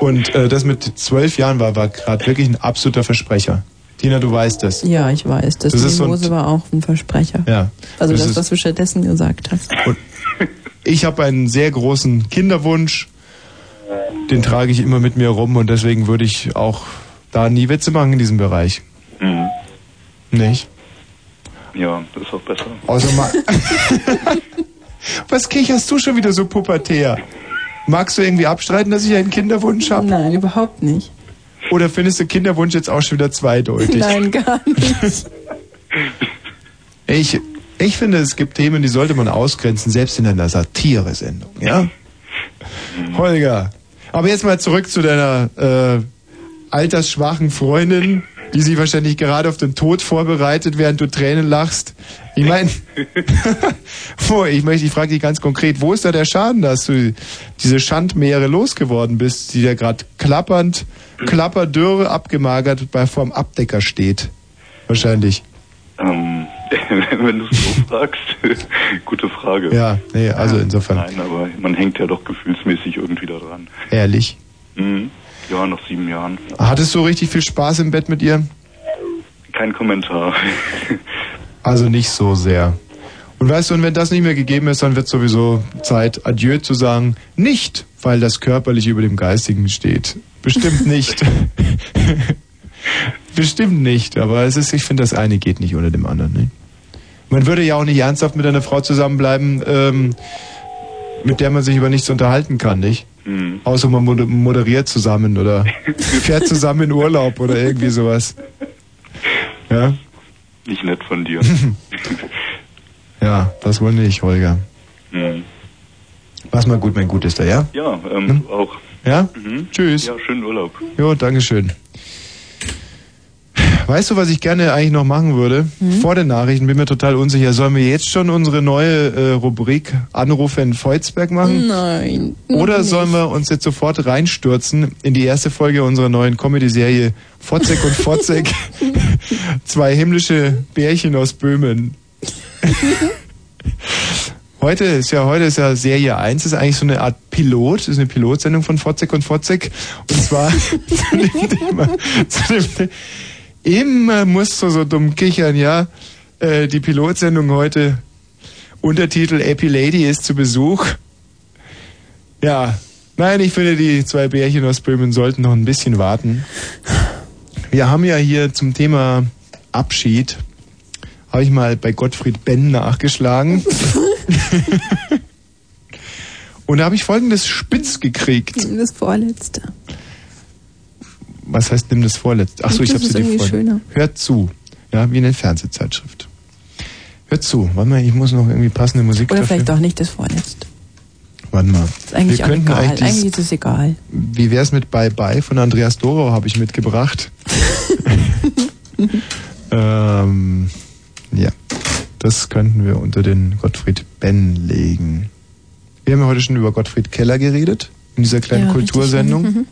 Speaker 1: Und äh, das mit zwölf Jahren war, war gerade wirklich ein absoluter Versprecher. Tina, du weißt das.
Speaker 2: Ja, ich weiß. Das,
Speaker 1: Das ist so ein-
Speaker 2: Mimose war auch ein Versprecher.
Speaker 1: Ja.
Speaker 2: Also
Speaker 1: Das
Speaker 2: das,
Speaker 1: ist-
Speaker 2: was du stattdessen gesagt hast.
Speaker 1: Und ich habe einen sehr großen Kinderwunsch. Den trage ich immer mit mir rum und deswegen würde ich auch da nie Witze machen in diesem Bereich.
Speaker 23: Mhm.
Speaker 1: Nicht?
Speaker 23: Ja, das ist auch besser.
Speaker 2: Also
Speaker 1: Außer mal. Was kicherst du schon wieder so pubertär? Magst du irgendwie abstreiten, dass ich einen Kinderwunsch habe?
Speaker 2: Nein, überhaupt nicht.
Speaker 1: Oder findest du Kinderwunsch jetzt auch schon wieder zweideutig?
Speaker 2: Nein, gar nicht.
Speaker 1: Ich, ich finde, es gibt Themen, die sollte man ausgrenzen, selbst in einer Satire-Sendung, ja? Holger. Aber jetzt mal zurück zu deiner äh, altersschwachen Freundin, die sich wahrscheinlich gerade auf den Tod vorbereitet, während du Tränen lachst. Ich meine, wo- ich möchte, ich frage dich ganz konkret, wo ist da der Schaden, dass du diese Schandmeere losgeworden bist, die da gerade klappernd, klapperdürre abgemagert bei vorm Abdecker steht? Wahrscheinlich.
Speaker 23: Ähm, wenn du es so fragst, gute Frage.
Speaker 1: Ja, nee, also insofern.
Speaker 23: Nein, aber man hängt ja doch gefühlsmäßig irgendwie da dran.
Speaker 1: Ehrlich.
Speaker 23: Mhm. Ja, nach sieben Jahren.
Speaker 1: Hattest du richtig viel Spaß im Bett mit ihr?
Speaker 23: Kein Kommentar.
Speaker 1: Also nicht so sehr. Und weißt du, und wenn das nicht mehr gegeben ist, dann wird sowieso Zeit, Adieu zu sagen. Nicht, weil das körperlich über dem Geistigen steht. Bestimmt nicht. Bestimmt nicht, aber es ist, ich finde, das eine geht nicht ohne dem anderen. Ne? Man würde ja auch nicht ernsthaft mit einer Frau zusammenbleiben, ähm, mit der man sich über nichts unterhalten kann, nicht? Außer man mod- moderiert zusammen oder fährt zusammen in Urlaub oder irgendwie sowas. Ja?
Speaker 23: Nicht nett von dir.
Speaker 1: Ja, das wohl nicht, Holger.
Speaker 23: Mhm.
Speaker 1: Mach's mal gut, mein Gutester, ja?
Speaker 23: Ja, ähm, du auch.
Speaker 1: Hm? Ja?
Speaker 23: Mhm.
Speaker 1: Tschüss.
Speaker 23: Ja, schönen Urlaub.
Speaker 1: Jo, Dankeschön. Weißt du, was ich gerne eigentlich noch machen würde? Vor den Nachrichten bin mir total unsicher. Sollen wir jetzt schon unsere neue äh, Rubrik Anrufe in Volzberg machen?
Speaker 2: Nein.
Speaker 1: Oder sollen wir uns jetzt sofort reinstürzen in die erste Folge unserer neuen Comedy-Serie Fotzek und Fotzek, zwei himmlische Bärchen aus Böhmen? Heute ist ja, heute ist ja Serie 1, ist eigentlich so eine Art Pilot, ist eine Pilotsendung von Fotzek und Fotzek. Und zwar zu dem Thema, zu dem, The- immer musst du so dumm kichern, ja. Äh, die Pilotsendung heute, Untertitel Epi Lady ist zu Besuch. Ja, nein, ich finde, die zwei Bärchen aus Bremen sollten noch ein bisschen warten. Wir haben ja hier zum Thema Abschied, habe ich mal bei Gottfried Benn nachgeschlagen. Und da habe ich folgendes spitz gekriegt.
Speaker 2: Nimm das vorletzte.
Speaker 1: Was heißt, nimm das vorletzte? Achso, ich
Speaker 2: Das
Speaker 1: habe
Speaker 2: ist
Speaker 1: sie dir
Speaker 2: irgendwie
Speaker 1: vorhin.
Speaker 2: schöner.
Speaker 1: Hört zu. Ja, wie eine Fernsehzeitschrift. Hört zu. Warte mal, ich muss noch irgendwie passende Musik
Speaker 2: Oder
Speaker 1: dafür.
Speaker 2: vielleicht auch nicht das vorletzte.
Speaker 1: Warte mal.
Speaker 2: Ist eigentlich
Speaker 1: Wir
Speaker 2: auch
Speaker 1: könnten
Speaker 2: egal.
Speaker 1: eigentlich,
Speaker 2: Eigentlich ist es egal.
Speaker 1: Wie wär's mit Bye Bye von Andreas Dorau habe ich mitgebracht. ähm, ja, das könnten wir unter den Gottfried Benn legen. Wir haben ja heute schon über Gottfried Keller geredet, in dieser kleinen
Speaker 2: Ja, richtig.
Speaker 1: Kultursendung.
Speaker 2: Mhm.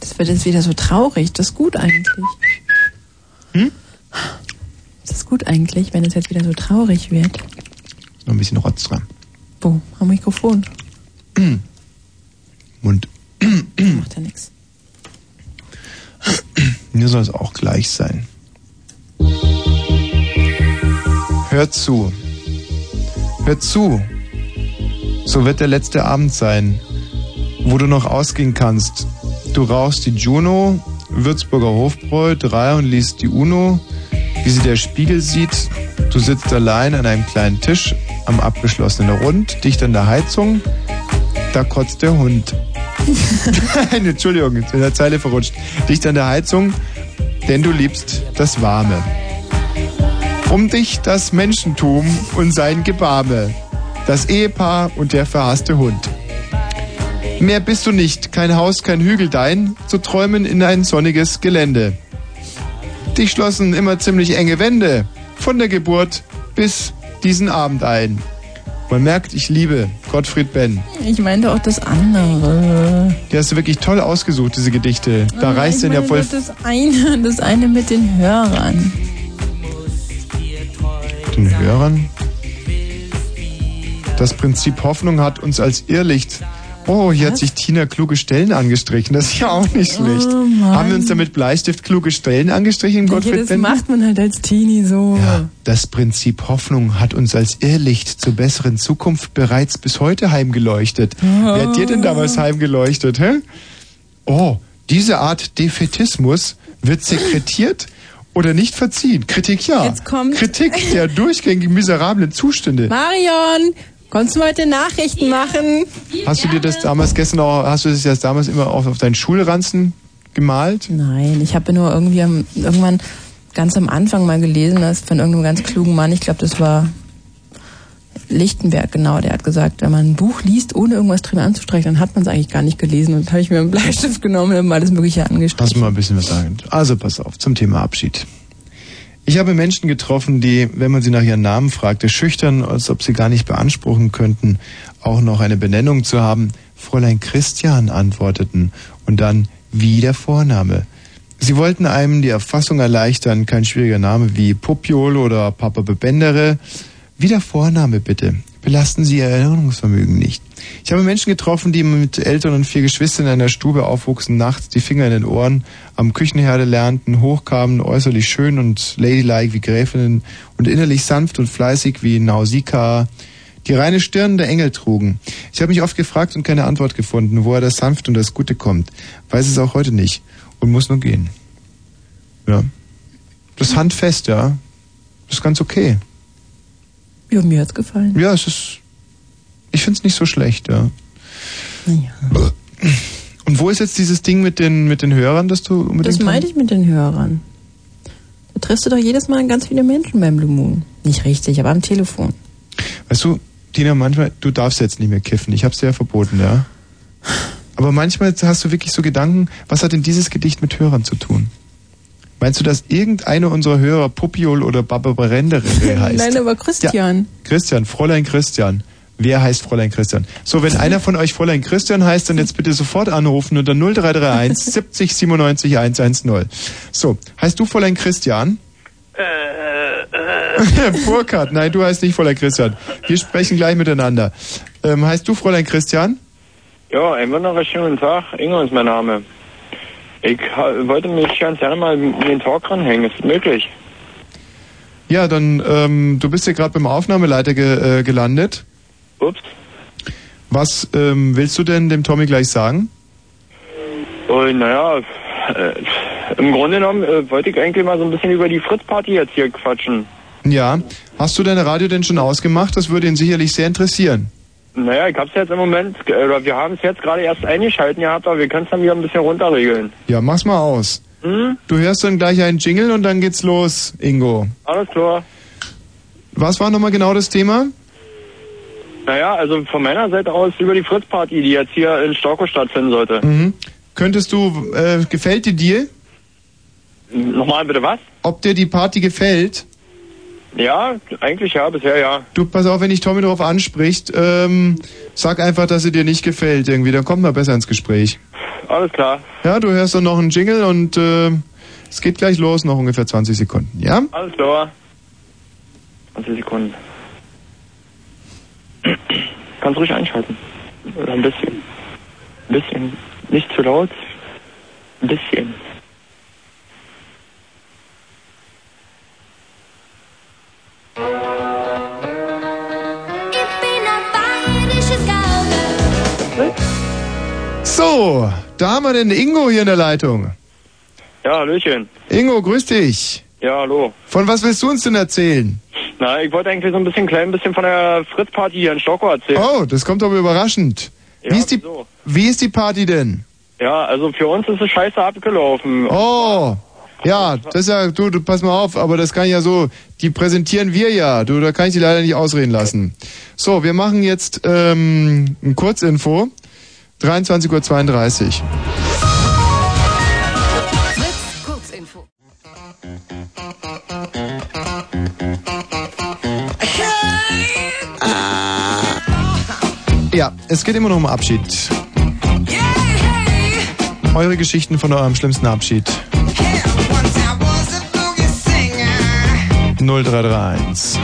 Speaker 2: Das wird jetzt wieder so traurig. Das ist gut eigentlich.
Speaker 1: Hm?
Speaker 2: Das ist gut eigentlich, wenn es jetzt wieder so traurig wird.
Speaker 1: Noch ein bisschen Rotz dran.
Speaker 2: Wo? Am Mikrofon.
Speaker 1: Hm. Mund.
Speaker 2: Macht ja nichts.
Speaker 1: Mir soll es auch gleich sein. Hört zu. Hört zu. So wird der letzte Abend sein, wo du noch ausgehen kannst. Du rauchst die Juno, Würzburger Hofbräu, drei und liest die Uno, wie sie der Spiegel sieht. Du sitzt allein an einem kleinen Tisch, am abgeschlossenen Rund, dicht an der Heizung. Da kotzt der Hund. Nein, Entschuldigung, jetzt in der Zeile verrutscht. Dicht an der Heizung, denn du liebst das Warme. Um dich das Menschentum und sein Gebarme, das Ehepaar und der verhasste Hund. Mehr bist du nicht, kein Haus, kein Hügel dein, zu träumen in ein sonniges Gelände. Dich schlossen immer ziemlich enge Wände, von der Geburt bis diesen Abend ein. Man merkt, ich liebe Gottfried Benn.
Speaker 2: Ich meinte auch das andere.
Speaker 1: Die hast du wirklich toll ausgesucht, diese Gedichte. Da reißt
Speaker 2: ich
Speaker 1: denn ja
Speaker 2: meine
Speaker 1: voll.
Speaker 2: nur Das eine, das eine mit den Hörern.
Speaker 1: den Hörern. Das Prinzip Hoffnung hat uns als Irrlicht. Oh, hier hat sich Tina kluge Stellen angestrichen. Das ist ja auch nicht schlecht.
Speaker 2: Oh Mann.
Speaker 1: Haben wir uns damit Bleistift kluge Stellen angestrichen, um
Speaker 2: Ja,
Speaker 1: Gottfried
Speaker 2: das
Speaker 1: Benn?
Speaker 2: macht man halt als Teenie so.
Speaker 1: Das Prinzip Hoffnung hat uns als Irrlicht zur besseren Zukunft bereits bis heute heimgeleuchtet. Wer hat dir denn damals heimgeleuchtet, hä? Oh, diese Art Defetismus wird sekretiert oder nicht verziehen. Kritik ja. Kritik der durchgängig miserablen Zustände.
Speaker 2: Marion, kannst du heute Nachrichten machen?
Speaker 1: Hast du dir das damals gestern auch, hast du das jetzt damals immer auf, auf deinen Schulranzen gemalt?
Speaker 2: Nein, ich habe nur irgendwie am, irgendwann ganz am Anfang mal gelesen, dass von irgendeinem ganz klugen Mann, ich glaube, das war Lichtenberg, genau, der hat gesagt, wenn man ein Buch liest, ohne irgendwas drin anzustreichen, dann hat man es eigentlich gar nicht gelesen. Und habe ich mir einen Bleistift genommen und hab mal alles Mögliche angestrichen.
Speaker 1: Lass mal ein bisschen was sagen. Also pass auf, zum Thema Abschied. Ich habe Menschen getroffen, die, wenn man sie nach ihren Namen fragte, schüchtern, als ob sie gar nicht beanspruchen könnten, auch noch eine Benennung zu haben, Fräulein Christian antworteten und dann wie der Vorname. Sie wollten einem die Erfassung erleichtern, kein schwieriger Name wie Popiol oder Papa Bebendere. Wie der Vorname bitte. Belasten Sie Ihr Erinnerungsvermögen nicht. Ich habe Menschen getroffen, die mit Eltern und vier Geschwistern in einer Stube aufwuchsen, nachts die Finger in den Ohren, am Küchenherde lernten, hochkamen, äußerlich schön und ladylike wie Gräfinnen und innerlich sanft und fleißig wie Nausicaa, die reine Stirn der Engel trugen. Ich habe mich oft gefragt und keine Antwort gefunden, woher das Sanft und das Gute kommt. Weiß es auch heute nicht und muss nur gehen. Ja. Das Handfest, ja. Das ist ganz okay.
Speaker 2: Ja, mir hat's gefallen.
Speaker 1: Ja, es ist. Ich find's nicht so schlecht, ja.
Speaker 2: Naja.
Speaker 1: Und wo ist jetzt dieses Ding mit den, mit den Hörern, dass du unbedingt.
Speaker 2: Das meinte ich mit den Hörern. Da triffst du doch jedes Mal ganz viele Menschen beim Blue Moon. Nicht richtig, aber am Telefon.
Speaker 1: Weißt du, Tina, manchmal, du darfst jetzt nicht mehr kiffen. Ich hab's dir ja verboten, ja. Aber manchmal hast du wirklich so Gedanken, was hat denn dieses Gedicht mit Hörern zu tun? Meinst du, dass irgendeiner unserer Hörer Pupiol oder Baba Brendere heißt?
Speaker 2: Nein, aber Christian.
Speaker 1: Christian, Fräulein Christian. Wer heißt Fräulein Christian? So, wenn einer von euch Fräulein Christian heißt, dann jetzt bitte sofort anrufen unter 0331 70 97 110. So, heißt du Fräulein Christian? Burkhard, nein, du heißt nicht Fräulein Christian. Wir sprechen gleich miteinander. Ähm, heißt du Fräulein Christian?
Speaker 4: Ja, einen wunderschönen guten Tag. Ingo ist mein Name. Ich ha- wollte mich ganz gerne mal in den Talk ranhängen. Ist möglich?
Speaker 1: Ja, dann, ähm, du bist ja gerade beim Aufnahmeleiter ge äh, gelandet.
Speaker 4: Ups.
Speaker 1: Was ähm, willst du denn dem Tommy gleich sagen?
Speaker 4: Und naja, äh, im Grunde genommen äh, wollte ich eigentlich mal so ein bisschen über die Fritz-Party jetzt hier quatschen.
Speaker 1: Ja, hast du dein Radio denn schon ausgemacht? Das würde ihn sicherlich sehr interessieren.
Speaker 4: Naja, ich hab's jetzt im Moment, äh, oder wir haben es jetzt gerade erst eingeschalten gehabt, aber wir können es dann wieder ein bisschen runterregeln.
Speaker 1: Ja, mach's mal aus.
Speaker 4: Hm?
Speaker 1: Du hörst dann gleich einen Jingle und dann geht's los, Ingo.
Speaker 4: Alles klar.
Speaker 1: Was war nochmal genau das Thema?
Speaker 4: Naja, also von meiner Seite aus über die Fritz-Party, die jetzt hier in Storkow stattfinden sollte.
Speaker 1: Mhm. Könntest du, äh, gefällt dir dir?
Speaker 4: Nochmal bitte was?
Speaker 1: Ob dir die Party gefällt?
Speaker 4: Ja, eigentlich ja, bisher ja.
Speaker 1: Du, pass auf, wenn dich Tommy darauf anspricht, ähm, sag einfach, dass sie dir nicht gefällt irgendwie, dann kommt man besser ins Gespräch.
Speaker 4: Alles klar.
Speaker 1: Ja, du hörst dann noch einen Jingle und äh, es geht gleich los, noch ungefähr 20 Sekunden, ja?
Speaker 4: Alles klar. 20 Sekunden. Kannst ruhig einschalten. Oder ein bisschen. Ein bisschen. Nicht zu laut. Ein bisschen.
Speaker 1: So, da haben wir den Ingo hier in der Leitung.
Speaker 4: Ja, Hallöchen.
Speaker 1: Ingo, grüß dich.
Speaker 4: Ja, hallo.
Speaker 1: Von was willst du uns denn erzählen?
Speaker 4: Na, ich wollte eigentlich so ein bisschen klein bisschen von der Fritz-Party hier in Stockholm erzählen.
Speaker 1: Oh, das kommt aber überraschend.
Speaker 4: Ja,
Speaker 1: wie, ist die,
Speaker 4: wieso?
Speaker 1: wie ist die Party denn?
Speaker 4: Ja, also für uns ist es scheiße abgelaufen.
Speaker 1: Oh, ja, das ist ja, du, du, pass mal auf, aber das kann ich ja so, die präsentieren wir ja, du, da kann ich die leider nicht ausreden lassen. So, wir machen jetzt ähm, ein Kurzinfo, 23.32 Uhr.
Speaker 16: Fritz Kurzinfo.
Speaker 1: Ja, es geht immer noch um Abschied. Eure Geschichten von eurem schlimmsten Abschied. 0331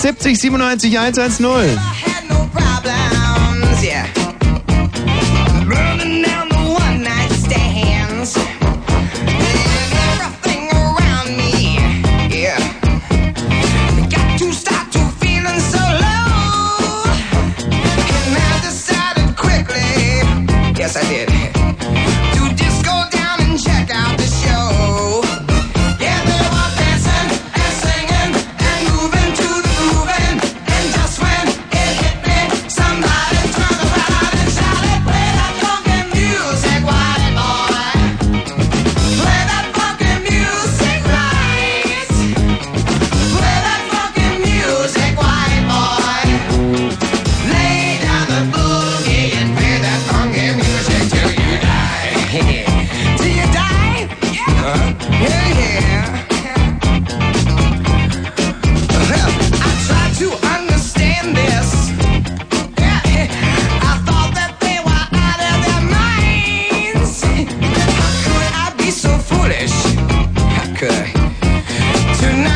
Speaker 1: 70 97 110.
Speaker 7: Yes, I did. To just go down and check out the show. Yeah, they were dancing and singing and moving to the groove, and just when it hit.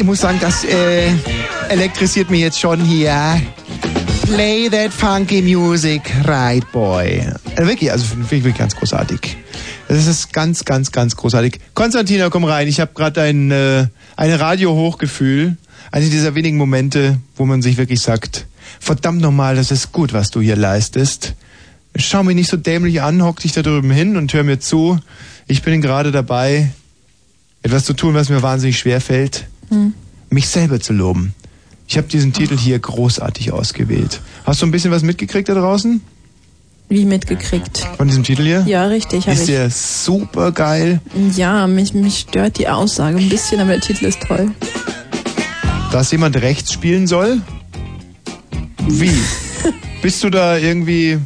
Speaker 7: Oh,
Speaker 1: muss sagen, das äh, elektrisiert mich jetzt schon hier. Play that funky music, right boy. Äh, wirklich, also finde ich wirklich ganz großartig. Das ist ganz, ganz, ganz großartig. Konstantina, komm rein. Ich habe gerade ein, äh, ein Radio-Hochgefühl. Eine dieser wenigen Momente, wo man sich wirklich sagt, verdammt nochmal, das ist gut, was du hier leistest. Schau mich nicht so dämlich an, hock dich da drüben hin und hör mir zu. Ich bin gerade dabei, etwas zu tun, was mir wahnsinnig schwer fällt,
Speaker 2: Hm.
Speaker 1: mich selber zu loben. Ich habe diesen Titel hier großartig ausgewählt. Hast du ein bisschen was mitgekriegt da draußen
Speaker 2: Wie mitgekriegt.
Speaker 1: von diesem Titel hier?
Speaker 2: Ja, richtig, habe
Speaker 1: Ist
Speaker 2: ich.
Speaker 1: der super geil.
Speaker 2: Ja, mich, mich stört die Aussage ein bisschen, aber der Titel ist toll.
Speaker 1: dass jemand rechts spielen soll? Wie? Bist du da irgendwie.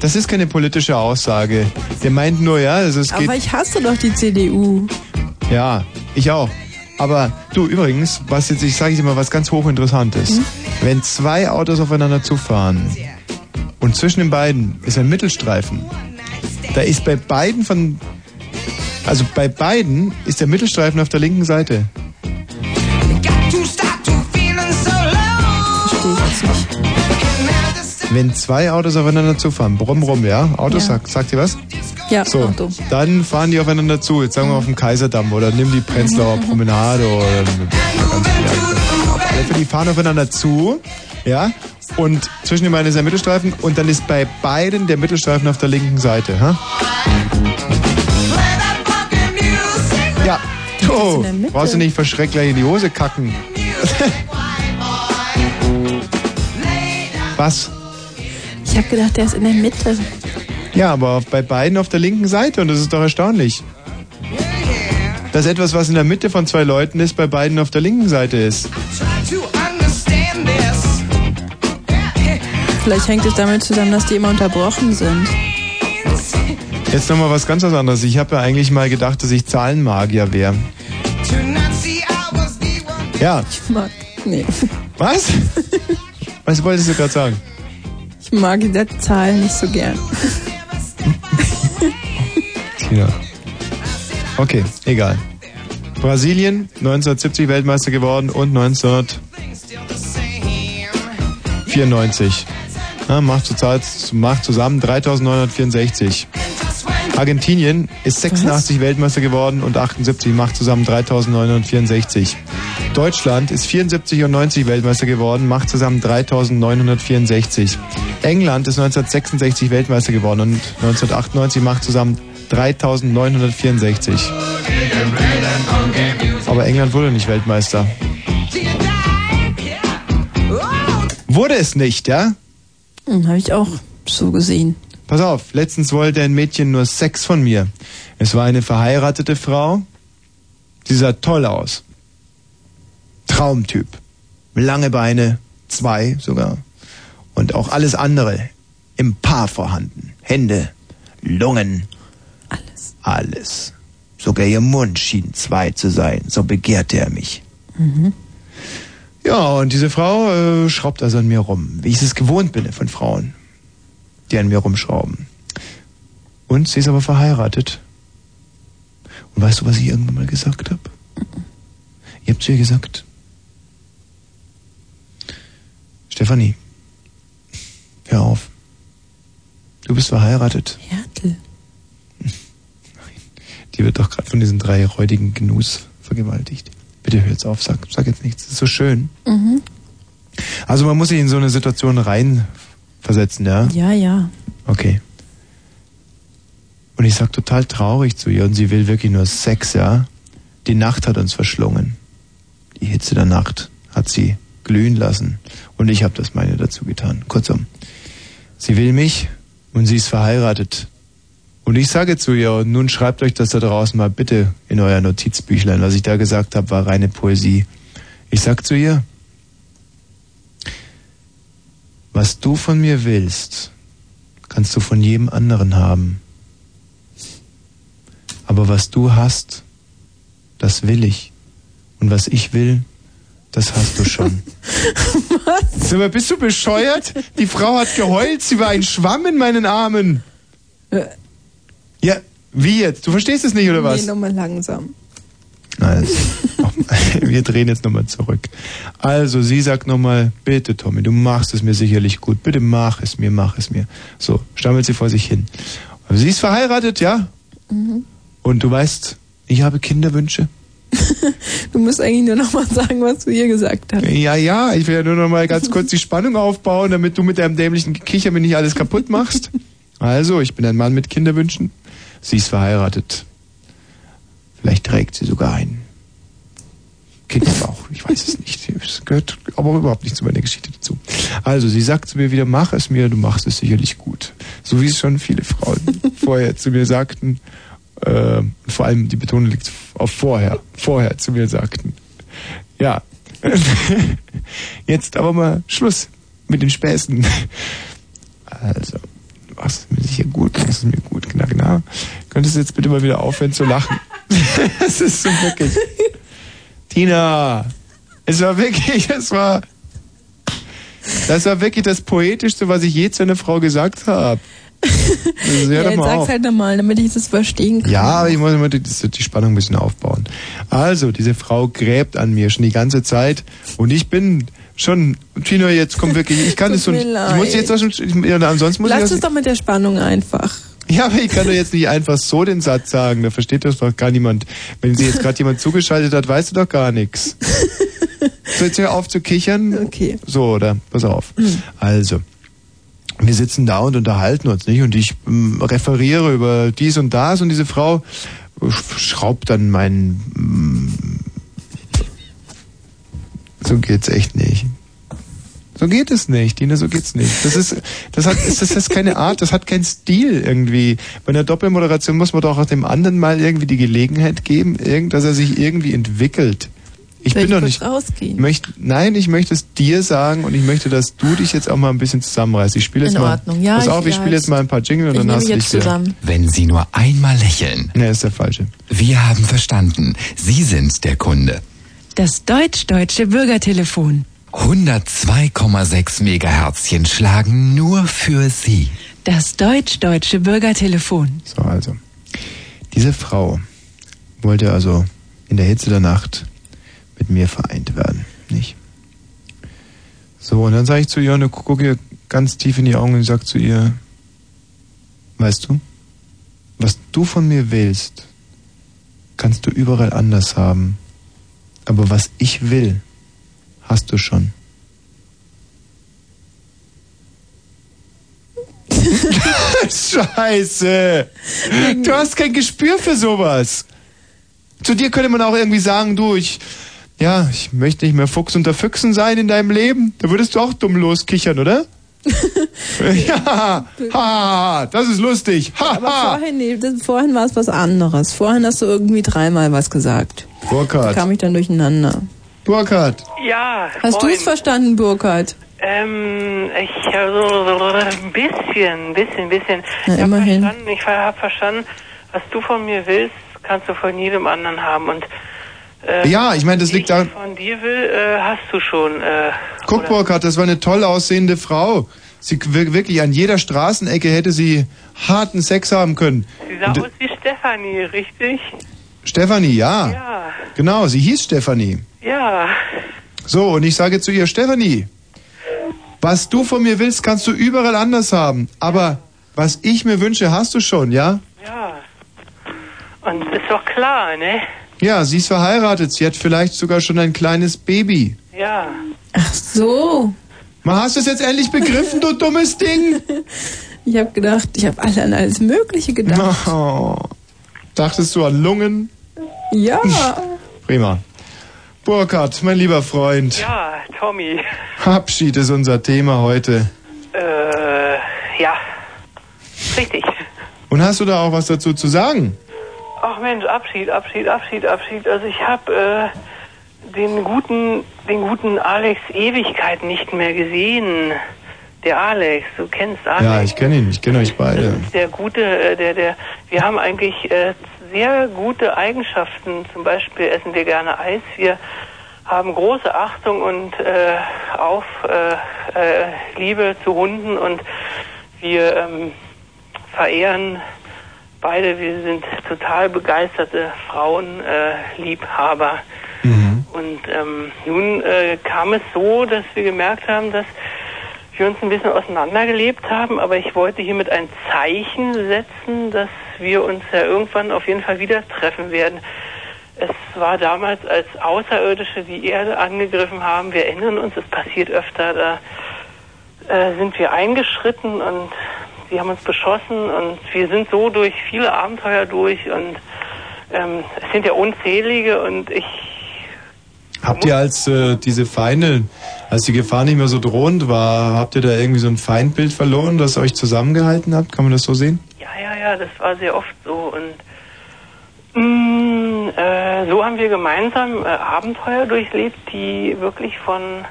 Speaker 1: Das ist keine politische Aussage. Der meint nur, ja, also es geht.
Speaker 2: Aber ich hasse doch die CDU.
Speaker 1: Ja, ich auch. Aber du, übrigens, was jetzt, ich sage dir mal was ganz hochinteressantes. Wenn zwei Autos aufeinander zufahren und zwischen den beiden ist ein Mittelstreifen, da ist bei beiden von. Also bei beiden ist der Mittelstreifen auf der linken Seite. Wenn zwei Autos aufeinander zufahren, brumm, brumm, ja? Autos,
Speaker 2: Ja.
Speaker 1: Sagt, sagt ihr was?
Speaker 2: Ja,
Speaker 1: so,
Speaker 2: Auto.
Speaker 1: Dann fahren die aufeinander zu. Jetzt sagen wir auf dem Kaiserdamm oder nimm die Prenzlauer Promenade oder. Ja, die fahren aufeinander zu, ja? Und zwischen den beiden ist der Mittelstreifen und dann ist bei beiden der Mittelstreifen auf der linken Seite, ha? Ja. Oh, brauchst du nicht verschreckt gleich in die Hose kacken. was?
Speaker 2: Ich habe gedacht, der ist in der Mitte.
Speaker 1: Ja, aber auf- bei beiden auf der linken Seite und das ist doch erstaunlich. Dass etwas, was in der Mitte von zwei Leuten ist, bei beiden auf der linken Seite ist.
Speaker 2: Vielleicht hängt es damit zusammen, dass die immer unterbrochen sind.
Speaker 1: Jetzt nochmal was ganz was anderes. Ich habe ja eigentlich mal gedacht, dass ich Zahlenmagier wäre. Ja.
Speaker 2: Ich mag. Nee.
Speaker 1: Was? Was wolltest du gerade sagen?
Speaker 2: Ich mag diese Zahlen nicht so gern.
Speaker 1: Tina. Okay, egal. Brasilien, 1970 Weltmeister geworden und 1994. Ja, macht, total, macht zusammen 3964. Argentinien ist 86 Weltmeister geworden und 78 macht zusammen 3964. Deutschland ist 74 und 90 Weltmeister geworden, macht zusammen 3964. England ist 1966 Weltmeister geworden und 1998 macht zusammen 3964. Aber England wurde nicht Weltmeister. Wurde es nicht, ja?
Speaker 2: Hm, habe ich auch so gesehen.
Speaker 1: Pass auf, letztens wollte ein Mädchen nur Sex von mir. Es war eine verheiratete Frau. Sie sah toll aus. Traumtyp. Lange Beine, zwei sogar. Und auch alles andere im Paar vorhanden. Hände, Lungen. Alles. Alles. Sogar ihr Mund schien zwei zu sein. So begehrte er mich.
Speaker 3: Mhm.
Speaker 1: Ja, und diese Frau äh, schraubt also an mir rum, wie ich es gewohnt bin von Frauen, die an mir rumschrauben. Und sie ist aber verheiratet. Und weißt du, was ich irgendwann mal gesagt habe? Ihr habt zu ihr gesagt, Stefanie, hör auf. Du bist verheiratet.
Speaker 2: Hertel.
Speaker 1: Die wird doch gerade von diesen drei räudigen Gnus vergewaltigt. Bitte hör jetzt auf, sag, sag jetzt nichts. Das ist so schön.
Speaker 2: Mhm.
Speaker 1: Also man muss sich in so eine Situation reinversetzen, ja?
Speaker 2: Ja, ja.
Speaker 1: Okay. Und ich sag total traurig zu ihr und sie will wirklich nur Sex, ja? Die Nacht hat uns verschlungen. Die Hitze der Nacht hat sie glühen lassen und ich habe das meine dazu getan. Kurzum, sie will mich und sie ist verheiratet. Und ich sage zu ihr, und nun schreibt euch das da draußen mal bitte in euer Notizbüchlein. Was ich da gesagt habe, war reine Poesie. Ich sag zu ihr, was du von mir willst, kannst du von jedem anderen haben. Aber was du hast, das will ich. Und was ich will, das hast du schon. Was? Sag mal, bist du bescheuert? Die Frau hat geheult, sie war ein Schwamm in meinen Armen. Ja, wie jetzt? Du verstehst es nicht, oder was?
Speaker 2: Nee, nochmal langsam.
Speaker 1: Nein, jetzt noch, wir drehen jetzt nochmal zurück. Also, sie sagt nochmal, bitte Tommy, du machst es mir sicherlich gut. Bitte mach es mir, mach es mir. So, stammelt sie vor sich hin. Aber sie ist verheiratet, ja?
Speaker 2: Mhm.
Speaker 1: Und du weißt, ich habe Kinderwünsche.
Speaker 2: Du musst eigentlich nur nochmal sagen, was du ihr gesagt hast.
Speaker 1: Ja, ja, ich will ja nur noch mal ganz kurz die Spannung aufbauen, damit du mit deinem dämlichen Kicher mir nicht alles kaputt machst. Also, ich bin ein Mann mit Kinderwünschen. Sie ist verheiratet. Vielleicht trägt sie sogar ein Kind im Bauch. Ich weiß es nicht. Es gehört aber überhaupt nicht zu meiner Geschichte dazu. Also, sie sagt zu mir wieder, mach es mir, du machst es sicherlich gut. So wie es schon viele Frauen vorher zu mir sagten. Äh, vor allem die Betonung liegt auf vorher. Vorher zu mir sagten. Ja. Jetzt aber mal Schluss mit den Späßen. Also, du machst es mir sicher gut, du machst es mir gut, genau, genau. Könntest du jetzt bitte mal wieder aufhören zu lachen? Es ist so wirklich. Tina, es war wirklich, es war. Das war wirklich das Poetischste, was ich je zu einer Frau gesagt habe. Also, hör
Speaker 2: Ja,
Speaker 1: doch
Speaker 2: jetzt
Speaker 1: mal auf.
Speaker 2: sag's halt nochmal, damit ich das verstehen kann.
Speaker 1: Ja, aber ich muss immer die, die die Spannung ein bisschen aufbauen. Also, diese Frau gräbt an mir schon die ganze Zeit und ich bin schon, Tino, jetzt kommt wirklich, ich kann
Speaker 2: Tut
Speaker 1: es so,
Speaker 2: mir
Speaker 1: ich muss
Speaker 2: leid.
Speaker 1: jetzt auch schon, ich, ja, ansonsten muss
Speaker 2: Lass
Speaker 1: ich
Speaker 2: es
Speaker 1: das,
Speaker 2: doch mit der Spannung einfach.
Speaker 1: ja, aber ich kann doch jetzt nicht einfach so den Satz sagen, da versteht das doch gar niemand. Wenn sie jetzt gerade jemand zugeschaltet hat, weißt du doch gar nichts. So, jetzt hör auf zu kichern. Okay. So, oder? Pass auf. Also. Wir sitzen da und unterhalten uns, nicht? Und ich ähm, referiere über dies und das und diese Frau sch- schraubt dann meinen. ähm, So geht's echt nicht. So geht es nicht, Dina, so geht's nicht. Das ist, das hat, ist, das ist keine Art, das hat keinen Stil irgendwie. Bei einer Doppelmoderation muss man doch auch dem anderen mal irgendwie die Gelegenheit geben, irgend, dass er sich irgendwie entwickelt. Ich bin doch nicht.
Speaker 2: rausgehen.
Speaker 1: Möcht, nein, ich möchte es dir sagen und ich möchte, dass du dich jetzt auch mal ein bisschen zusammenreißt. Ich spiele jetzt
Speaker 2: In
Speaker 1: mal.
Speaker 2: Ordnung, ja,
Speaker 1: Pass
Speaker 2: ich-
Speaker 1: auf, ich
Speaker 2: ja,
Speaker 1: spiele jetzt
Speaker 2: ich-
Speaker 1: mal ein paar Jingle und
Speaker 2: ich
Speaker 1: dann
Speaker 2: nehme
Speaker 1: hast du
Speaker 2: jetzt
Speaker 1: dich wieder.
Speaker 2: zusammen.
Speaker 9: Wenn Sie nur einmal lächeln.
Speaker 1: Ne, ist der falsche.
Speaker 9: Wir haben verstanden. Sie sind der Kunde.
Speaker 10: Das deutsch-deutsche Bürgertelefon.
Speaker 9: 102,6 Megaherzchen schlagen nur für Sie.
Speaker 10: Das deutsch-deutsche Bürgertelefon.
Speaker 1: So, also. Diese Frau wollte also in der Hitze der Nacht mit mir vereint werden, nicht? So, und dann sage ich zu ihr, und ich gucke ihr ganz tief in die Augen und sage zu ihr, weißt du, was du von mir willst, kannst du überall anders haben. Aber was ich will, hast du schon. Scheiße! Du hast kein Gespür für sowas. Zu dir könnte man auch irgendwie sagen, du, ich, ja, ich möchte nicht mehr Fuchs unter Füchsen sein in deinem Leben. Da würdest du auch dumm loskichern, oder? ja, ha, das ist lustig. Ha,
Speaker 2: Aber
Speaker 1: ha.
Speaker 2: vorhin, nee, das, vorhin war es was anderes. Vorhin hast du irgendwie dreimal was gesagt. Da
Speaker 1: Burkhard,
Speaker 2: kam ich dann durcheinander.
Speaker 1: Burkhard.
Speaker 14: Ja.
Speaker 2: Hast du
Speaker 14: moin.
Speaker 2: es verstanden, Burkhard?
Speaker 14: Ähm, ich also, ein bisschen, bisschen, bisschen.
Speaker 2: Na,
Speaker 14: ich habe
Speaker 2: immerhin.
Speaker 14: verstanden, ich habe verstanden, was du von mir willst, kannst du von jedem anderen haben. Und äh,
Speaker 1: Ja, ich meine, das liegt
Speaker 14: was
Speaker 1: daran.
Speaker 14: ich von dir will, äh, hast du schon. Äh,
Speaker 1: Guck, Burkhard, das war eine toll aussehende Frau. Sie wir- wirklich an jeder Straßenecke hätte sie harten Sex haben können.
Speaker 14: sie sah
Speaker 1: Und-
Speaker 14: aus wie Stefanie, richtig?
Speaker 1: Stefanie, ja.
Speaker 14: Ja.
Speaker 1: Genau, sie hieß Stefanie.
Speaker 14: Ja.
Speaker 1: So, und ich sage zu ihr, Stefanie, was du von mir willst, kannst du überall anders haben. Aber was ich mir wünsche, hast du schon, ja?
Speaker 14: Ja. Und ist doch klar, ne?
Speaker 1: Ja, sie ist verheiratet. Sie hat vielleicht sogar schon ein kleines Baby.
Speaker 14: Ja.
Speaker 1: Ach so. Man hast du es jetzt endlich begriffen, du dummes Ding?
Speaker 2: Ich habe gedacht, ich habe alle an alles Mögliche gedacht.
Speaker 1: Oh. Dachtest du an Lungen?
Speaker 2: Ja.
Speaker 1: Prima. Burkhard, mein lieber Freund.
Speaker 14: Ja, Tommy.
Speaker 1: Abschied ist unser Thema heute.
Speaker 14: Äh, ja. Richtig.
Speaker 1: Und hast du da auch was dazu zu sagen?
Speaker 14: Ach Mensch, Abschied, Abschied, Abschied, Abschied. Also ich habe äh, den guten, den guten Alex Ewigkeit nicht mehr gesehen. Der Alex, du kennst Alex.
Speaker 1: Ja, ich kenne ihn, ich kenne euch beide.
Speaker 14: Der gute, äh, der, der. Wir haben eigentlich äh, sehr gute Eigenschaften. Zum Beispiel essen wir gerne Eis. Wir haben große Achtung und äh, auf äh, äh, Liebe zu Hunden und wir ähm, verehren Beide, wir sind total begeisterte Frauenliebhaber. Äh, Liebhaber. Und ähm, nun äh, kam es so, dass wir gemerkt haben, dass wir uns ein bisschen auseinandergelebt haben, aber ich wollte hiermit ein Zeichen setzen, dass wir uns ja irgendwann auf jeden Fall wieder treffen werden. Es war damals, als Außerirdische die Erde angegriffen haben, wir erinnern uns, es passiert öfter, da äh, sind wir eingeschritten und sie haben uns beschossen und wir sind so durch viele Abenteuer durch und ähm, es sind ja unzählige und ich
Speaker 1: Habt ihr als äh, diese Feinde, als die Gefahr nicht mehr so drohend war, habt ihr da irgendwie so ein Feindbild verloren, das euch zusammengehalten hat? Kann man das so sehen?
Speaker 14: Ja, ja, ja, das war sehr oft so. Und mh, äh, so haben wir gemeinsam äh, Abenteuer durchlebt, die wirklich von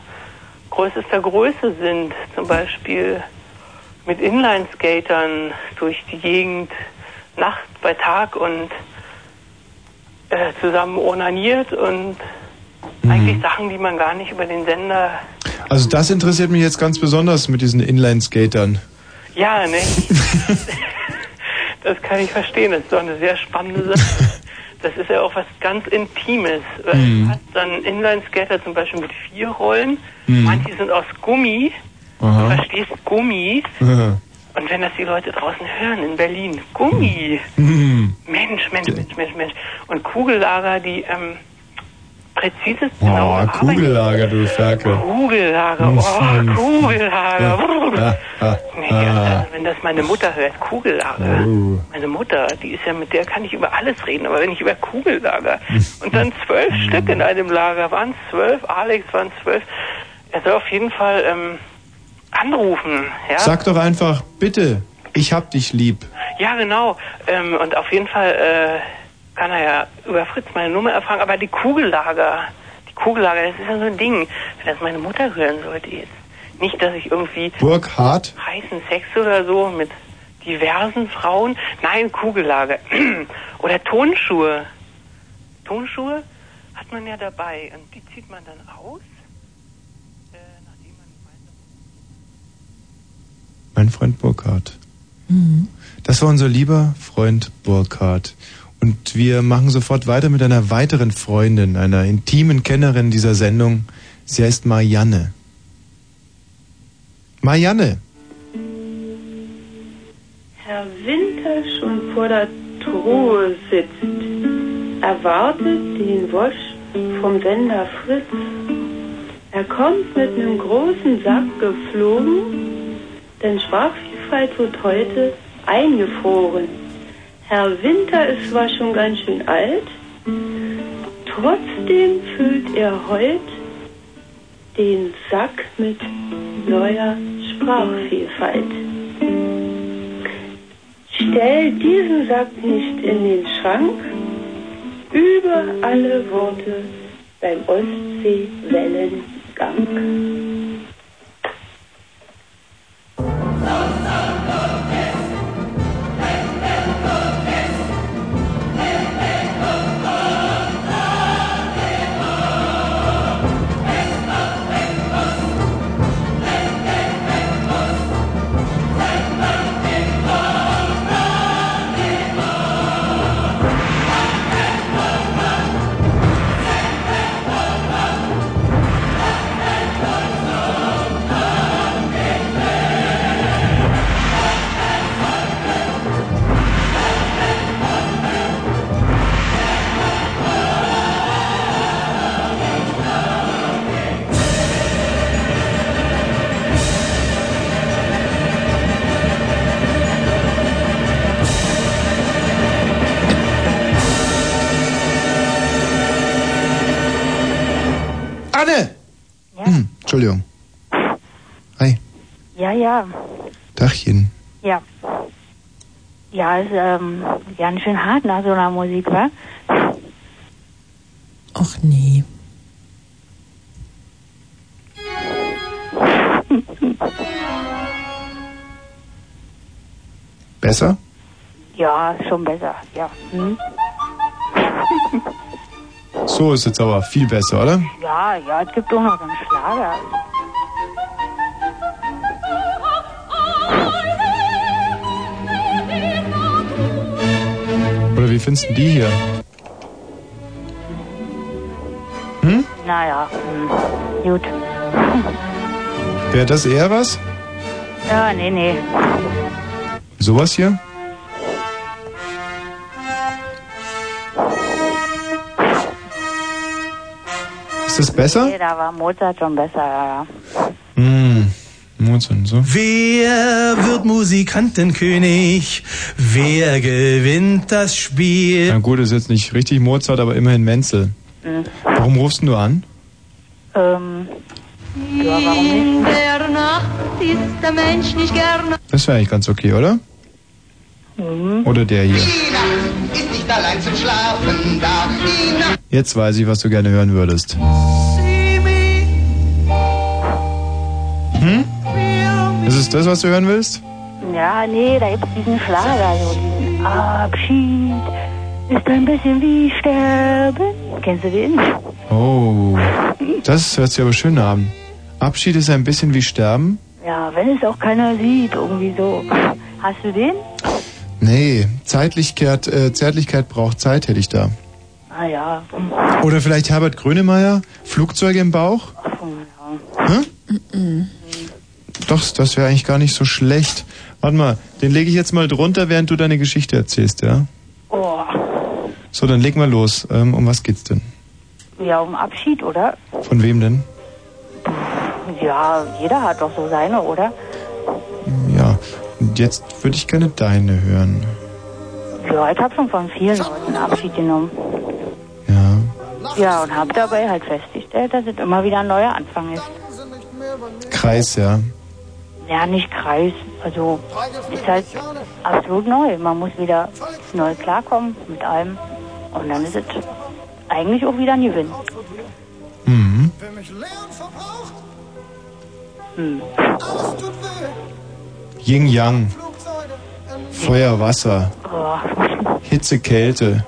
Speaker 14: größester Größe sind. Zum Beispiel mit Inlineskatern durch die Gegend, Nacht bei Tag und äh, zusammen ornaniert und
Speaker 1: Mhm.
Speaker 14: eigentlich Sachen, die man gar nicht über den Sender.
Speaker 1: Also das interessiert mich jetzt ganz besonders mit diesen Inline-Skatern.
Speaker 14: Ja, ne? das kann ich verstehen. Das ist doch eine sehr spannende Sache. Das ist ja auch was ganz Intimes.
Speaker 1: Mhm.
Speaker 14: Du hast dann Inline-Skater zum Beispiel mit vier Rollen.
Speaker 1: Mhm.
Speaker 14: Manche sind aus Gummi.
Speaker 1: Aha.
Speaker 14: Du verstehst Gummi.
Speaker 1: Ja.
Speaker 14: Und wenn das die Leute draußen hören in Berlin, Gummi.
Speaker 1: Hm.
Speaker 14: Mensch, Mensch, Mensch, Mensch, Mensch. Und Kugellager, die ähm, präzises
Speaker 1: Oh, Kugellager, du Ferkel.
Speaker 14: Kugellager,
Speaker 1: Mhm.
Speaker 14: oh, Kugellager. also
Speaker 1: Ah, ah, ah.
Speaker 14: Wenn das meine Mutter hört, Kugellager.
Speaker 1: Oh.
Speaker 14: Meine Mutter, die ist ja mit der kann ich über alles reden, aber wenn ich über Kugellager und dann zwölf
Speaker 1: Mhm.
Speaker 14: Stück in einem Lager, waren es zwölf, Alex waren es zwölf. Er soll auf jeden Fall ähm, anrufen, ja.
Speaker 1: Sag doch einfach, bitte, ich hab dich lieb.
Speaker 14: Ja, genau. Ähm, und auf jeden Fall äh, kann er ja über Fritz meine Nummer erfahren, aber die Kugellager, die Kugellager, das ist ja so ein Ding. Wenn das meine Mutter hören sollte jetzt. Nicht, dass ich irgendwie
Speaker 1: Burkhard?
Speaker 14: heißen Sex oder so mit diversen Frauen. Nein, Kugellager. oder Tonschuhe. Tonschuhe hat man ja dabei und die zieht man dann aus.
Speaker 1: Mein Freund Burkhard. Das war unser lieber Freund Burkhard. Und wir machen sofort weiter mit einer weiteren Freundin, einer intimen Kennerin dieser Sendung. Sie heißt Marianne. Marianne,
Speaker 5: Herr Winter schon vor der Truhe sitzt, erwartet den Wosch vom Sender Fritz. Er kommt mit einem großen Sack geflogen, denn Sprachvielfalt wird heute eingefroren. Herr Winter ist zwar schon ganz schön alt, trotzdem füllt er heut den Sack mit neuer Sprachvielfalt. Stell diesen Sack nicht in den Schrank. Über alle Worte beim Ostseewellengang.
Speaker 1: Anne! Hm, Entschuldigung.
Speaker 6: Ja, ja,
Speaker 1: Dachchen.
Speaker 6: ja. Ja, ist ähm, ganz schön hart nach so einer Musik, wa?
Speaker 2: Ach nee.
Speaker 1: Besser?
Speaker 6: Ja, ist schon besser, ja. Hm?
Speaker 1: So ist jetzt aber viel besser, oder?
Speaker 6: Ja, ja, es gibt doch noch einen Schlager.
Speaker 1: wie findest du die hier? Hm?
Speaker 6: Naja, hm, gut.
Speaker 1: Wäre das eher was?
Speaker 6: Ja, nee, nee.
Speaker 1: Sowas hier? Ist das besser?
Speaker 6: Nee, da war Mozart schon besser, ja, ja.
Speaker 1: Hm. Mozart, so.
Speaker 8: Wer wird Musikantenkönig? Wer gewinnt das Spiel?
Speaker 1: Na gut, ist jetzt nicht richtig Mozart, aber immerhin Menzel.
Speaker 6: Hm.
Speaker 1: Warum rufst denn du an?
Speaker 6: Ähm, ja, warum
Speaker 3: In
Speaker 6: nicht?
Speaker 3: der Nacht ist der Mensch nicht gern.
Speaker 1: Das wäre eigentlich ganz okay, oder? Oder der hier.
Speaker 3: Ist nicht allein zum Schlafen da. Die Nacht.
Speaker 1: Jetzt weiß ich, was du gerne hören würdest. Hm? Ist es das, was du hören willst?
Speaker 6: Ja, nee, da gibt's diesen Schlager, so diesen Abschied ist ein bisschen wie Sterben. Kennst du den?
Speaker 1: Oh, das hört sich aber schön an. Abschied ist ein bisschen wie Sterben.
Speaker 6: Ja, wenn es auch keiner sieht, irgendwie so. Hast du den?
Speaker 1: Nee, Zeitlichkeit, äh, Zärtlichkeit braucht Zeit, hätte ich da.
Speaker 6: Ah ja. Hm,
Speaker 1: Oder vielleicht Herbert Grönemeyer, Flugzeuge im Bauch? Hm? Doch, das wäre eigentlich gar nicht so schlecht. Warte mal, den lege ich jetzt mal drunter, während du deine Geschichte erzählst, ja?
Speaker 6: Oh,
Speaker 1: So, dann leg mal los. Ähm, um was geht's denn?
Speaker 6: ja, um Abschied, oder?
Speaker 1: Von wem denn?
Speaker 6: Ja, jeder hat doch so seine, oder?
Speaker 1: Ja, und jetzt würde ich gerne deine hören.
Speaker 6: Ja, ich hab schon von vielen Leuten Abschied genommen. Ja. Ja, und hab dabei halt festgestellt, dass es immer wieder ein neuer Anfang ist.
Speaker 1: Kreis, ja.
Speaker 6: Ja, nicht Kreis. Also ist halt absolut neu. Man muss wieder neu klarkommen mit allem. Und dann ist es eigentlich auch wieder ein Gewinn.
Speaker 1: Mhm.
Speaker 6: Hm.
Speaker 1: Yin Yang. Feuer, Wasser.
Speaker 3: Oh.
Speaker 1: Hitze, Kälte.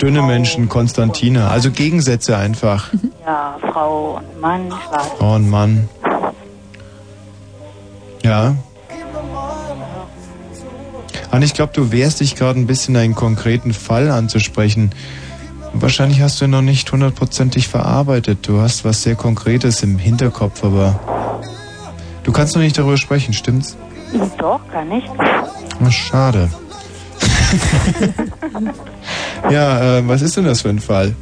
Speaker 1: Dünne Menschen, Konstantina. Also Gegensätze einfach.
Speaker 6: Mhm. Ja, Frau und Mann, schwarz.
Speaker 1: Frau und Mann. Ja. Anne, ich glaube, du wehrst dich gerade ein bisschen, einen konkreten Fall anzusprechen. Wahrscheinlich hast du ihn noch nicht hundertprozentig verarbeitet. Du hast was sehr Konkretes im Hinterkopf, aber du kannst noch nicht darüber sprechen, stimmt's?
Speaker 6: Doch, kann ich.
Speaker 1: Ach, schade. ja, äh, was ist denn das für ein Fall?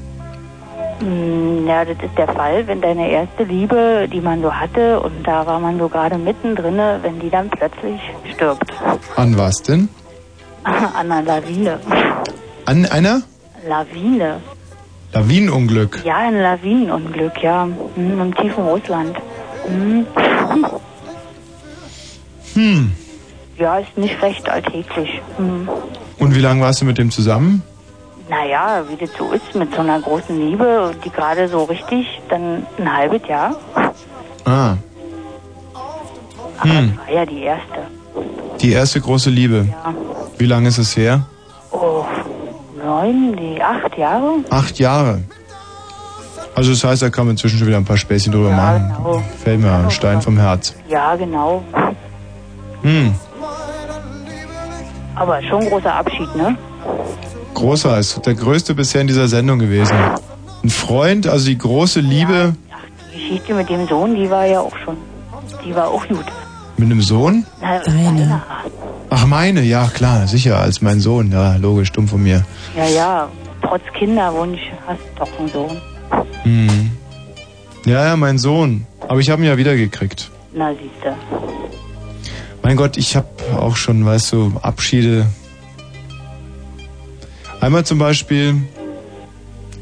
Speaker 6: Hm, Ja, das ist der Fall, wenn deine erste Liebe, die man so hatte, und da war man so gerade mittendrin, wenn die dann plötzlich stirbt.
Speaker 1: An was denn?
Speaker 6: An einer Lawine.
Speaker 1: An einer
Speaker 6: Lawine.
Speaker 1: Lawinenunglück.
Speaker 6: Ja, ein Lawinenunglück, ja. Hm, Im tiefen Russland. Hm.
Speaker 1: Hm.
Speaker 6: Ja, ist nicht recht alltäglich. Hm.
Speaker 1: Und wie lange warst du mit dem zusammen?
Speaker 6: Naja, wie das so ist mit so einer großen Liebe, die gerade so richtig, dann ein halbes Jahr.
Speaker 1: Ah. Hm,
Speaker 6: War ja die erste.
Speaker 1: die erste große Liebe.
Speaker 6: Ja.
Speaker 1: Wie lange ist es her?
Speaker 6: Oh, neun, die acht Jahre?
Speaker 1: Acht Jahre. Also das heißt, da kann man inzwischen schon wieder ein paar Späßchen drüber machen.
Speaker 6: Genau.
Speaker 1: Fällt mir ein Stein vom Herz.
Speaker 6: Ja, genau.
Speaker 1: Hm,
Speaker 6: Aber schon ein großer Abschied, ne?
Speaker 1: großer ist der größte bisher in dieser Sendung gewesen. Ein Freund, also die große Liebe
Speaker 6: Die Geschichte mit dem Sohn, die war ja auch schon. Die war auch gut.
Speaker 1: mit einem Sohn?
Speaker 6: Na, Deine.
Speaker 1: Ach meine, ja klar, sicher, als mein Sohn. Ja, logisch, dumm von mir.
Speaker 6: Ja, ja, trotz Kinderwunsch hast du doch einen Sohn.
Speaker 1: Hm. Ja, ja, mein Sohn. Aber ich habe ihn ja wiedergekriegt.
Speaker 6: Na, siehst du.
Speaker 1: Mein Gott, ich habe auch schon, weißt du, Abschiede. Einmal zum Beispiel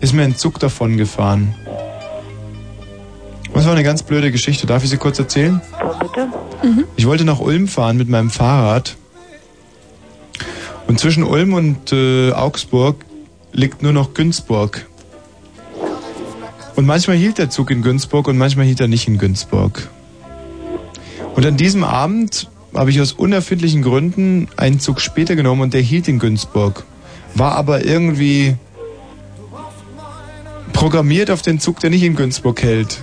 Speaker 1: ist mir ein Zug davon gefahren. Das war eine ganz blöde Geschichte. Darf ich sie kurz erzählen?
Speaker 6: Ja, bitte?
Speaker 2: Mhm.
Speaker 1: Ich wollte nach Ulm fahren mit meinem Fahrrad. Und zwischen Ulm und äh, Augsburg liegt nur noch Günzburg. Und manchmal hielt der Zug in Günzburg und manchmal hielt er nicht in Günzburg. Und an diesem Abend habe ich aus unerfindlichen Gründen einen Zug später genommen und der hielt in Günzburg. War aber irgendwie programmiert auf den Zug, der nicht in Günzburg hält.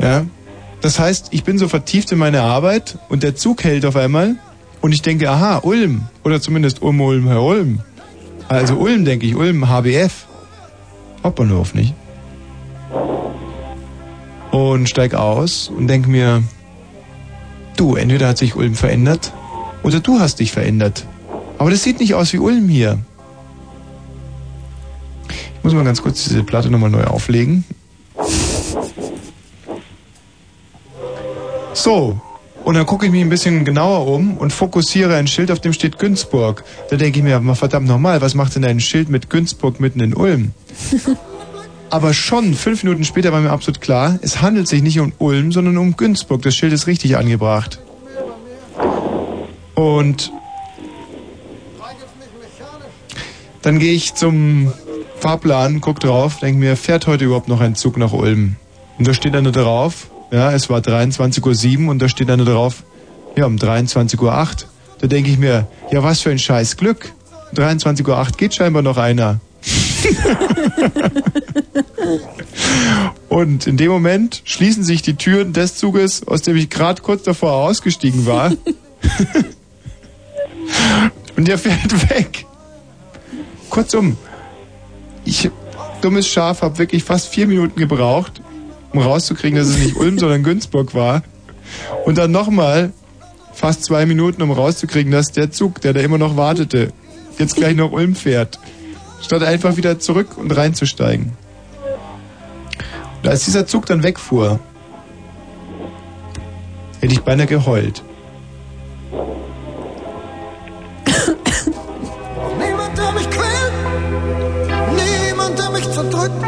Speaker 1: Ja? Das heißt, ich bin so vertieft in meine Arbeit und der Zug hält auf einmal Und ich denke, aha, Ulm. Oder zumindest Ulm, Ulm, Herr Ulm. Also Ulm, denke ich, Ulm, HBF. Hauptbahnhof, nicht? Und steig aus und denke mir, du, entweder hat sich Ulm verändert oder du hast dich verändert. Aber das sieht nicht aus wie Ulm hier. Ich muss mal ganz kurz diese Platte nochmal neu auflegen. So, und dann gucke ich mich ein bisschen genauer um und fokussiere ein Schild, auf dem steht Günzburg. Da denke ich mir, "Ma, verdammt nochmal, was macht denn ein Schild mit Günzburg mitten in Ulm? Aber schon fünf Minuten später war mir absolut klar, es handelt sich nicht um Ulm, sondern um Günzburg. Das Schild ist richtig angebracht. Und dann gehe ich zum Fahrplan, guck drauf, denke mir, fährt heute überhaupt noch ein Zug nach Ulm? Und da steht dann nur drauf, ja, es war 23.07 Uhr und da steht dann nur drauf, ja, um 23.08 Uhr. Da denke ich mir, ja, was für ein scheiß Glück. 23.08 Uhr geht scheinbar noch einer. Und in dem Moment schließen sich die Türen des Zuges, aus dem ich gerade kurz davor ausgestiegen war. Und der fährt weg. Kurzum, ich, dummes Schaf, habe wirklich fast vier Minuten gebraucht, um rauszukriegen, dass es nicht Ulm, sondern Günzburg war. Und dann nochmal fast zwei Minuten, um rauszukriegen, dass der Zug, der da immer noch wartete, jetzt gleich nach Ulm fährt. Statt einfach wieder zurück und reinzusteigen. Und als dieser Zug dann wegfuhr, hätte ich beinahe geheult.
Speaker 7: Niemand, der mich quält, niemand, der mich zerdrückt.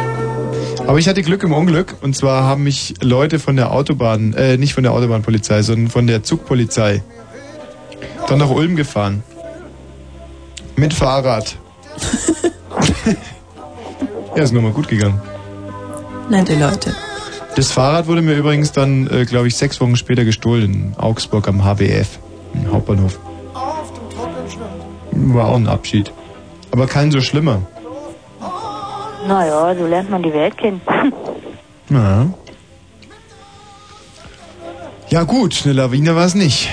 Speaker 1: Aber ich hatte Glück im Unglück. Und zwar haben mich Leute von der Autobahn, äh, nicht von der Autobahnpolizei, sondern von der Zugpolizei dann nach Ulm gefahren. Mit Fahrrad. ja, ist nochmal gut gegangen.
Speaker 2: Nette Leute.
Speaker 1: Das Fahrrad wurde mir übrigens dann, äh, glaube ich, sechs Wochen später gestohlen in Augsburg am HBF, im Hauptbahnhof. War auch ein Abschied. Aber kein so schlimmer.
Speaker 6: Naja, so lernt man die Welt kennen.
Speaker 1: Ja. Ja gut, eine Lawine war es nicht.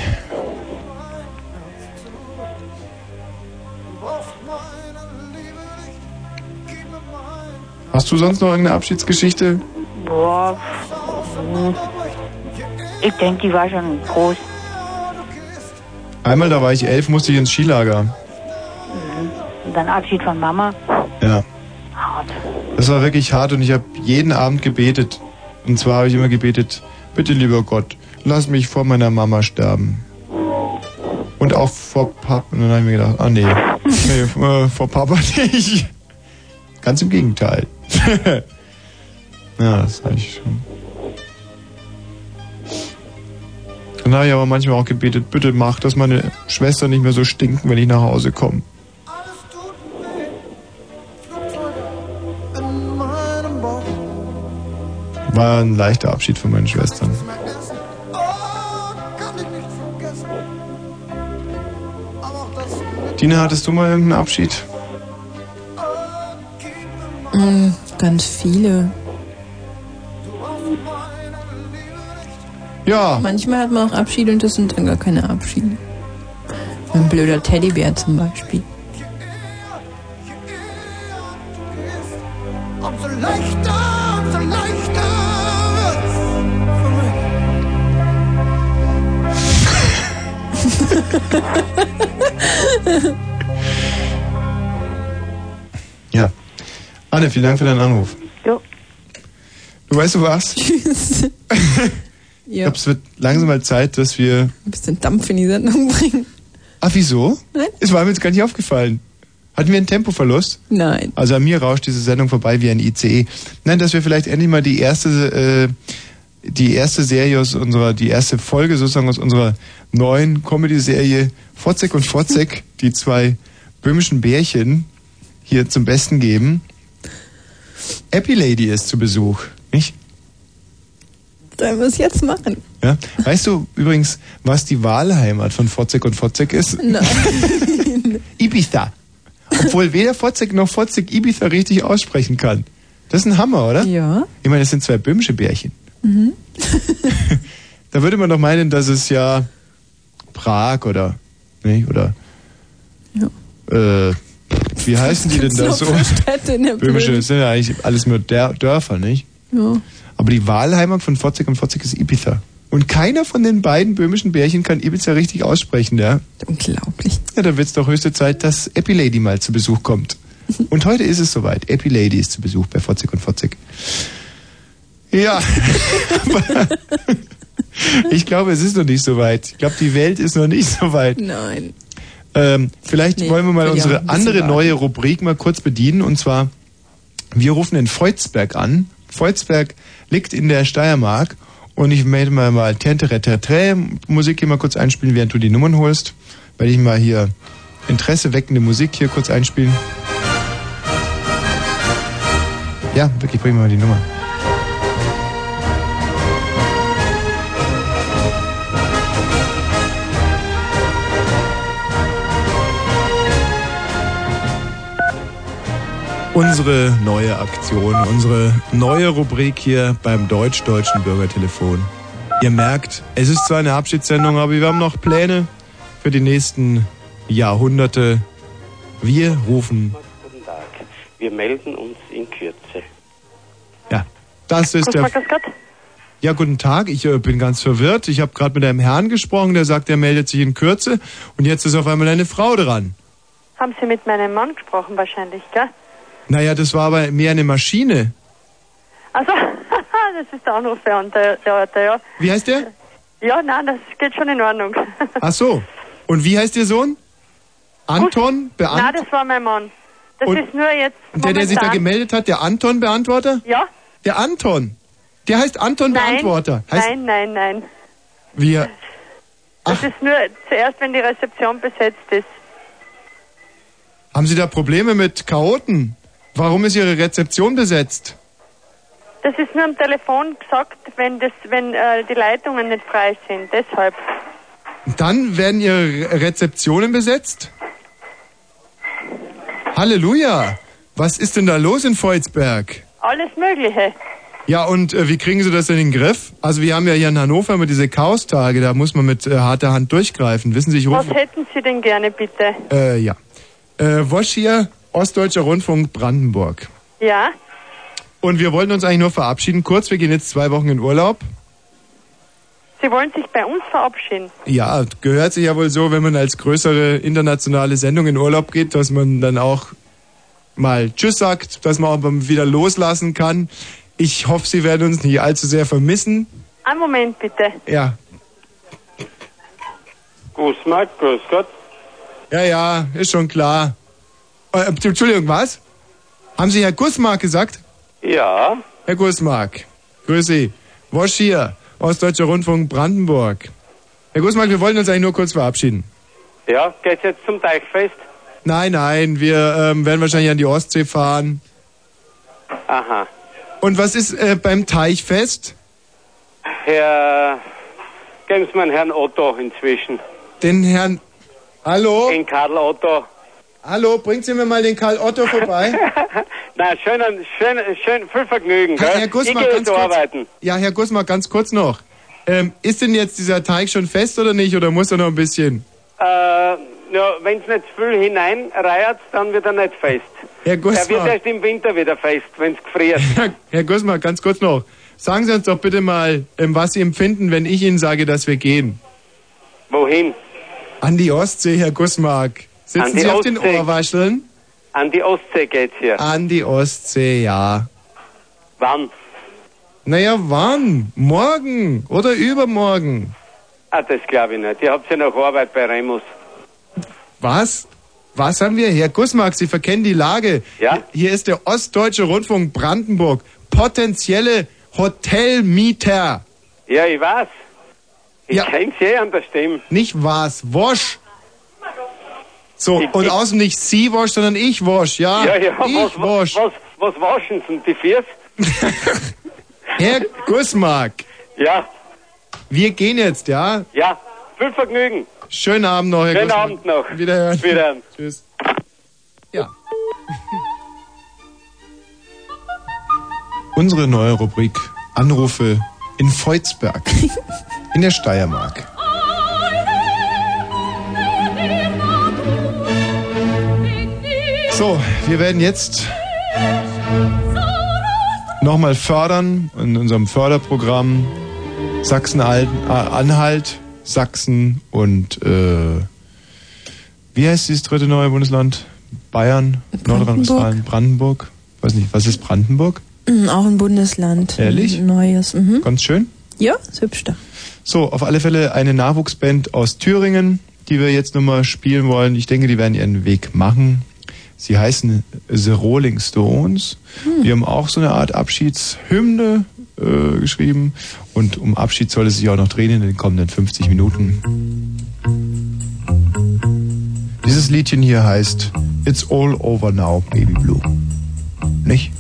Speaker 1: Hast du sonst noch irgendeine Abschiedsgeschichte?
Speaker 6: Boah. hm. Ich denke, die war schon groß. ne?
Speaker 1: Einmal, da war ich elf, musste ich ins Skilager.
Speaker 6: Und dann Abschied von Mama.
Speaker 1: Ja. Das war wirklich hart und ich habe jeden Abend gebetet. Und zwar habe ich immer gebetet, bitte lieber Gott, lass mich vor meiner Mama sterben. Und auch vor Papa. Und dann habe ich mir gedacht, ah nee, nee äh, vor Papa nicht. Ganz im Gegenteil. ja, das habe ich schon. Dann habe ich aber manchmal auch gebetet, bitte mach, dass meine Schwester nicht mehr so stinken, wenn ich nach Hause komme. War ein leichter Abschied von meinen Schwestern. Dina, hattest du mal irgendeinen Abschied?
Speaker 2: Mm, ganz viele.
Speaker 1: Ja.
Speaker 2: Manchmal hat man auch Abschiede und das sind dann gar keine Abschiede. Ein blöder Teddybär zum Beispiel.
Speaker 7: Umso leichter, umso leichter wird's für mich.
Speaker 1: Ja. Anne, vielen Dank für deinen Anruf.
Speaker 6: Jo.
Speaker 1: Du weißt du was?
Speaker 2: Tschüss.
Speaker 1: Ich
Speaker 2: ja,
Speaker 1: glaube, es wird langsam mal Zeit, dass wir.
Speaker 2: ein bisschen Dampf in die Sendung bringen.
Speaker 1: Ah, wieso?
Speaker 2: Nein.
Speaker 1: Es war mir jetzt gar nicht aufgefallen. Hatten wir einen Tempoverlust?
Speaker 2: Nein.
Speaker 1: Also an mir rauscht diese Sendung vorbei wie ein ICE. Nein, dass wir vielleicht endlich mal die erste, äh, die erste Serie aus unserer, die erste Folge sozusagen aus unserer neuen Comedy-Serie Fotzek und Fotzek, die zwei böhmischen Bärchen, hier zum Besten geben. Happy Lady ist zu Besuch, nicht?
Speaker 2: Sollen wir es jetzt machen?
Speaker 1: Ja? Weißt du übrigens, was die Wahlheimat von Fotzek und Fotzek ist?
Speaker 2: Nein.
Speaker 1: Ibiza. Obwohl weder Fotzek noch Fotzek Ibiza richtig aussprechen kann. Das ist ein Hammer, oder?
Speaker 2: Ja.
Speaker 1: Ich meine, das sind zwei böhmische Bärchen.
Speaker 2: Mhm.
Speaker 1: Da würde man doch meinen, dass es ja Prag oder nicht? Oder? Ja. Äh, wie heißen die denn
Speaker 2: Gibt's
Speaker 1: da
Speaker 2: noch
Speaker 1: so?
Speaker 2: für Städte in der
Speaker 1: Böhmische,
Speaker 2: Böhm?
Speaker 1: das sind ja eigentlich alles nur Dör Dörfer, nicht?
Speaker 2: Ja.
Speaker 1: Aber die Wahlheimat von Fotzig und Fotzig ist Ibiza. Und keiner von den beiden böhmischen Bärchen kann Ibiza richtig aussprechen, ja?
Speaker 2: Unglaublich.
Speaker 1: Ja, da wird's doch höchste Zeit, dass Epi Lady mal zu Besuch kommt. Und heute ist es soweit. Epi Lady ist zu Besuch bei Fotzig und Fotzig. Ja. ich glaube, es ist noch nicht so weit. Ich glaube, die Welt ist noch nicht so weit.
Speaker 2: Nein.
Speaker 1: Ähm, vielleicht
Speaker 2: Nee,
Speaker 1: wollen wir mal
Speaker 2: will ich auch
Speaker 1: unsere
Speaker 2: ein bisschen
Speaker 1: andere
Speaker 2: warten.
Speaker 1: neue Rubrik mal kurz bedienen. Und zwar, wir rufen in Freudsberg an. Freudsberg liegt in der Steiermark. Und ich möchte mal, mal Tenteretetre Musik hier mal kurz einspielen, während du die Nummern holst. Werde ich mal hier interesseweckende Musik hier kurz einspielen. Ja, wirklich, bring mir mal die Nummer. unsere neue Aktion, unsere neue Rubrik hier beim deutsch-deutschen Bürgertelefon. Ihr merkt, es ist zwar eine Abschiedssendung, aber wir haben noch Pläne für die nächsten Jahrhunderte. Wir rufen.
Speaker 11: Guten Tag. Wir melden uns in Kürze.
Speaker 1: Ja, das ist der. Ja, guten Tag. Ich äh, bin ganz verwirrt. Ich habe gerade mit einem Herrn gesprochen, der sagt, er meldet sich in Kürze. Und jetzt ist auf einmal eine Frau dran.
Speaker 13: Haben Sie mit meinem Mann gesprochen wahrscheinlich, gell?
Speaker 1: Naja, das war aber mehr eine Maschine.
Speaker 13: Also, das ist der Anruf der, der, der Orte, ja.
Speaker 1: Wie heißt der?
Speaker 13: Ja, nein, das geht schon in Ordnung.
Speaker 1: Ach so. Und wie heißt Ihr Sohn? Anton Beant?
Speaker 13: nein, das war mein Mann. Das
Speaker 1: Und-
Speaker 13: ist nur jetzt
Speaker 1: Und der, der sich da
Speaker 13: momentan-
Speaker 1: gemeldet hat, der Anton-Beantworter?
Speaker 13: Ja.
Speaker 1: Der Anton. Der heißt Anton-Beantworter. Heißt,
Speaker 13: Nein, nein, nein.
Speaker 1: Wir,
Speaker 13: Das ist nur zuerst, wenn die Rezeption besetzt ist.
Speaker 1: haben Sie da Probleme mit Chaoten? Warum ist Ihre Rezeption besetzt?
Speaker 13: Das ist nur am Telefon gesagt, wenn das, wenn äh, die Leitungen nicht frei sind. Deshalb.
Speaker 1: Dann werden Ihre Re- Rezeptionen besetzt? Halleluja! Was ist denn da los in Volzberg?
Speaker 13: Alles Mögliche.
Speaker 1: Ja, und äh, wie kriegen Sie das in den Griff? Also wir haben ja hier in Hannover immer diese Chaostage, da muss man mit äh, harter Hand durchgreifen. Wissen Sie, ich
Speaker 13: Was
Speaker 1: rufe...
Speaker 13: hätten Sie denn gerne, bitte?
Speaker 1: Äh, ja. Äh, Wosch hier, Ostdeutscher Rundfunk Brandenburg.
Speaker 13: Ja?
Speaker 1: Und wir wollten uns eigentlich nur verabschieden. Kurz, wir gehen jetzt zwei Wochen in Urlaub.
Speaker 13: Sie wollen sich bei uns verabschieden.
Speaker 1: Ja, gehört sich ja wohl so, wenn man als größere internationale Sendung in Urlaub geht, dass man dann auch mal Tschüss sagt, dass man auch mal wieder loslassen kann. Ich hoffe, Sie werden uns nicht allzu sehr vermissen.
Speaker 13: Einen Moment, bitte.
Speaker 1: Ja,
Speaker 11: Gruß, Mike, grüß Gott.
Speaker 1: ja, ja, ist schon klar. Äh, Entschuldigung, was? Haben Sie Herr Gussmark gesagt?
Speaker 11: Ja,
Speaker 1: Herr Gussmark, grüß Sie. Wosch hier, Ostdeutscher Rundfunk Brandenburg. Herr Gussmark, wir wollten uns eigentlich nur kurz verabschieden.
Speaker 11: ja, geht's jetzt zum Teichfest?
Speaker 1: Nein, nein, wir ähm, werden wahrscheinlich an die Ostsee fahren.
Speaker 11: Aha.
Speaker 1: Und was ist äh, beim Teichfest?
Speaker 11: Herr, geben Sie mir einen Herrn Otto inzwischen.
Speaker 1: Den Herrn. Hallo?
Speaker 11: Den Karl Otto.
Speaker 1: Hallo, bringt Sie mir mal den Karl Otto vorbei.
Speaker 11: Na, schön, schön, schön, viel Vergnügen, Hm, gell?
Speaker 1: Herr, Herr Gussmann,
Speaker 11: ich gehe
Speaker 1: ganz
Speaker 11: zu
Speaker 1: kurz.
Speaker 11: arbeiten.
Speaker 1: Ja, Herr Gussmark, ganz kurz noch. Ähm, ist denn jetzt dieser Teig schon fest oder nicht? Oder muss er noch ein bisschen?
Speaker 11: Äh, ja, wenn's nicht viel hineinreiert, dann wird er nicht fest.
Speaker 1: Herr
Speaker 11: Er wird
Speaker 1: Gussmann,
Speaker 11: erst im Winter wieder fest, wenn's gefriert.
Speaker 1: Herr Gussmark, ganz kurz noch. Sagen Sie uns doch bitte mal, ähm, was Sie empfinden, wenn ich Ihnen sage, dass wir gehen.
Speaker 11: Wohin?
Speaker 1: An die Ostsee, Herr Gussmark.
Speaker 11: An
Speaker 1: Sitzen
Speaker 11: die
Speaker 1: Sie auf den
Speaker 11: Ostsee.
Speaker 1: Ohrwascheln?
Speaker 11: An die Ostsee geht's hier.
Speaker 1: An die Ostsee, ja.
Speaker 11: Wann?
Speaker 1: Naja, wann? Morgen oder übermorgen?
Speaker 11: Ah, das glaube ich nicht. Ihr habt ja noch Arbeit bei Remus.
Speaker 1: Was? Was haben wir? Herr Gussmark, Sie verkennen die Lage. Ja? Hier ist der Ostdeutsche Rundfunk Brandenburg. Potenzielle Hotelmieter.
Speaker 11: Ja, ich weiß. Ich kenn's eh an der Stimme.
Speaker 1: Nicht was, Wosch. So, und außen nicht Sie Wosch, sondern ich Wosch, ja?
Speaker 11: ja, ja,
Speaker 1: ah, Ich
Speaker 11: was, was, was, was waschen Sie denn, die Viers?
Speaker 1: Herr Gussmark.
Speaker 11: Ja.
Speaker 1: Wir gehen jetzt, ja?
Speaker 11: Ja, viel Vergnügen.
Speaker 1: Schönen Abend noch, Herr
Speaker 11: Schönen
Speaker 1: Gussmark.
Speaker 11: Abend noch.
Speaker 1: Oh, Wiederhören.
Speaker 11: Wiederhören.
Speaker 1: Tschüss. Ja. Unsere neue Rubrik Anrufe in Freudsberg in der Steiermark. So, wir werden jetzt nochmal fördern in unserem Förderprogramm Sachsen-Anhalt, Sachsen und äh, wie heißt dieses dritte neue Bundesland? Bayern, Nordrhein-Westfalen, Brandenburg. Weiß nicht, was ist Brandenburg?
Speaker 2: Mhm, Auch ein Bundesland.
Speaker 1: Ehrlich?
Speaker 2: Ein Neues. Mhm.
Speaker 1: Ganz schön.
Speaker 2: Ja, ist hübsch da.
Speaker 1: So, auf alle Fälle eine Nachwuchsband aus Thüringen, die wir jetzt nochmal spielen wollen. Ich denke, die werden ihren Weg machen. Sie heißen The Rolling Stones. Die haben auch so eine Art Abschiedshymne äh, geschrieben. Und um Abschied soll es sich auch noch drehen in den kommenden 50 Minuten. Dieses Liedchen hier heißt It's All Over Now, Baby Blue. Nicht?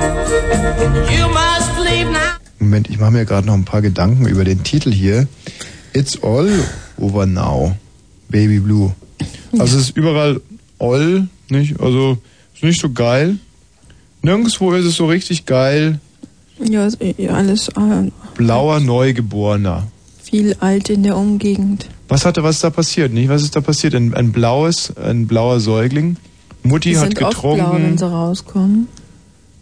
Speaker 7: You must leave now.
Speaker 1: Moment, ich mache mir gerade noch ein paar Gedanken über den Titel hier. It's all over now, Baby Blue. Also es ist überall all, nicht? Also ist nicht so geil. Nirgendwo ist es so richtig geil.
Speaker 2: Ja, ist eh- ja alles äh,
Speaker 1: Blauer Neugeborener.
Speaker 2: viel alt in der Umgegend.
Speaker 1: Was hatte, was ist da passiert? Nicht, was ist da passiert? Ein, ein blaues, ein blauer Säugling. Mutti
Speaker 2: die
Speaker 1: hat
Speaker 2: sind oft blau,
Speaker 1: getrunken.
Speaker 2: wenn sie rauskommen.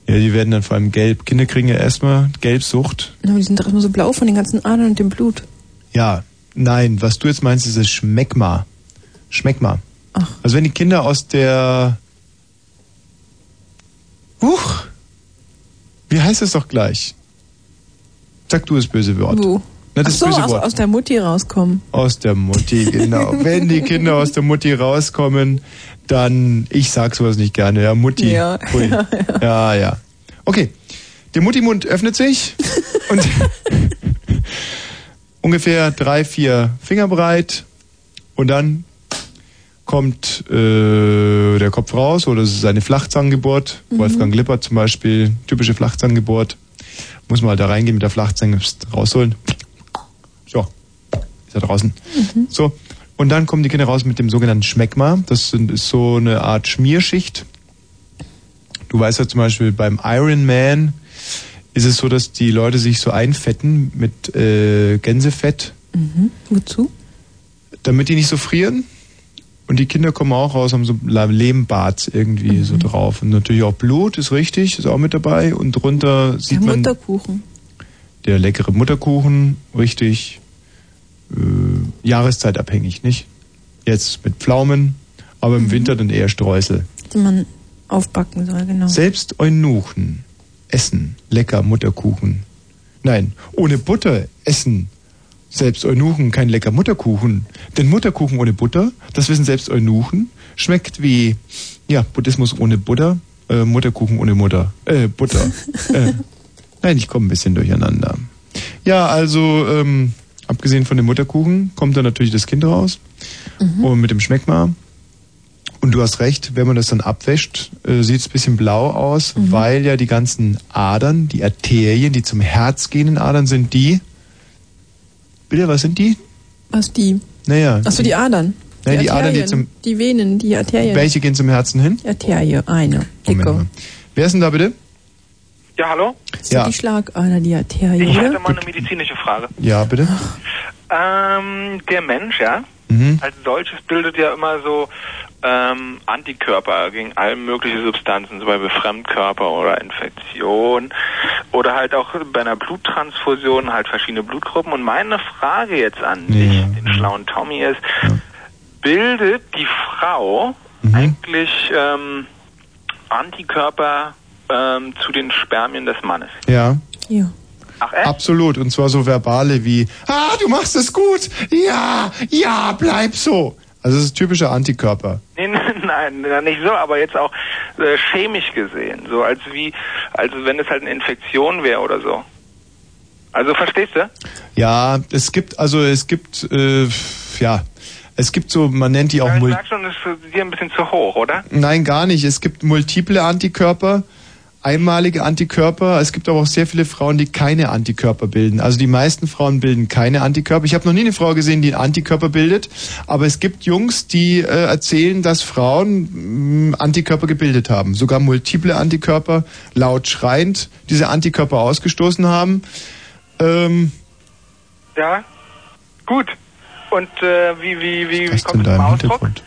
Speaker 1: ja, die werden dann vor allem gelb. Kinder kriegen ja erstmal Gelbsucht.
Speaker 2: Na, Die sind doch immer so blau von den ganzen Adern und dem Blut.
Speaker 1: Ja, nein, was du jetzt meinst, ist das Schmeckma. Schmeckma. Also wenn die Kinder aus der... Huch! Wie heißt es doch gleich? Sag du das böse Wort.
Speaker 2: Wo?
Speaker 1: Na, das
Speaker 2: Ach so,
Speaker 1: böse
Speaker 2: aus,
Speaker 1: Wort.
Speaker 2: aus der Mutti rauskommen.
Speaker 1: Aus der Mutti, genau. wenn die Kinder aus der Mutti rauskommen, dann, ich sag sowas nicht gerne, ja, Mutti.
Speaker 2: Ja,
Speaker 1: Ui.
Speaker 2: ja,
Speaker 1: ja, ja. Okay, der Muttimund öffnet sich und ungefähr drei, vier Finger breit und dann kommt äh, der Kopf raus oder es ist eine Flachzangengeburt.
Speaker 12: Mhm.
Speaker 1: Wolfgang Lippert zum Beispiel, typische Flachzangengeburt. Muss man halt da reingehen mit der Flachzange, pst, rausholen. So, ist er draußen. So, und dann kommen die Kinder raus mit dem sogenannten Schmeckma. Das sind- ist so eine Art Schmierschicht. Du weißt ja zum Beispiel beim Iron Man ist es so, dass die Leute sich so einfetten mit äh, Gänsefett,
Speaker 2: Mhm. Wozu?
Speaker 1: damit die nicht so frieren. Und die Kinder kommen auch raus, haben so La- Lehmbarts irgendwie so
Speaker 2: Mhm.
Speaker 1: drauf. Und natürlich auch Blut, ist richtig, ist auch mit dabei. Und drunter sieht
Speaker 2: Der
Speaker 1: man
Speaker 2: Mutterkuchen.
Speaker 1: der leckere Mutterkuchen, richtig äh, jahreszeitabhängig, nicht? Jetzt mit Pflaumen, aber
Speaker 2: Mhm.
Speaker 1: im Winter dann eher Streusel.
Speaker 2: Den man aufbacken soll, genau.
Speaker 1: Selbst Eunuchen essen lecker Mutterkuchen. Nein, ohne Butter essen selbst Eunuchen kein lecker Mutterkuchen. Denn Mutterkuchen ohne Butter, das wissen selbst Eunuchen, schmeckt wie, ja, Buddhismus ohne Butter, äh, Mutterkuchen ohne Mutter, äh, Butter. äh. Nein, ich komme ein bisschen durcheinander. Ja, also, ähm, abgesehen von dem Mutterkuchen kommt dann natürlich das Kind raus. Und mit dem Schmeckmar. Und du hast recht, wenn man das dann abwäscht, äh, sieht es ein bisschen blau aus,
Speaker 2: Mhm.
Speaker 1: weil ja die ganzen Adern, die Arterien, die zum Herz gehenden Adern sind die. Bitte, was sind die?
Speaker 2: Was die?
Speaker 1: Naja.
Speaker 2: Achso, die Adern.
Speaker 1: Nein, die Adern, die
Speaker 2: Arterien,
Speaker 1: zum-
Speaker 2: Die Venen, die Arterien.
Speaker 1: Welche gehen zum Herzen hin?
Speaker 2: Die Arterie, eine.
Speaker 1: Moment mal. Wer ist denn da bitte?
Speaker 15: Ja, hallo?
Speaker 2: Das ist ja. die Schlagader, die Arterie,
Speaker 15: Ich
Speaker 2: oder?
Speaker 15: hätte mal eine medizinische Frage.
Speaker 1: Ja, bitte.
Speaker 15: Ähm, der Mensch, ja,
Speaker 1: Mhm.
Speaker 15: als solches bildet ja immer so ähm, Antikörper gegen alle möglichen Substanzen, zum Beispiel Fremdkörper oder Infektion oder halt auch bei einer Bluttransfusion halt verschiedene Blutgruppen. Und meine Frage jetzt an dich, den schlauen Tommy, ist, bildet die Frau
Speaker 1: Mhm.
Speaker 15: eigentlich ähm, Antikörper ähm, zu den Spermien des Mannes?
Speaker 1: Ja.
Speaker 2: Ja.
Speaker 15: Ach,
Speaker 1: Absolut. Und zwar so verbale wie, ah, du machst es gut. Ja, ja, bleib so. Also es ist typischer Antikörper.
Speaker 15: Nee, nein, nein, nicht so, aber jetzt auch äh, chemisch gesehen, so als wie, als wenn es halt eine Infektion wäre oder so. Also verstehst du?
Speaker 1: Ja, es gibt, also es gibt, äh, ja, es gibt so, man nennt die auch
Speaker 15: Ich
Speaker 1: Mul
Speaker 15: sag schon, das ist dir ein bisschen zu hoch, oder?
Speaker 1: Nein, gar nicht. Es gibt multiple Antikörper, einmalige Antikörper. Es gibt aber auch sehr viele Frauen, die keine Antikörper bilden. Also die meisten Frauen bilden keine Antikörper. Ich habe noch nie eine Frau gesehen, die einen Antikörper bildet. Aber es gibt Jungs, die äh, erzählen, dass Frauen mh, Antikörper gebildet haben. Sogar multiple Antikörper, laut schreiend diese Antikörper ausgestoßen haben. Ähm,
Speaker 15: Ja. Gut. Und äh, wie, wie, wie, wie
Speaker 1: Was denn
Speaker 15: kommt
Speaker 1: da
Speaker 15: es zum
Speaker 1: im
Speaker 15: Ausdruck?
Speaker 1: Hintergrund?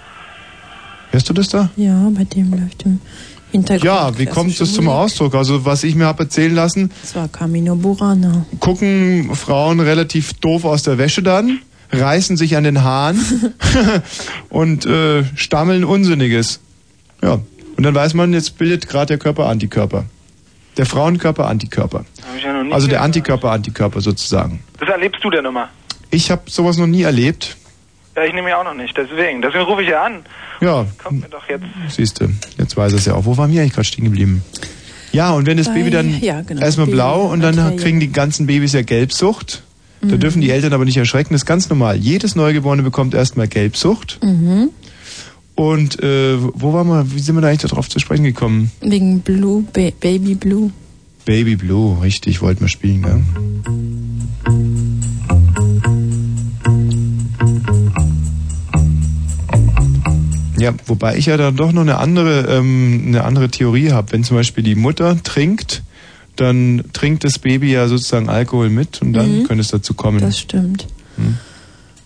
Speaker 1: Hörst du das da?
Speaker 2: Ja, bei dem läuft im Hintergrund.
Speaker 1: Ja, wie kommt das zum Ausdruck? Also, was ich mir habe erzählen lassen,
Speaker 2: Also Das war Camino Burana.
Speaker 1: gucken Frauen relativ doof aus der Wäsche dann, reißen sich an den Haaren und äh, stammeln Unsinniges. Ja. Und dann weiß man, jetzt bildet gerade der Körper Antikörper. Der Frauenkörper Antikörper.
Speaker 15: Hab ich ja noch nie
Speaker 1: Also der
Speaker 15: gehört.
Speaker 1: Antikörper Antikörper sozusagen.
Speaker 15: Das erlebst du denn immer?
Speaker 1: Ich habe sowas noch nie erlebt.
Speaker 15: Ja, ich nehme ja auch noch nicht, deswegen. Deswegen rufe ich ja an.
Speaker 1: Ja,
Speaker 15: Kommt mir doch jetzt.
Speaker 1: siehst du. Jetzt weiß es ja auch. Wo waren wir eigentlich gerade stehen geblieben? Ja, und wenn das
Speaker 2: Bei-
Speaker 1: Baby dann
Speaker 2: ja, genau,
Speaker 1: erstmal
Speaker 2: Baby,
Speaker 1: blau und dann
Speaker 2: Anteil,
Speaker 1: kriegen die ganzen Babys ja Gelbsucht. Da
Speaker 2: Mhm.
Speaker 1: dürfen die Eltern aber nicht erschrecken. Das ist ganz normal. Jedes Neugeborene bekommt erstmal Gelbsucht.
Speaker 2: Mhm.
Speaker 1: Und äh, wo waren wir? Wie sind wir da eigentlich darauf zu sprechen gekommen?
Speaker 2: Wegen Blue, ba Baby Blue.
Speaker 1: Baby Blue, richtig, wollten wir spielen, gell? Ja, wobei ich ja dann doch noch eine andere, ähm, eine andere Theorie habe. Wenn zum Beispiel die Mutter trinkt, dann trinkt das Baby ja sozusagen Alkohol mit und dann
Speaker 2: Mhm.
Speaker 1: könnte es dazu kommen. Hm.
Speaker 2: Das stimmt.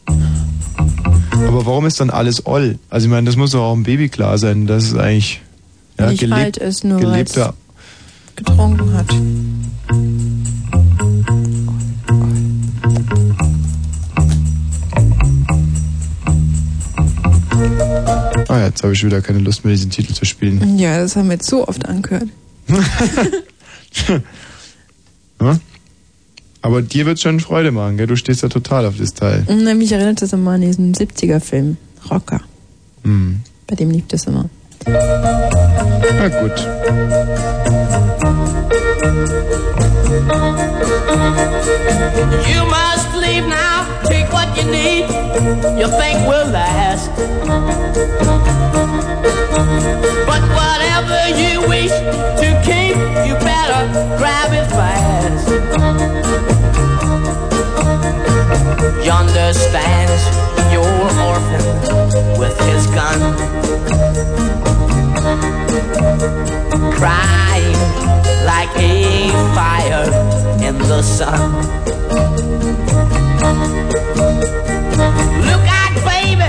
Speaker 1: Aber warum ist dann alles Oll? Also ich meine, das muss doch auch im Baby klar sein, dass es eigentlich ja,
Speaker 2: Nicht
Speaker 1: gelebt,
Speaker 2: alt ist, halt nur weil's
Speaker 1: gelebter
Speaker 2: getrunken hat.
Speaker 1: Ah ja, jetzt habe ich wieder keine Lust mehr, diesen Titel zu spielen.
Speaker 2: Ja, das haben wir jetzt so oft angehört.
Speaker 1: Ja? Aber dir wird schon Freude machen, gell? Du stehst ja total auf das Teil.
Speaker 2: Na, mich erinnert das immer an diesen 70er-Film, Rocker.
Speaker 1: Hm.
Speaker 2: Bei dem lief das immer.
Speaker 1: Na gut.
Speaker 7: You must leave now, take what you need, you think will last. But whatever you wish to keep, you better grab it fast. Yonder stands your orphan with his gun, crying like a fire in the sun. Look out, baby,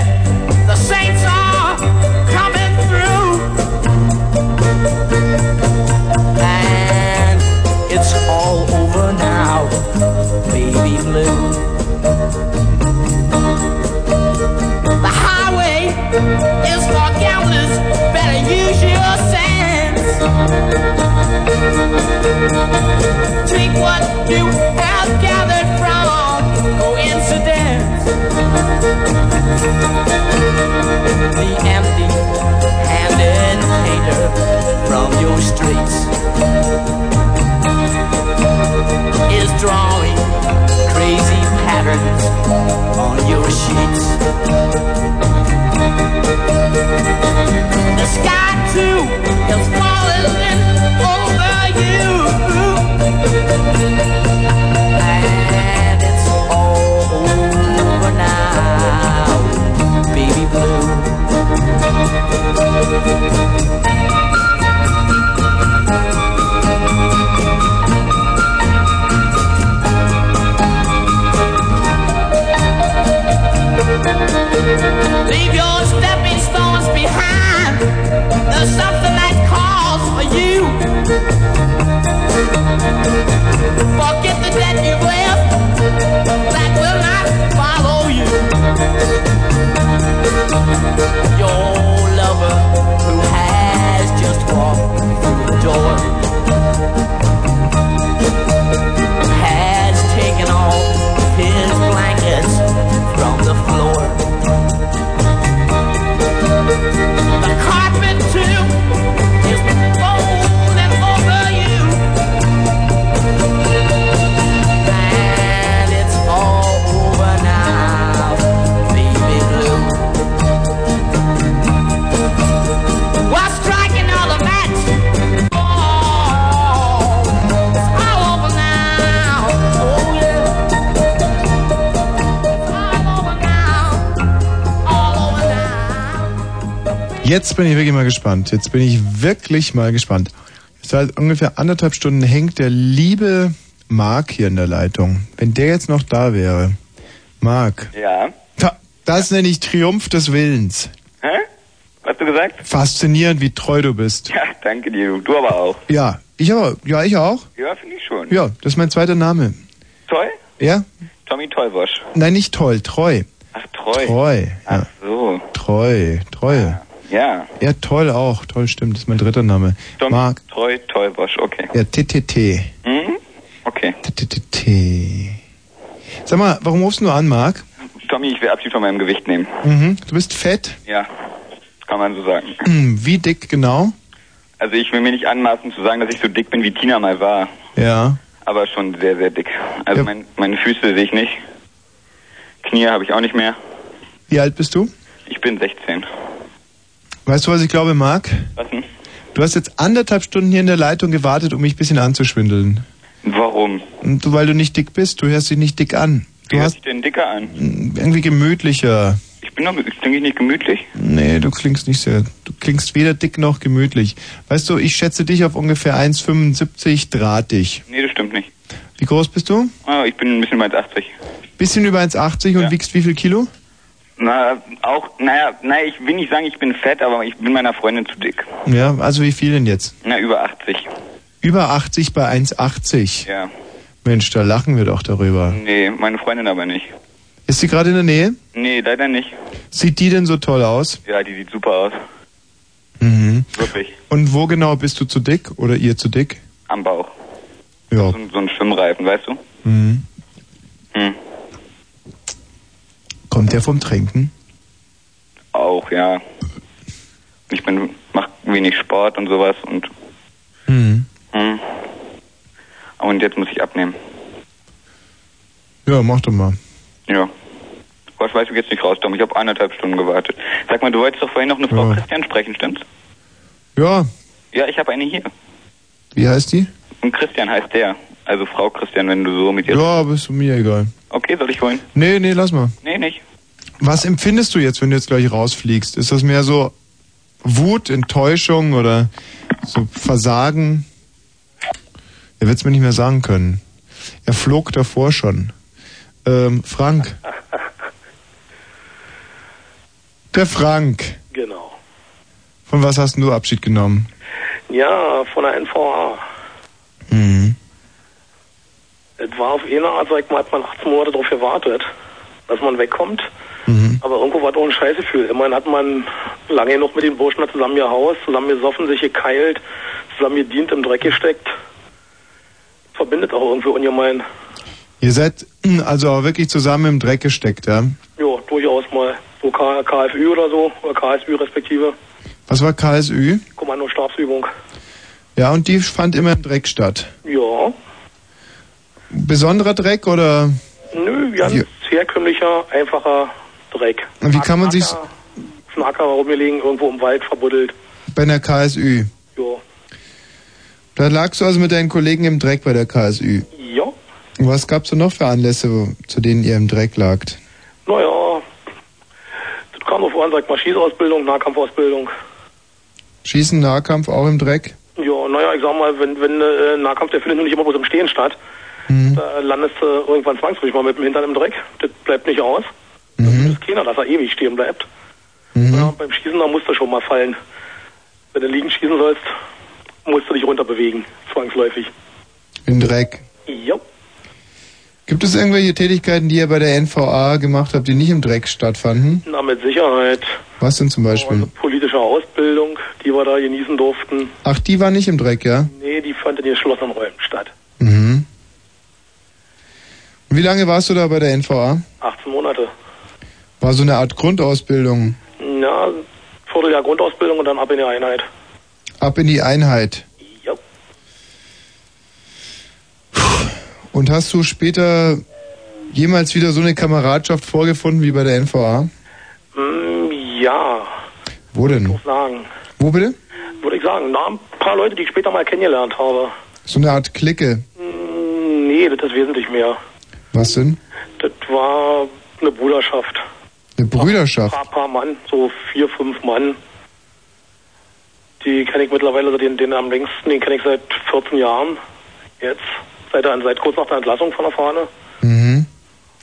Speaker 7: the saints are coming through. And it's all over now, baby blue. The highway is for gamblers, better use your sense. Take what you have gathered from coincidence. The empty-handed hater from your streets is drawing crazy patterns on your sheets. The sky too is falling over you, and it's all over now, baby blue. Leave your stepping stones behind. There's something that calls for you. Forget the debt you've left. That will not follow you. Your lover who has just walked through the door has taken off his blankets from the floor. The carpet too is folding over you, and it's all over now, baby blue. While striking all the match, oh, it's all over now, oh yeah, it's all over now, all over now.
Speaker 1: Jetzt bin ich wirklich mal gespannt. Jetzt bin ich wirklich mal gespannt. Seit ungefähr anderthalb Stunden hängt der liebe Mark hier in der Leitung. Wenn der jetzt noch da wäre, Marc,
Speaker 24: Ja.
Speaker 1: ta- das nenne ich Triumph des Willens.
Speaker 24: Hä? Was hast du gesagt?
Speaker 1: Faszinierend, wie treu du bist.
Speaker 24: Ja, danke dir. Du aber auch.
Speaker 1: Ja, ich auch. Ja, ich auch.
Speaker 24: Ja, finde ich schon.
Speaker 1: Ja, das ist mein zweiter Name.
Speaker 24: Toll?
Speaker 1: Ja?
Speaker 24: Tommy Tollwosch.
Speaker 1: Nein, nicht toll, treu.
Speaker 24: Ach, treu.
Speaker 1: Treu. Ja.
Speaker 24: So.
Speaker 1: Treu, treue.
Speaker 24: Ja.
Speaker 1: Ja, toll auch. Toll, stimmt. Das ist mein dritter Name.
Speaker 24: Tommy
Speaker 1: Marc.
Speaker 24: Treu Tollwosch, okay.
Speaker 1: Ja, TTT.
Speaker 24: Mhm. Okay.
Speaker 1: TTT. Sag mal, warum rufst du nur an, Marc?
Speaker 24: Tommy, ich will Abschied von meinem Gewicht nehmen.
Speaker 1: Mhm. Du bist fett.
Speaker 24: Ja. Kann man so sagen.
Speaker 1: Wie dick genau?
Speaker 24: Also ich will mir nicht anmaßen zu sagen, dass ich so dick bin, wie Tina mal war.
Speaker 1: Ja.
Speaker 24: Aber schon sehr, sehr dick. Also mein, meine Füße sehe ich nicht. Knie habe ich auch nicht mehr.
Speaker 1: Wie alt bist du?
Speaker 24: Ich bin 16.
Speaker 1: Weißt du, was ich glaube, Marc?
Speaker 24: Was denn?
Speaker 1: Du hast jetzt anderthalb Stunden hier in der Leitung gewartet, um mich ein bisschen anzuschwindeln.
Speaker 24: Warum?
Speaker 1: Und du, weil du nicht dick bist, du hörst dich nicht dick an.
Speaker 24: Wie hört sich denn dicker an?
Speaker 1: Irgendwie gemütlicher.
Speaker 24: Ich bin doch, denke ich, nicht gemütlich.
Speaker 1: Nee, du klingst nicht sehr. Du klingst weder dick noch gemütlich. Weißt du, ich schätze dich auf ungefähr 1,75 drahtig.
Speaker 24: Nee, das stimmt nicht.
Speaker 1: Wie groß bist du?
Speaker 24: Ah, ich bin ein bisschen weit 80.
Speaker 1: Bisschen über 1,80 und wiegst wie viel Kilo?
Speaker 24: Na, auch, naja, naja, ich will nicht sagen, ich bin fett, aber ich bin meiner Freundin zu dick.
Speaker 1: Ja, also wie viel denn jetzt?
Speaker 24: Na, über 80.
Speaker 1: Über 80 bei 1,80.
Speaker 24: Ja.
Speaker 1: Mensch, da lachen wir doch darüber.
Speaker 24: Nee, meine Freundin aber nicht.
Speaker 1: Ist sie gerade in der Nähe?
Speaker 24: Nee, leider nicht.
Speaker 1: Sieht die denn so toll aus?
Speaker 24: Ja, die sieht super aus.
Speaker 1: Mhm.
Speaker 24: Wirklich.
Speaker 1: Und wo genau bist du zu dick oder ihr zu dick?
Speaker 24: Am Bauch.
Speaker 1: Ja.
Speaker 24: So, ein- so ein Schwimmreifen, weißt du?
Speaker 1: Mhm.
Speaker 24: Hm.
Speaker 1: Kommt der vom Trinken?
Speaker 24: Auch, ja. Ich bin, mach wenig Sport und sowas und,
Speaker 1: Mhm.
Speaker 24: hm. Und jetzt muss ich abnehmen.
Speaker 1: Ja, mach doch mal.
Speaker 24: Ja. Was weiß ich jetzt nicht raus, Tom. Ich habe eineinhalb Stunden gewartet. Sag mal, du wolltest doch vorhin noch eine Frau Christian sprechen, stimmt's?
Speaker 1: Ja,
Speaker 24: Ja, ich habe eine hier.
Speaker 1: wie heißt die?
Speaker 24: Und Christian heißt der. Also Frau Christian, wenn du so mit ihr.
Speaker 1: Ja, aber ist mir egal.
Speaker 24: Okay, soll ich holen?
Speaker 1: Nee, nee, lass mal.
Speaker 24: Nee, nicht.
Speaker 1: Was empfindest du jetzt, wenn du jetzt gleich rausfliegst? Ist das mehr so Wut, Enttäuschung oder so Versagen? Er wird es mir nicht mehr sagen können. Er flog davor schon. Ähm, Frank. Der Frank.
Speaker 17: Genau.
Speaker 1: Von was hast denn du Abschied genommen?
Speaker 17: Ja, von der NVA.
Speaker 1: Mhm.
Speaker 17: Es war auf eine Art, sag ich mal, hat man 18 Monate darauf gewartet, dass man wegkommt. Aber irgendwo war es auch ein Scheißgefühl. Immerhin hat man lange noch mit den Burschen da zusammen gehaust, zusammen gesoffen, sich gekeilt, zusammen gedient, im Dreck gesteckt. Verbindet auch irgendwie ungemein.
Speaker 1: Ihr seid hm, also auch wirklich zusammen im Dreck gesteckt, ja?
Speaker 17: Ja, durchaus mal so K KFÜ oder so, oder KSÜ respektive,
Speaker 1: Was war KSÜ?
Speaker 17: Kommando-Stabsübung.
Speaker 1: Ja, und die fand immer im Dreck statt.
Speaker 17: Ja,
Speaker 1: Besonderer Dreck oder
Speaker 17: nö, ganz
Speaker 1: Ja.
Speaker 17: herkömmlicher, einfacher Dreck.
Speaker 1: wie kann man sich
Speaker 17: Auf dem Acker rumgelegen, irgendwo im Wald verbuddelt.
Speaker 1: bei einer KSÜ?
Speaker 17: Ja.
Speaker 1: Da lagst du also mit deinen Kollegen im Dreck bei der KSÜ.
Speaker 17: Ja,
Speaker 1: Und Was gab's denn noch für Anlässe, wo- zu denen ihr im Dreck lagt?
Speaker 17: naja. Das kam drauf an, sag mal, Schießausbildung, Nahkampfausbildung.
Speaker 1: Schießen, Nahkampf auch im Dreck?
Speaker 17: Ja, naja, ich sag mal, wenn, wenn äh, Nahkampf, der findet nur nicht immer bloß im Stehen statt.
Speaker 1: Mhm.
Speaker 17: Da landest du irgendwann zwangsläufig mal mit dem Hintern im Dreck. Das bleibt nicht aus.
Speaker 1: Mhm.
Speaker 17: Das ist keiner, dass er ewig stehen bleibt. Ja, beim Schießen, da musst du schon mal fallen. Wenn du liegen schießen sollst, musst du dich runterbewegen, zwangsläufig.
Speaker 1: Im Dreck.
Speaker 17: Ja.
Speaker 1: Gibt es irgendwelche Tätigkeiten, die ihr bei der NVA gemacht habt, die nicht im Dreck stattfanden?
Speaker 17: Na, mit Sicherheit.
Speaker 1: Was denn zum Beispiel?
Speaker 17: Politische Ausbildung, die wir da genießen durften.
Speaker 1: Ach, die war nicht im Dreck, ja?
Speaker 17: Nee, die fand in geschlossenen Räumen statt.
Speaker 1: Mhm. Und wie lange warst du da bei der NVA?
Speaker 17: 18 Monate.
Speaker 1: War so eine Art Grundausbildung.
Speaker 17: Na, Vierteljahr Grundausbildung und dann ab in die Einheit.
Speaker 1: Ab in die Einheit.
Speaker 17: Ja.
Speaker 1: Und hast du später jemals wieder so eine Kameradschaft vorgefunden wie bei der NVA?
Speaker 17: Hm, ja,
Speaker 1: Wo denn?
Speaker 17: sagen.
Speaker 1: Wo bitte?
Speaker 17: Würde ich sagen. Na, ein paar Leute, die ich später mal kennengelernt habe.
Speaker 1: So eine Art Clique.
Speaker 17: Hm, nee, das ist wesentlich mehr.
Speaker 1: Was denn?
Speaker 17: Das war eine Bruderschaft.
Speaker 1: Eine Brüderschaft.
Speaker 17: Paar, paar Mann, so vier, fünf Mann. Die kenne ich mittlerweile, also den, den am längsten, den kenne ich seit 14 Jahren. Jetzt, seit, der, seit kurz nach der Entlassung von der Fahne.
Speaker 1: Mhm.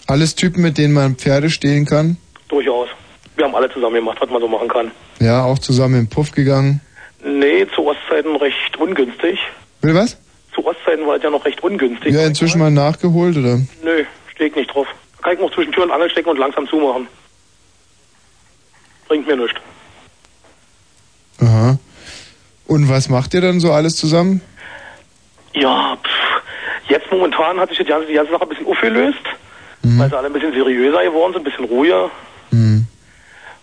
Speaker 1: Alles Typen, mit denen man Pferde stehlen kann.
Speaker 17: Durchaus. Wir haben alle zusammen gemacht, was man so machen kann.
Speaker 1: Ja, auch zusammen in den Puff gegangen.
Speaker 17: Nee, zu Ostzeiten recht ungünstig.
Speaker 1: Will was?
Speaker 17: Zu Ostzeiten war es ja noch recht ungünstig.
Speaker 1: Ja, inzwischen mal nachgeholt, oder?
Speaker 17: Nö, stehe ich nicht drauf. Kann ich noch zwischen Tür und Angel stecken und langsam zumachen. Bringt mir nichts.
Speaker 1: Aha. Und was macht ihr dann so alles zusammen?
Speaker 17: Ja, pff. jetzt momentan hat sich die ganze, die ganze Sache ein bisschen aufgelöst, weil sie alle ein bisschen seriöser geworden sind, ein bisschen ruhiger.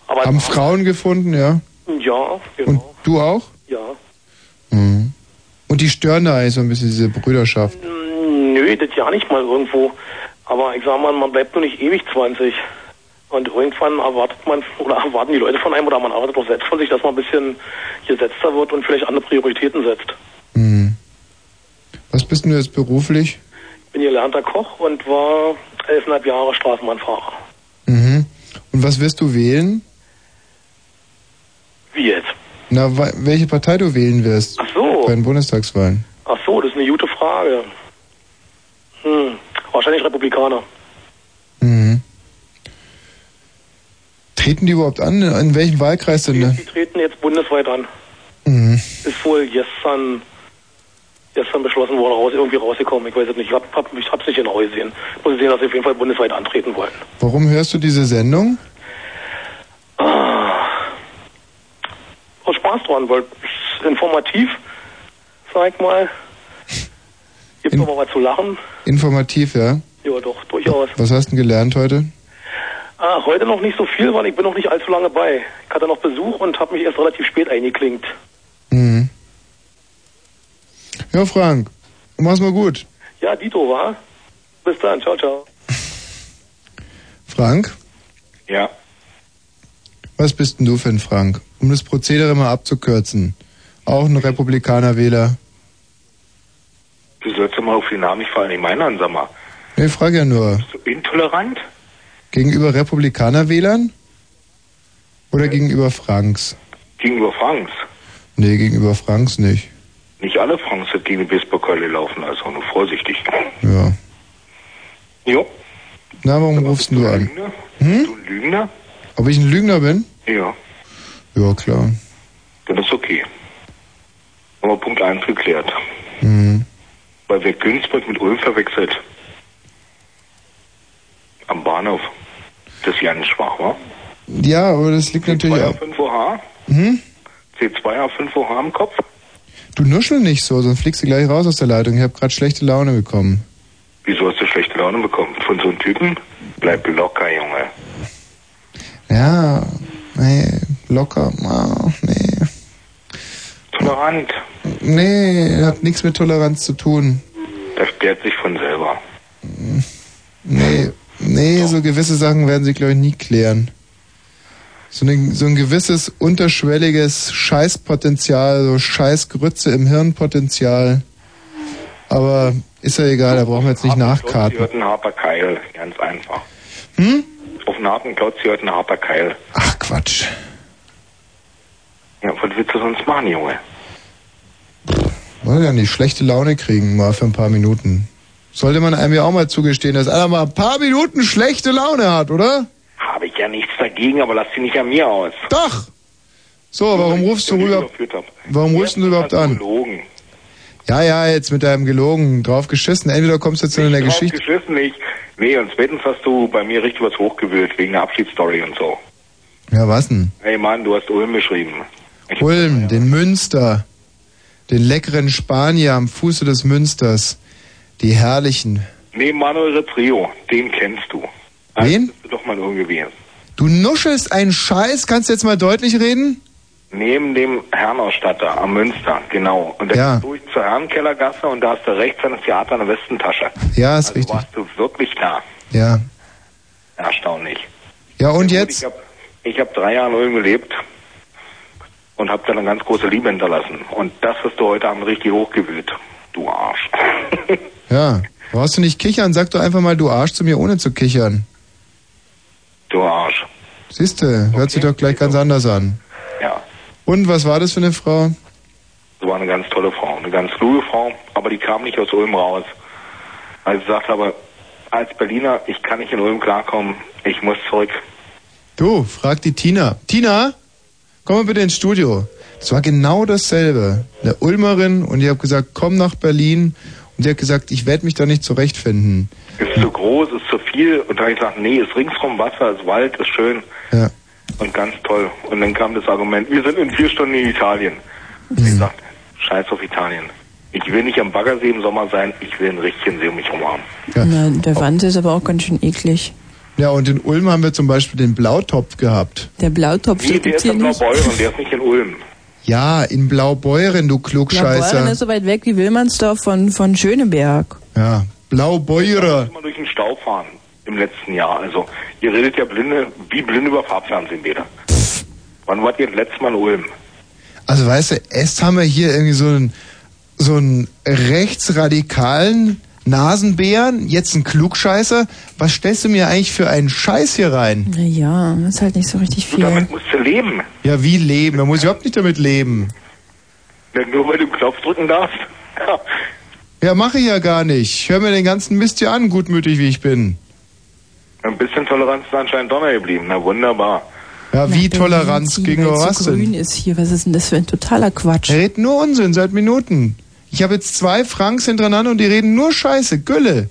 Speaker 17: Aber
Speaker 1: Haben Frauen gefunden, ja?
Speaker 17: ja, genau.
Speaker 1: Und du auch?
Speaker 17: Ja.
Speaker 1: Mhm. Und die stören da eigentlich so ein bisschen diese Brüderschaft.
Speaker 17: Mm, Nö, das ja nicht mal irgendwo. Aber ich sag mal, man bleibt nur nicht ewig 20. Und irgendwann erwartet man, oder erwarten die Leute von einem, oder man erwartet auch selbst von sich, dass man ein bisschen gesetzter wird und vielleicht andere Prioritäten setzt.
Speaker 1: Was bist denn du jetzt beruflich?
Speaker 17: Ich bin gelernter Koch und war elfeinhalb Jahre Straßenbahnfahrer.
Speaker 1: Mhm. Und was wirst du wählen?
Speaker 17: Wie jetzt?
Speaker 1: Na, wa- welche Partei du wählen wirst? Ach
Speaker 17: so.
Speaker 1: Bei den Bundestagswahlen.
Speaker 17: Ach so, das ist eine gute Frage. Hm, wahrscheinlich Republikaner.
Speaker 1: Mhm. Treten die überhaupt an? In welchem Wahlkreis denn? Ne?
Speaker 17: Die treten jetzt bundesweit an.
Speaker 1: Mhm.
Speaker 17: Ist wohl gestern, gestern beschlossen worden, raus, irgendwie rausgekommen. Ich weiß es nicht. Ich, hab, hab, ich hab's nicht genau gesehen. Muss sehen, dass sie auf jeden Fall bundesweit antreten wollen.
Speaker 1: Warum hörst du diese Sendung?
Speaker 17: Aus Spaß dran, weil es ist informativ, sag ich mal. Gibt noch mal was zu lachen.
Speaker 1: Informativ, ja?
Speaker 17: Ja, doch, durchaus.
Speaker 1: Was hast du denn gelernt heute?
Speaker 17: Ah, heute noch nicht so viel, weil ich bin noch nicht allzu lange bei. Ich hatte noch Besuch und habe mich erst relativ spät eingeklinkt.
Speaker 1: Mhm. Ja, Frank, mach's mal gut.
Speaker 17: Ja, Dito, war. Bis dann, ciao, ciao.
Speaker 1: Frank,
Speaker 23: Ja.
Speaker 1: was bist denn du für ein Frank? Um das Prozedere mal abzukürzen. Auch ein Republikanerwähler.
Speaker 20: Du sollst doch mal auf den Namen nicht fallen. Ich meine, an, sag mal,
Speaker 1: Nee, frag ja nur.
Speaker 20: bist du intolerant?
Speaker 1: Gegenüber Republikanerwählern? Oder gegenüber Franks?
Speaker 20: Gegenüber Franks.
Speaker 1: Nee, gegenüber Franks nicht.
Speaker 20: Nicht alle Franks sind gegen die Bisperkeule laufen, also nur vorsichtig.
Speaker 1: Ja.
Speaker 20: Jo,
Speaker 1: Na, warum rufst denn du an? Hm?
Speaker 20: Lügner?
Speaker 1: Ob ich ein Lügner bin?
Speaker 20: Ja,
Speaker 1: Ja, klar.
Speaker 20: dann ist okay. Haben wir Punkt 1 geklärt.
Speaker 1: Mhm.
Speaker 20: Weil wer Günzburg mit Ulm verwechselt? Am Bahnhof. Das ist ja nicht schwach, wa?
Speaker 1: Ja, aber das liegt natürlich auch.
Speaker 20: 5 OH?
Speaker 1: Hm?
Speaker 20: C2 auf 5 OH im Kopf?
Speaker 1: Du nuschel nicht so, sonst fliegst du gleich raus aus der Leitung. Ich habe gerade schlechte Laune bekommen.
Speaker 20: Wieso hast du schlechte Laune bekommen? Von so einem Typen? Bleib locker, Junge.
Speaker 1: Ja, nee, locker. ah, Nee,
Speaker 20: Tolerant.
Speaker 1: nee, hat nichts mit Toleranz zu tun.
Speaker 20: Das klärt sich von selber.
Speaker 1: Nee, nee, so gewisse Sachen werden sie, glaube ich, nie klären. So, ne, so ein gewisses unterschwelliges Scheißpotenzial, so Scheißgrütze im Hirnpotenzial. Aber ist ja egal, da brauchen wir jetzt nicht
Speaker 20: Klotz
Speaker 1: nachkarten.
Speaker 20: hört ein Harper Keil, ganz einfach.
Speaker 1: Hm?
Speaker 20: Auf einen harten Klotz hört ein Harper Keil.
Speaker 1: Ach Quatsch.
Speaker 20: Ja, was willst du sonst machen, Junge?
Speaker 1: Wollen ja nicht schlechte Laune kriegen, mal für ein paar Minuten. Sollte man einem ja auch mal zugestehen, dass einer mal ein paar Minuten schlechte Laune hat, oder?
Speaker 20: Habe ich ja nichts dagegen, aber lass die nicht an mir aus.
Speaker 1: Doch! So, warum rufst du rüber? Warum rufst du überhaupt an?
Speaker 20: Gelogen.
Speaker 1: Ja, ja, jetzt mit deinem gelogen drauf geschissen. Entweder kommst du jetzt in der
Speaker 20: Drauf
Speaker 1: Geschichte.
Speaker 20: geschissen nicht. Nee, und spätestens hast du bei mir richtig was hochgewühlt, wegen der Abschiedsstory und so.
Speaker 1: Ja, was denn?
Speaker 20: Ey Mann, du hast Ulm beschrieben.
Speaker 1: Ulm, den Münster, den leckeren Spanier am Fuße des Münsters, die herrlichen.
Speaker 20: Nee, Manuel Retrio, den kennst du.
Speaker 1: Wen?
Speaker 20: Bist du doch mal irgendwie gewesen.
Speaker 1: Du nuschelst einen Scheiß, kannst du jetzt mal deutlich reden?
Speaker 20: Neben dem Herrenausstatter am Münster, genau. Und dann
Speaker 1: Ja.
Speaker 20: ja. durch zur Herrenkellergasse und da hast du rechts an das Theater in der Westentasche.
Speaker 1: Ja, ist richtig.
Speaker 20: Warst du wirklich da?
Speaker 1: Ja.
Speaker 20: Erstaunlich.
Speaker 1: Ja, und jetzt?
Speaker 20: Ich habe drei Jahre in Ulm gelebt und habe dann eine ganz große Liebe hinterlassen. Und das hast du heute Abend richtig hochgewühlt. Du Arsch.
Speaker 1: Ja. Brauchst du nicht kichern, sag doch einfach mal du Arsch zu mir, ohne zu kichern.
Speaker 20: Du Arsch.
Speaker 1: Siehste, hört sich doch gleich ganz anders an.
Speaker 20: Ja.
Speaker 1: Und was war das für eine Frau?
Speaker 20: Das war eine ganz tolle Frau, eine ganz kluge Frau, aber die kam nicht aus Ulm raus. Also sie sagte aber, als Berliner, ich kann nicht in Ulm klarkommen. Ich muss zurück.
Speaker 1: Du, frag die Tina. Tina, komm mal bitte ins Studio. Es war genau dasselbe. Eine Ulmerin und ich habe gesagt, komm nach Berlin. Und die hat gesagt, ich werde mich da nicht zurechtfinden.
Speaker 20: Ist zu groß, ist zu viel. Und dann habe ich gesagt, nee, ist ringsrum Wasser, ist Wald, ist schön.
Speaker 1: Ja.
Speaker 20: Und ganz toll. Und dann kam das Argument, wir sind in vier Stunden in Italien. Und ich sagte, scheiß auf Italien. Ich will nicht am Baggersee im Sommer sein, ich will einen richtigen See um mich herum haben.
Speaker 2: Na, der Wannsee ist aber auch ganz schön eklig.
Speaker 1: Ja, und in Ulm haben wir zum Beispiel den Blautopf gehabt.
Speaker 2: Der Blautopf
Speaker 20: Nee,
Speaker 2: steht
Speaker 20: der
Speaker 2: jetzt
Speaker 20: ist
Speaker 2: hier
Speaker 20: in
Speaker 2: nicht.
Speaker 20: Blaubeuren, der ist nicht in Ulm.
Speaker 1: Ja, in Blaubeuren, du
Speaker 2: Blaubeuren
Speaker 1: Klugscheißer.
Speaker 2: ist so weit weg wie Wilmannsdorf von, von Schöneberg.
Speaker 1: Ja,
Speaker 20: Ich
Speaker 1: Blaubeurer.
Speaker 20: muss mal durch den Stau fahren im letzten Jahr. Also, ihr redet ja blinde, wie blinde über Farbfernsehen, Peter. Wann wart ihr das letzte Mal in Ulm?
Speaker 1: Also weißt du, erst haben wir hier irgendwie so einen, so einen rechtsradikalen Nasenbären, jetzt einen Klugscheißer. Was stellst du mir eigentlich für einen Scheiß hier rein?
Speaker 2: Naja, ist halt nicht so richtig
Speaker 20: Du,
Speaker 2: viel.
Speaker 20: damit musst du leben.
Speaker 1: Ja, wie leben? Man muss überhaupt nicht damit leben.
Speaker 20: Denn nur weil du den Knopf drücken darfst.
Speaker 1: Ja, mache ich ja gar nicht. Ich höre mir den ganzen Mist hier an, gutmütig wie ich bin.
Speaker 20: Ein bisschen Toleranz ist anscheinend doch noch geblieben. Na wunderbar.
Speaker 1: Ja, wie Toleranz
Speaker 2: Benzin,
Speaker 1: gegen
Speaker 2: weil's so
Speaker 1: was denn?
Speaker 2: grün ist hier. Was ist denn das für ein totaler Quatsch?
Speaker 1: Er redet nur Unsinn seit Minuten. Ich habe jetzt zwei Franks hintereinander und die reden nur Scheiße, Gülle.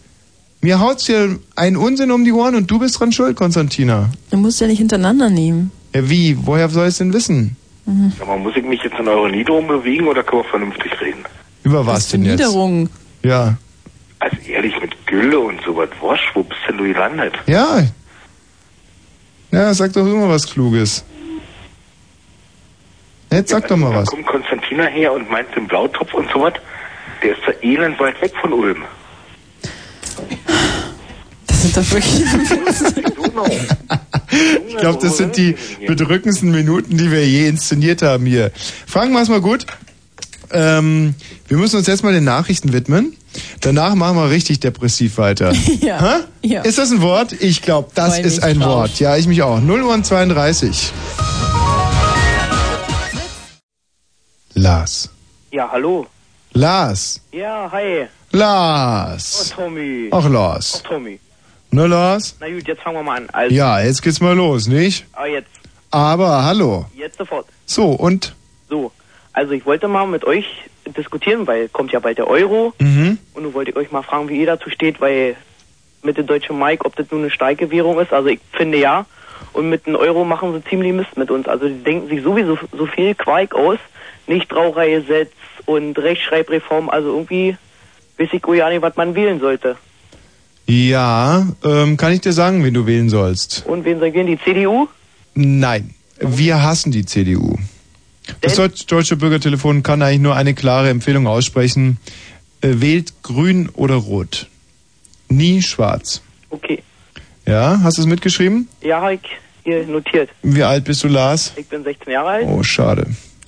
Speaker 1: Mir haut's hier einen Unsinn um die Ohren und du bist dran schuld, Konstantina.
Speaker 2: Du musst ja nicht hintereinander nehmen. Mhm.
Speaker 1: Ja, wie? Woher soll ich denn wissen?
Speaker 20: Sag mal, muss ich mich jetzt in eure Niederung bewegen oder können wir vernünftig reden?
Speaker 1: Über was denn jetzt?
Speaker 2: Niederung.
Speaker 1: Ja.
Speaker 20: Also ehrlich, mit Gülle und sowas, Wosch, wo bist denn du gelandet?
Speaker 1: Ja. Ja, sag doch immer was Kluges. Jetzt sag doch mal
Speaker 20: Da
Speaker 1: was.
Speaker 20: kommt Konstantina her und meint den Blautopf und sowas. Der ist da elend weit weg von Ulm.
Speaker 2: Das sind doch wirklich.
Speaker 1: Ich glaube, das sind die bedrückendsten Minuten, die wir je inszeniert haben hier. Fragen wir es mal gut. Ähm, wir müssen uns jetzt mal den Nachrichten widmen. Danach machen wir richtig depressiv weiter.
Speaker 2: ja. ja.
Speaker 1: Ist das ein Wort? Ich glaube, das
Speaker 2: Freu
Speaker 1: ist
Speaker 2: mich
Speaker 1: ein
Speaker 2: drauf.
Speaker 1: Wort. Ja, ich mich auch. 0 Uhr und 32. Lars.
Speaker 25: Ja, hallo.
Speaker 1: Lars.
Speaker 25: Ja, hi.
Speaker 1: Lars.
Speaker 25: Oh, Tommy.
Speaker 1: Ach, Lars.
Speaker 25: Oh, Tommy.
Speaker 1: Ne, Lars?
Speaker 25: Na gut, jetzt fangen wir mal an. Also,
Speaker 1: Ja, jetzt geht's mal los, nicht?
Speaker 25: aber jetzt,
Speaker 1: Aber hallo.
Speaker 25: jetzt sofort.
Speaker 1: So, und?
Speaker 25: So, also ich wollte mal mit euch diskutieren, weil kommt ja bald der Euro.
Speaker 1: Mhm.
Speaker 25: Und nun wollte ich euch mal fragen, wie ihr dazu steht, weil mit dem deutschen Mike, ob das nun eine starke Währung ist. Also ich finde ja. Und mit dem Euro machen sie ziemlich Mist mit uns. Also die denken sich sowieso so viel Quark aus. Nichtrauchergesetz und Rechtschreibreform. Also irgendwie weiß ich gar nicht, was man wählen sollte.
Speaker 1: Ja, ähm, kann ich dir sagen, wen du wählen sollst?
Speaker 25: Und wen soll ich wählen? Die CDU?
Speaker 1: Nein, wir hassen die CDU. Das Deutsch, Deutsche Bürgertelefon kann eigentlich nur eine klare Empfehlung aussprechen. Äh, wählt grün oder rot. Nie schwarz.
Speaker 25: Okay.
Speaker 1: Ja, hast du es mitgeschrieben?
Speaker 25: Ja, hab ich hier notiert.
Speaker 1: Wie alt bist du, Lars?
Speaker 25: Ich bin 16 Jahre alt.
Speaker 1: Oh, schade.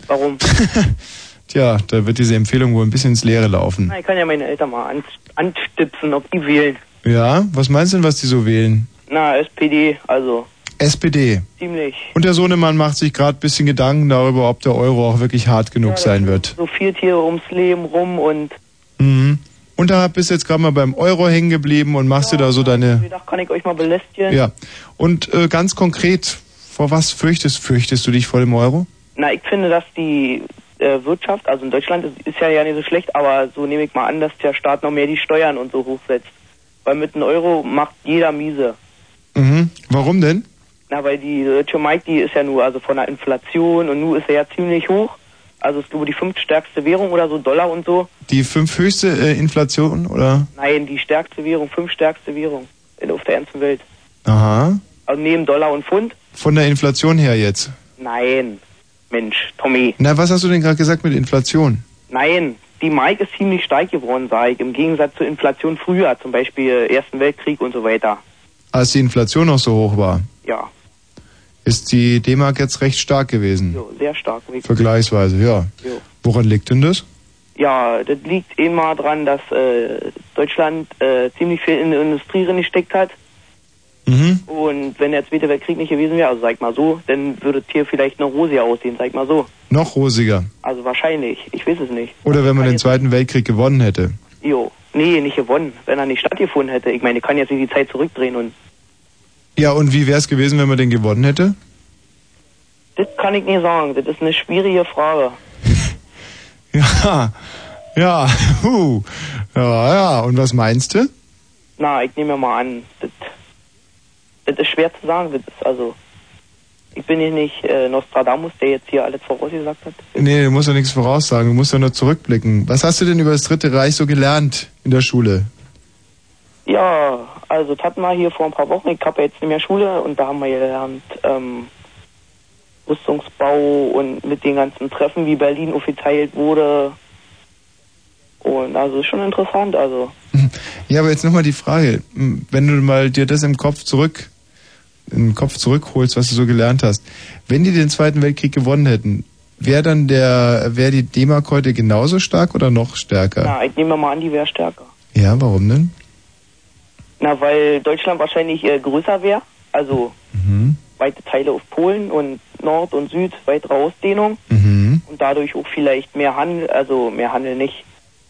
Speaker 25: Warum?
Speaker 1: Tja, da wird diese Empfehlung wohl ein bisschen ins Leere laufen.
Speaker 25: Na, ich kann ja meine Eltern mal an, anstipsen, ob die wählen.
Speaker 1: Ja, was meinst du denn, was die so wählen?
Speaker 25: Na, SPD, also
Speaker 1: SPD.
Speaker 25: ziemlich.
Speaker 1: Und der Sohnemann macht sich gerade ein bisschen Gedanken darüber, ob der Euro auch wirklich hart genug sein wird.
Speaker 25: So viel Tiere ums Leben rum und
Speaker 1: Mhm. Und da bist du jetzt gerade mal beim Euro hängen geblieben und machst dir da so deine.
Speaker 25: da kann ich euch mal belästigen.
Speaker 1: Ja. Und äh, ganz konkret, vor was fürchtest, fürchtest du dich vor dem Euro?
Speaker 25: Na, ich finde, dass die äh, Wirtschaft, also in Deutschland ist, ist ja ja nicht so schlecht, aber so nehme ich mal an, dass der Staat noch mehr die Steuern und so hochsetzt. Weil mit einem Euro macht jeder miese.
Speaker 1: Mhm. Warum denn?
Speaker 25: Na, weil die deutsche Mark, die ist ja nur, also von der Inflation und nu ist er ja ziemlich hoch. Also ist glaube ich die fünftstärkste Währung oder so, Dollar und so.
Speaker 1: Die fünf höchste äh, Inflation oder?
Speaker 25: Nein, die stärkste Währung, fünftstärkste Währung in, auf der ganzen Welt.
Speaker 1: Aha.
Speaker 25: Also neben Dollar und Pfund?
Speaker 1: Von der Inflation her jetzt.
Speaker 25: Nein. Mensch, Tommy.
Speaker 1: Na, was hast du denn gerade gesagt mit Inflation?
Speaker 25: Nein, die Mark ist ziemlich stark geworden, sage ich, im Gegensatz zur Inflation früher, zum Beispiel Ersten Weltkrieg und so weiter.
Speaker 1: Als die Inflation noch so hoch war,
Speaker 25: Ja,
Speaker 1: ist die D-Mark jetzt recht stark gewesen.
Speaker 25: so, sehr stark.
Speaker 1: Vergleichsweise, ja.
Speaker 25: Jo.
Speaker 1: Woran liegt denn das?
Speaker 25: Ja, das liegt immer daran, dass äh, Deutschland äh, ziemlich viel in die Industrie reingesteckt hat.
Speaker 1: Mhm.
Speaker 25: Und wenn der Zweite Weltkrieg nicht gewesen wäre, also sag ich mal so, dann würde es hier vielleicht noch rosiger aussehen, sag ich mal so.
Speaker 1: Noch rosiger.
Speaker 25: Also wahrscheinlich, ich weiß es nicht.
Speaker 1: Oder wenn man den Zweiten Weltkrieg gewonnen hätte.
Speaker 25: Jo, Nee, nicht gewonnen, wenn er nicht stattgefunden hätte. Ich meine, ich kann jetzt nicht die Zeit zurückdrehen und
Speaker 1: Ja, und wie wäre es gewesen, wenn man den gewonnen hätte?
Speaker 25: das kann ich nicht sagen. Das ist eine schwierige Frage.
Speaker 1: Ja, ja, huh. ja, ja. Und was meinst du?
Speaker 25: Na, ich nehme mal an, das, das ist schwer zu sagen. Das ist also, ich bin hier nicht äh, Nostradamus, der jetzt hier alles vorausgesagt hat.
Speaker 1: Nee, du musst ja nichts voraussagen, du musst ja nur zurückblicken. Was hast du denn über das Dritte Reich so gelernt in der Schule?
Speaker 25: Ja, also das hatten wir hier vor ein paar Wochen. Ich habe ja jetzt nicht mehr Schule und da haben wir gelernt ähm, Rüstungsbau und mit den ganzen Treffen, wie Berlin aufgeteilt wurde. Und also ist schon interessant. Also
Speaker 1: Ja, aber jetzt nochmal die Frage, Hm, wenn du mal dir das im Kopf zurück, im Kopf zurückholst, was du so gelernt hast. Wenn die den Zweiten Weltkrieg gewonnen hätten, wäre dann der, wäre die D-Mark heute genauso stark oder noch stärker?
Speaker 25: na, ich nehme mal an, die wäre stärker.
Speaker 1: Ja, warum denn?
Speaker 25: Na, weil Deutschland wahrscheinlich äh, größer wäre. Also
Speaker 1: Mhm.
Speaker 25: weite Teile auf Polen und Nord und Süd, weitere Ausdehnung. Und dadurch auch vielleicht mehr Handel, also mehr Handel nicht,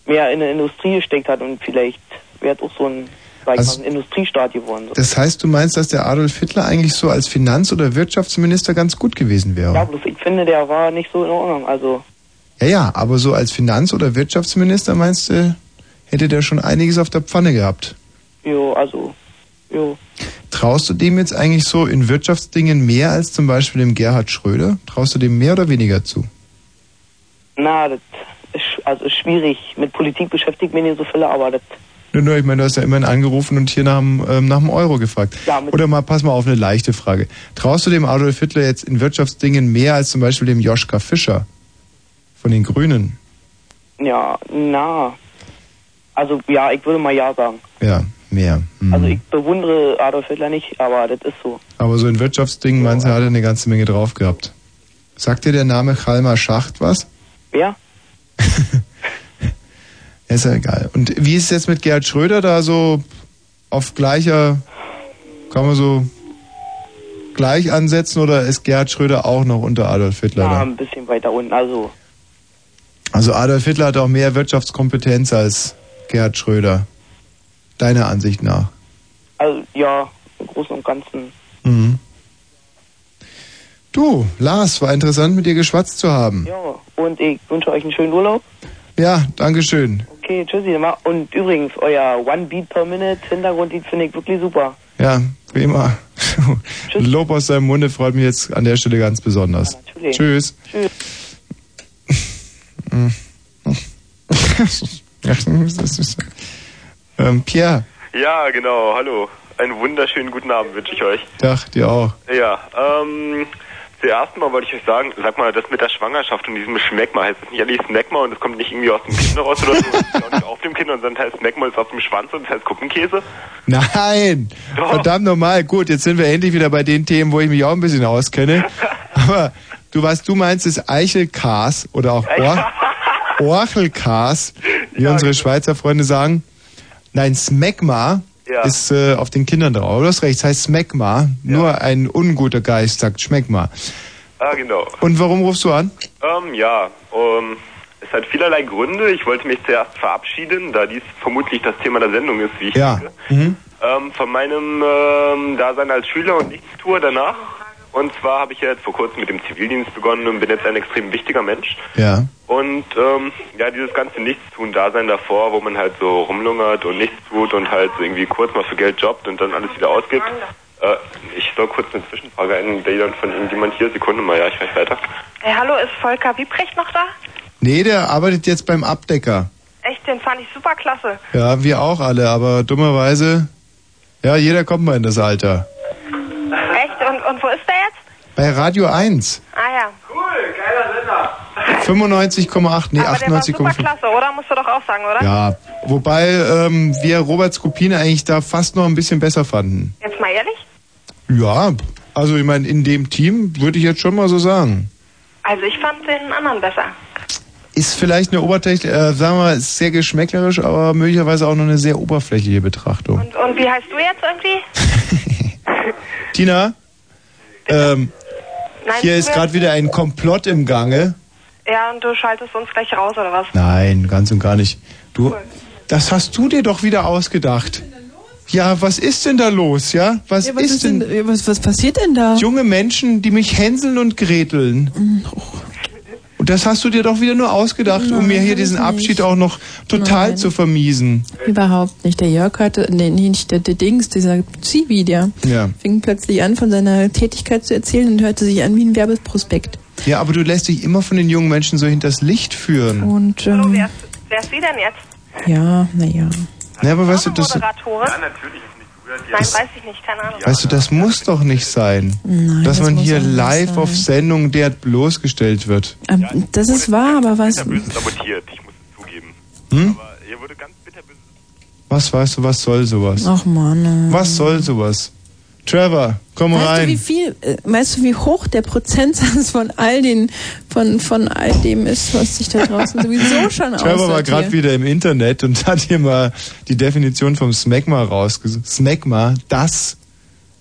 Speaker 25: mehr in die Industrie gesteckt hat und vielleicht wäre auch so ein, sag ich
Speaker 1: Also-
Speaker 25: mal, ein Industriestaat geworden. So.
Speaker 1: Das heißt, du meinst, dass der Adolf Hitler eigentlich so als Finanz- oder Wirtschaftsminister ganz gut gewesen wäre?
Speaker 25: Ja, bloß ich finde, der war nicht so in Ordnung. Also,
Speaker 1: Ja, ja, aber so als Finanz- oder Wirtschaftsminister meinst du, hätte der schon einiges auf der Pfanne gehabt.
Speaker 25: jo, also, jo.
Speaker 1: Traust du dem jetzt eigentlich so in Wirtschaftsdingen mehr als zum Beispiel dem Gerhard Schröder? Traust du dem mehr oder weniger zu?
Speaker 25: Na, das ist sch- also ist schwierig. Mit Politik beschäftigt mich nicht so viel, aber das,
Speaker 1: Nö, nö, ich meine, du hast ja immerhin angerufen und hier nach, dem, ähm, nach dem Euro gefragt. Oder mal, pass mal auf eine leichte Frage. Traust du dem Adolf Hitler jetzt in Wirtschaftsdingen mehr als zum Beispiel dem Joschka Fischer von den Grünen?
Speaker 25: ja, na. Also, ja, ich würde mal ja sagen.
Speaker 1: Ja, mehr. Hm.
Speaker 25: Also, ich bewundere Adolf Hitler nicht, aber das ist so.
Speaker 1: Aber so in Wirtschaftsdingen meinst du, hat er eine ganze Menge drauf gehabt. Sagt dir der Name Chalmer Schacht was?
Speaker 25: Ja?
Speaker 1: Ja, Ist ja egal. Und wie ist es jetzt mit Gerhard Schröder da so auf gleicher, kann man so gleich ansetzen oder ist Gerhard Schröder auch noch unter Adolf Hitler?
Speaker 25: Na,
Speaker 1: Da?
Speaker 25: ein bisschen weiter unten. Also,
Speaker 1: Also Adolf Hitler hat auch mehr Wirtschaftskompetenz als Gerhard Schröder. Deiner Ansicht nach.
Speaker 25: also ja, im Großen und Ganzen.
Speaker 1: Mhm. Du, Lars, war interessant mit dir geschwatzt zu haben.
Speaker 25: Ja, und ich wünsche euch einen schönen Urlaub.
Speaker 1: Ja, Dankeschön.
Speaker 25: Okay, tschüssi. ma- Und übrigens, euer One Beat per Minute Hintergrundlied finde ich wirklich super.
Speaker 1: Ja, wie immer. Lob aus deinem Munde freut mich jetzt an der Stelle ganz besonders.
Speaker 25: natürlich.
Speaker 1: Tschüss.
Speaker 25: Tschüss.
Speaker 1: Mm. Das ist- ähm, Pierre,
Speaker 26: Ja, genau, hallo. Einen wunderschönen guten Abend wünsche ich euch.
Speaker 1: Dach, dir auch.
Speaker 26: Ja, ähm, zuerst mal wollte ich euch sagen, sag mal, das mit der Schwangerschaft und diesem Schmeckma, heißt das nicht eigentlich Snackma und das kommt nicht irgendwie aus dem Kind raus oder so, das ist auch nicht auf dem Kind und dann heißt Snackma ist auf dem Schwanz und das heißt Kuppenkäse?
Speaker 1: Nein!
Speaker 26: Doch.
Speaker 1: Verdammt nochmal. Gut, jetzt sind wir endlich wieder bei den Themen, wo ich mich auch ein bisschen auskenne. Aber du, was du meinst, ist Eichelkas oder auch Or Orchelkas, wie unsere
Speaker 26: genau.
Speaker 1: Schweizer Freunde sagen. Nein, Smegma
Speaker 26: Ja.
Speaker 1: ist äh, auf den Kindern drauf. Du hast recht, es heißt Smegma. Nur ein unguter Geist sagt Schmeckma.
Speaker 26: Ah, genau.
Speaker 1: Und warum rufst du an?
Speaker 26: Ähm, ja, ähm, es hat vielerlei Gründe. Ich wollte mich zuerst verabschieden, da dies vermutlich das Thema der Sendung ist, wie ich
Speaker 1: Ja. Mhm.
Speaker 26: ähm, von meinem ähm, Dasein als Schüler und Nichtstour danach. Und zwar habe ich ja jetzt vor kurzem mit dem Zivildienst begonnen und bin jetzt ein extrem wichtiger Mensch.
Speaker 1: Ja.
Speaker 26: Und ähm, ja, dieses ganze Nichtstun-Dasein davor, wo man halt so rumlungert und nichts tut und halt so irgendwie kurz mal für Geld jobbt und dann alles wieder ausgibt. Äh, ich soll kurz eine Zwischenfrage eingliedern von irgendjemand hier. Sekunde mal, ja, ich weiß weiter.
Speaker 2: Hey, hallo, ist Volker Wiebrecht noch da?
Speaker 1: Nee, der arbeitet jetzt beim Abdecker.
Speaker 2: Echt, den fand ich super klasse.
Speaker 1: Ja, wir auch alle, aber dummerweise, ja, jeder kommt mal in das Alter.
Speaker 2: Echt, und, und wo ist der jetzt?
Speaker 1: Bei Radio 1,
Speaker 2: Ah ja. Cool, geiler Sender.
Speaker 1: 95,8, nee,
Speaker 2: Aber der war super
Speaker 1: 98,5.
Speaker 2: klasse, oder? Musst du doch auch sagen, oder?
Speaker 1: Ja, wobei ähm, wir Robert Skopin eigentlich da fast noch ein bisschen besser fanden.
Speaker 2: Jetzt mal ehrlich?
Speaker 1: Ja, also ich meine, in dem Team würde ich jetzt schon mal so sagen.
Speaker 2: Also ich fand den anderen besser.
Speaker 1: Ist vielleicht eine Oberfläche, äh, sagen wir mal, ist sehr geschmäcklerisch, aber möglicherweise auch noch eine sehr oberflächliche Betrachtung.
Speaker 2: Und, und wie heißt du jetzt irgendwie?
Speaker 1: Tina, ähm,
Speaker 2: Nein,
Speaker 1: hier
Speaker 2: du
Speaker 1: ist
Speaker 2: wirst-
Speaker 1: gerade wieder ein Komplott im Gange.
Speaker 2: Ja, und du schaltest uns gleich raus, oder was?
Speaker 1: Nein, ganz und gar nicht. Du, Das hast du dir doch wieder ausgedacht. Ja, was ist denn da los, ja? Was,
Speaker 2: was
Speaker 1: ist,
Speaker 2: ist
Speaker 1: denn,
Speaker 2: was, was passiert denn da?
Speaker 1: Junge Menschen, die mich hänseln und greteln. Und das hast du dir doch wieder nur ausgedacht, um
Speaker 2: Nein,
Speaker 1: mir hier
Speaker 2: hab ich
Speaker 1: diesen
Speaker 2: nicht.
Speaker 1: Abschied auch noch total zu vermiesen.
Speaker 2: Überhaupt nicht. Der Jörg hatte, nee, nee, nicht der, der Dings, dieser Zivi, der
Speaker 1: Ja.
Speaker 2: fing plötzlich an, von seiner Tätigkeit zu erzählen und hörte sich an wie ein Werbeprospekt.
Speaker 1: Ja, aber du lässt dich immer von den jungen Menschen so hinters Licht führen.
Speaker 2: Und, ähm,
Speaker 22: Wer ist sie denn jetzt?
Speaker 2: ja, naja.
Speaker 1: Ja, Ne, aber weißt du, das,
Speaker 22: Moderatorin? Ja, natürlich ist nicht Nein, weiß ich nicht, keine Ahnung.
Speaker 1: weißt du, das muss doch nicht sein.
Speaker 2: Nein,
Speaker 1: dass
Speaker 2: das
Speaker 1: man
Speaker 2: muss
Speaker 1: hier
Speaker 2: auch nicht
Speaker 1: live
Speaker 2: sein.
Speaker 1: auf Sendung derart bloßgestellt wird.
Speaker 2: Ähm, das ist wahr, aber was,
Speaker 18: sabotiert, ich muss es zugeben.
Speaker 1: Hm?
Speaker 18: Aber ihr wurde ganz bitter bes-
Speaker 1: Was weißt du, was soll sowas?
Speaker 2: Ach Mann. äh.
Speaker 1: Was soll sowas? Trevor, komm
Speaker 2: Weißt du, wie
Speaker 1: rein.
Speaker 2: viel, äh, weißt du, wie hoch der Prozentsatz von all den, von, von all dem ist, was sich da draußen sowieso schon
Speaker 1: Trevor war gerade
Speaker 2: aussortiert?
Speaker 1: wieder im Internet und hat hier mal die Definition vom Smegma rausgesucht. Smegma, das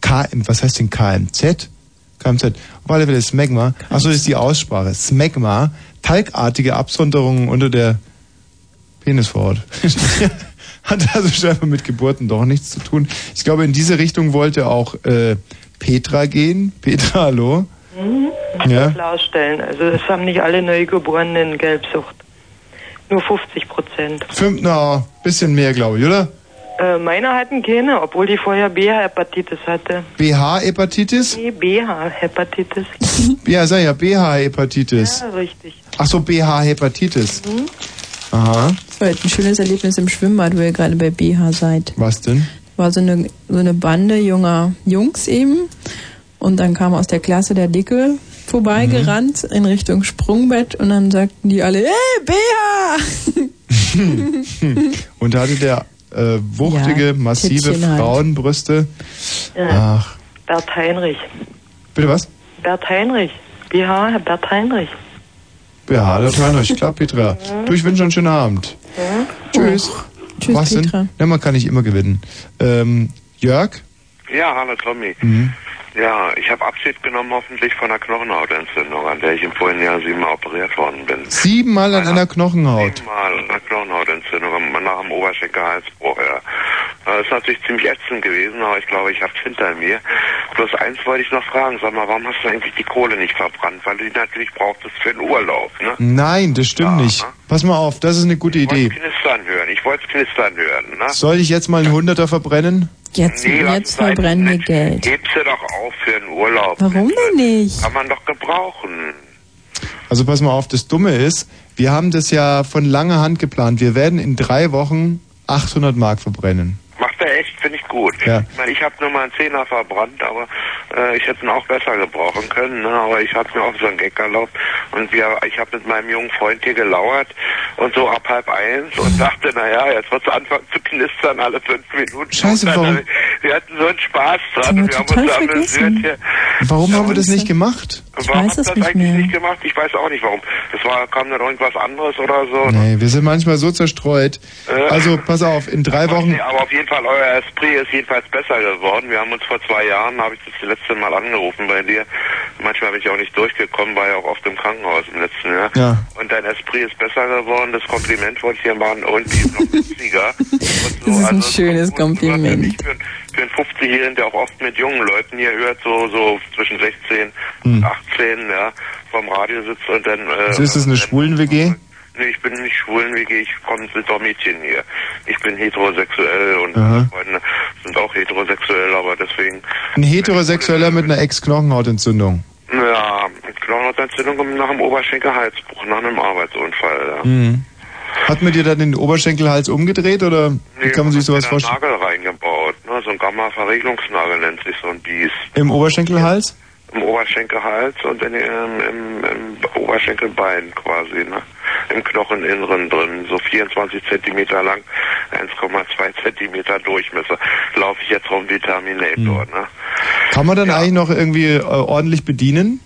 Speaker 1: KM, was heißt denn KMZ? KMZ. Auf alle Fälle Smegma. Achso, das ist die Aussprache. Smegma, talgartige Absonderungen unter der Penisvorhaut. Hat also scheinbar mit Geburten doch nichts zu tun. Ich glaube, in diese Richtung wollte auch äh, Petra gehen. Petra, hallo.
Speaker 4: Mhm.
Speaker 1: Ja.
Speaker 4: Ja. Klarstellen. Also das haben nicht alle Neugeborenen Gelbsucht. Nur 50 Prozent.
Speaker 1: Fünf, na, bisschen mehr, glaube ich, oder?
Speaker 4: Äh, meine hatten keine, obwohl die vorher BH-Hepatitis hatte.
Speaker 1: BH-Hepatitis?
Speaker 4: Nee, BH-Hepatitis.
Speaker 1: Ja, sag ja, BH-Hepatitis.
Speaker 4: Ja, richtig.
Speaker 1: Ach so, BH-Hepatitis.
Speaker 22: Hm?
Speaker 2: Mhm.
Speaker 1: Aha.
Speaker 2: Das war halt ein schönes Erlebnis im Schwimmbad, wo ihr gerade bei BH seid.
Speaker 1: Was denn?
Speaker 2: War so eine, so eine Bande junger Jungs eben. Und dann kam aus der Klasse der Dicke vorbeigerannt
Speaker 1: Mhm.
Speaker 2: in Richtung Sprungbett und dann sagten die alle, hey, BH!
Speaker 1: Hm. Und da hatte der äh, wuchtige,
Speaker 4: Ja,
Speaker 1: massive
Speaker 4: Tittchen halt.
Speaker 1: Frauenbrüste.
Speaker 4: Äh,
Speaker 1: Ach,
Speaker 4: Bert Heinrich.
Speaker 1: bitte was?
Speaker 4: Bert Heinrich. BH, Herr Bert Heinrich.
Speaker 1: BH, das war noch. Ich glaube, Petra. Du, ich wünsche einen schönen Abend.
Speaker 4: Ja?
Speaker 1: Tschüss.
Speaker 2: Oh.
Speaker 4: Tschüss,
Speaker 1: was
Speaker 4: Petra.
Speaker 1: denn? Ja, man kann nicht immer gewinnen. Ähm, Jörg?
Speaker 16: Ja, hallo Tommy.
Speaker 1: Mhm.
Speaker 16: Ja, ich habe Abschied genommen hoffentlich von einer Knochenhautentzündung, an der ich im vorigen Jahr siebenmal operiert worden bin.
Speaker 1: Siebenmal an einer Knochenhaut.
Speaker 16: Mal eine Knochenhautentzündung am- nach dem Oberschenkelhalsbruch. Ja. Äh, ist natürlich ziemlich ätzend gewesen, aber ich glaube, ich hab's hinter mir. Bloß eins wollte ich noch fragen, sag mal, warum hast du eigentlich die Kohle nicht verbrannt? Weil du die natürlich brauchtest für den Urlaub, ne?
Speaker 1: Nein, das stimmt nicht. Pass mal auf, das ist eine Mhm. gute Idee.
Speaker 16: Knistern hören, ich wollte knistern hören, ne?
Speaker 1: Soll ich jetzt mal einen Hunderter verbrennen?
Speaker 2: Jetzt,
Speaker 16: Nee, lass halt
Speaker 2: jetzt verbrennen wir Geld.
Speaker 16: Hebst du doch auf für den Urlaub.
Speaker 2: Warum denn nicht?
Speaker 16: Kann man doch gebrauchen.
Speaker 1: Also pass mal auf, das Dumme ist, wir haben das ja von langer Hand geplant. Wir werden in drei Wochen 800 Mark verbrennen.
Speaker 16: Macht er echt, finde ich gut.
Speaker 1: Ja.
Speaker 16: Ich meine, ich habe nur mal einen Zehner verbrannt, aber äh, ich hätte ihn auch besser gebrauchen können. Ne? Aber ich habe mir auch so einen Gag erlaubt. Und wir, ich habe mit meinem jungen Freund hier gelauert und so ab halb eins und dachte, naja, jetzt wird's anfangen zu knistern alle fünf Minuten.
Speaker 1: Scheiße,
Speaker 16: Und dann,
Speaker 1: warum-
Speaker 16: äh, Wir hatten so einen Spaß
Speaker 1: haben
Speaker 16: dran.
Speaker 1: wir
Speaker 16: und Wir haben
Speaker 1: total
Speaker 16: uns amüsiert
Speaker 1: vergessen.
Speaker 16: hier.
Speaker 1: Warum haben wir das nicht gemacht?
Speaker 16: warum hat das eigentlich nicht gemacht? Ich weiß auch nicht warum. Es war, kam dann irgendwas anderes oder so. ne?
Speaker 1: Nee, wir sind manchmal so zerstreut.
Speaker 16: Äh.
Speaker 1: Also pass auf, in drei Wochen.
Speaker 16: Nee, aber auf jeden Fall, euer Esprit ist jedenfalls besser geworden. Wir haben uns vor zwei Jahren, habe ich das letzte Mal angerufen bei dir. Manchmal bin ich auch nicht durchgekommen, war ja auch oft im Krankenhaus im letzten Jahr.
Speaker 1: Ja.
Speaker 16: Und dein Esprit ist besser geworden. Das Kompliment wollte ich dir machen. Irgendwie noch witziger.
Speaker 2: Das ist ein
Speaker 1: Also,
Speaker 2: schönes Kompliment.
Speaker 16: Für einen 50-Jährigen, der auch oft mit jungen Leuten hier hört, so, so zwischen 16
Speaker 1: Hm.
Speaker 16: und 18, ja, vom Radio sitzt und dann... Äh,
Speaker 1: Also ist das eine Schwulen-WG?
Speaker 16: Nee, ich bin nicht schwulen WG, ich komme, sind doch Mädchen hier. Ich bin heterosexuell und
Speaker 1: Aha.
Speaker 16: meine Freunde sind auch heterosexuell, aber deswegen,
Speaker 1: Ein Heterosexueller mit einer Ex-Knochenhautentzündung.
Speaker 16: ja, Knochenhautentzündung nach dem Oberschenkelhalsbruch, nach einem Arbeitsunfall, ja.
Speaker 1: Mhm. Hat man dir dann den Oberschenkelhals umgedreht oder wie kann man sich sowas
Speaker 16: einen
Speaker 1: vorstellen?
Speaker 16: Nagel reingebaut, ne? so ein Gamma-Verregelungsnagel nennt sich so ein Bies.
Speaker 1: Im Oberschenkelhals?
Speaker 16: Im Oberschenkelhals und in, im, im, im Oberschenkelbein quasi, ne? Im Knocheninneren drin, so 24 Zentimeter lang, 1,2 Zentimeter Durchmesser. Laufe ich jetzt rum wie
Speaker 1: Hm.
Speaker 16: Terminator, ne?
Speaker 1: Kann man dann eigentlich noch irgendwie äh, ordentlich bedienen?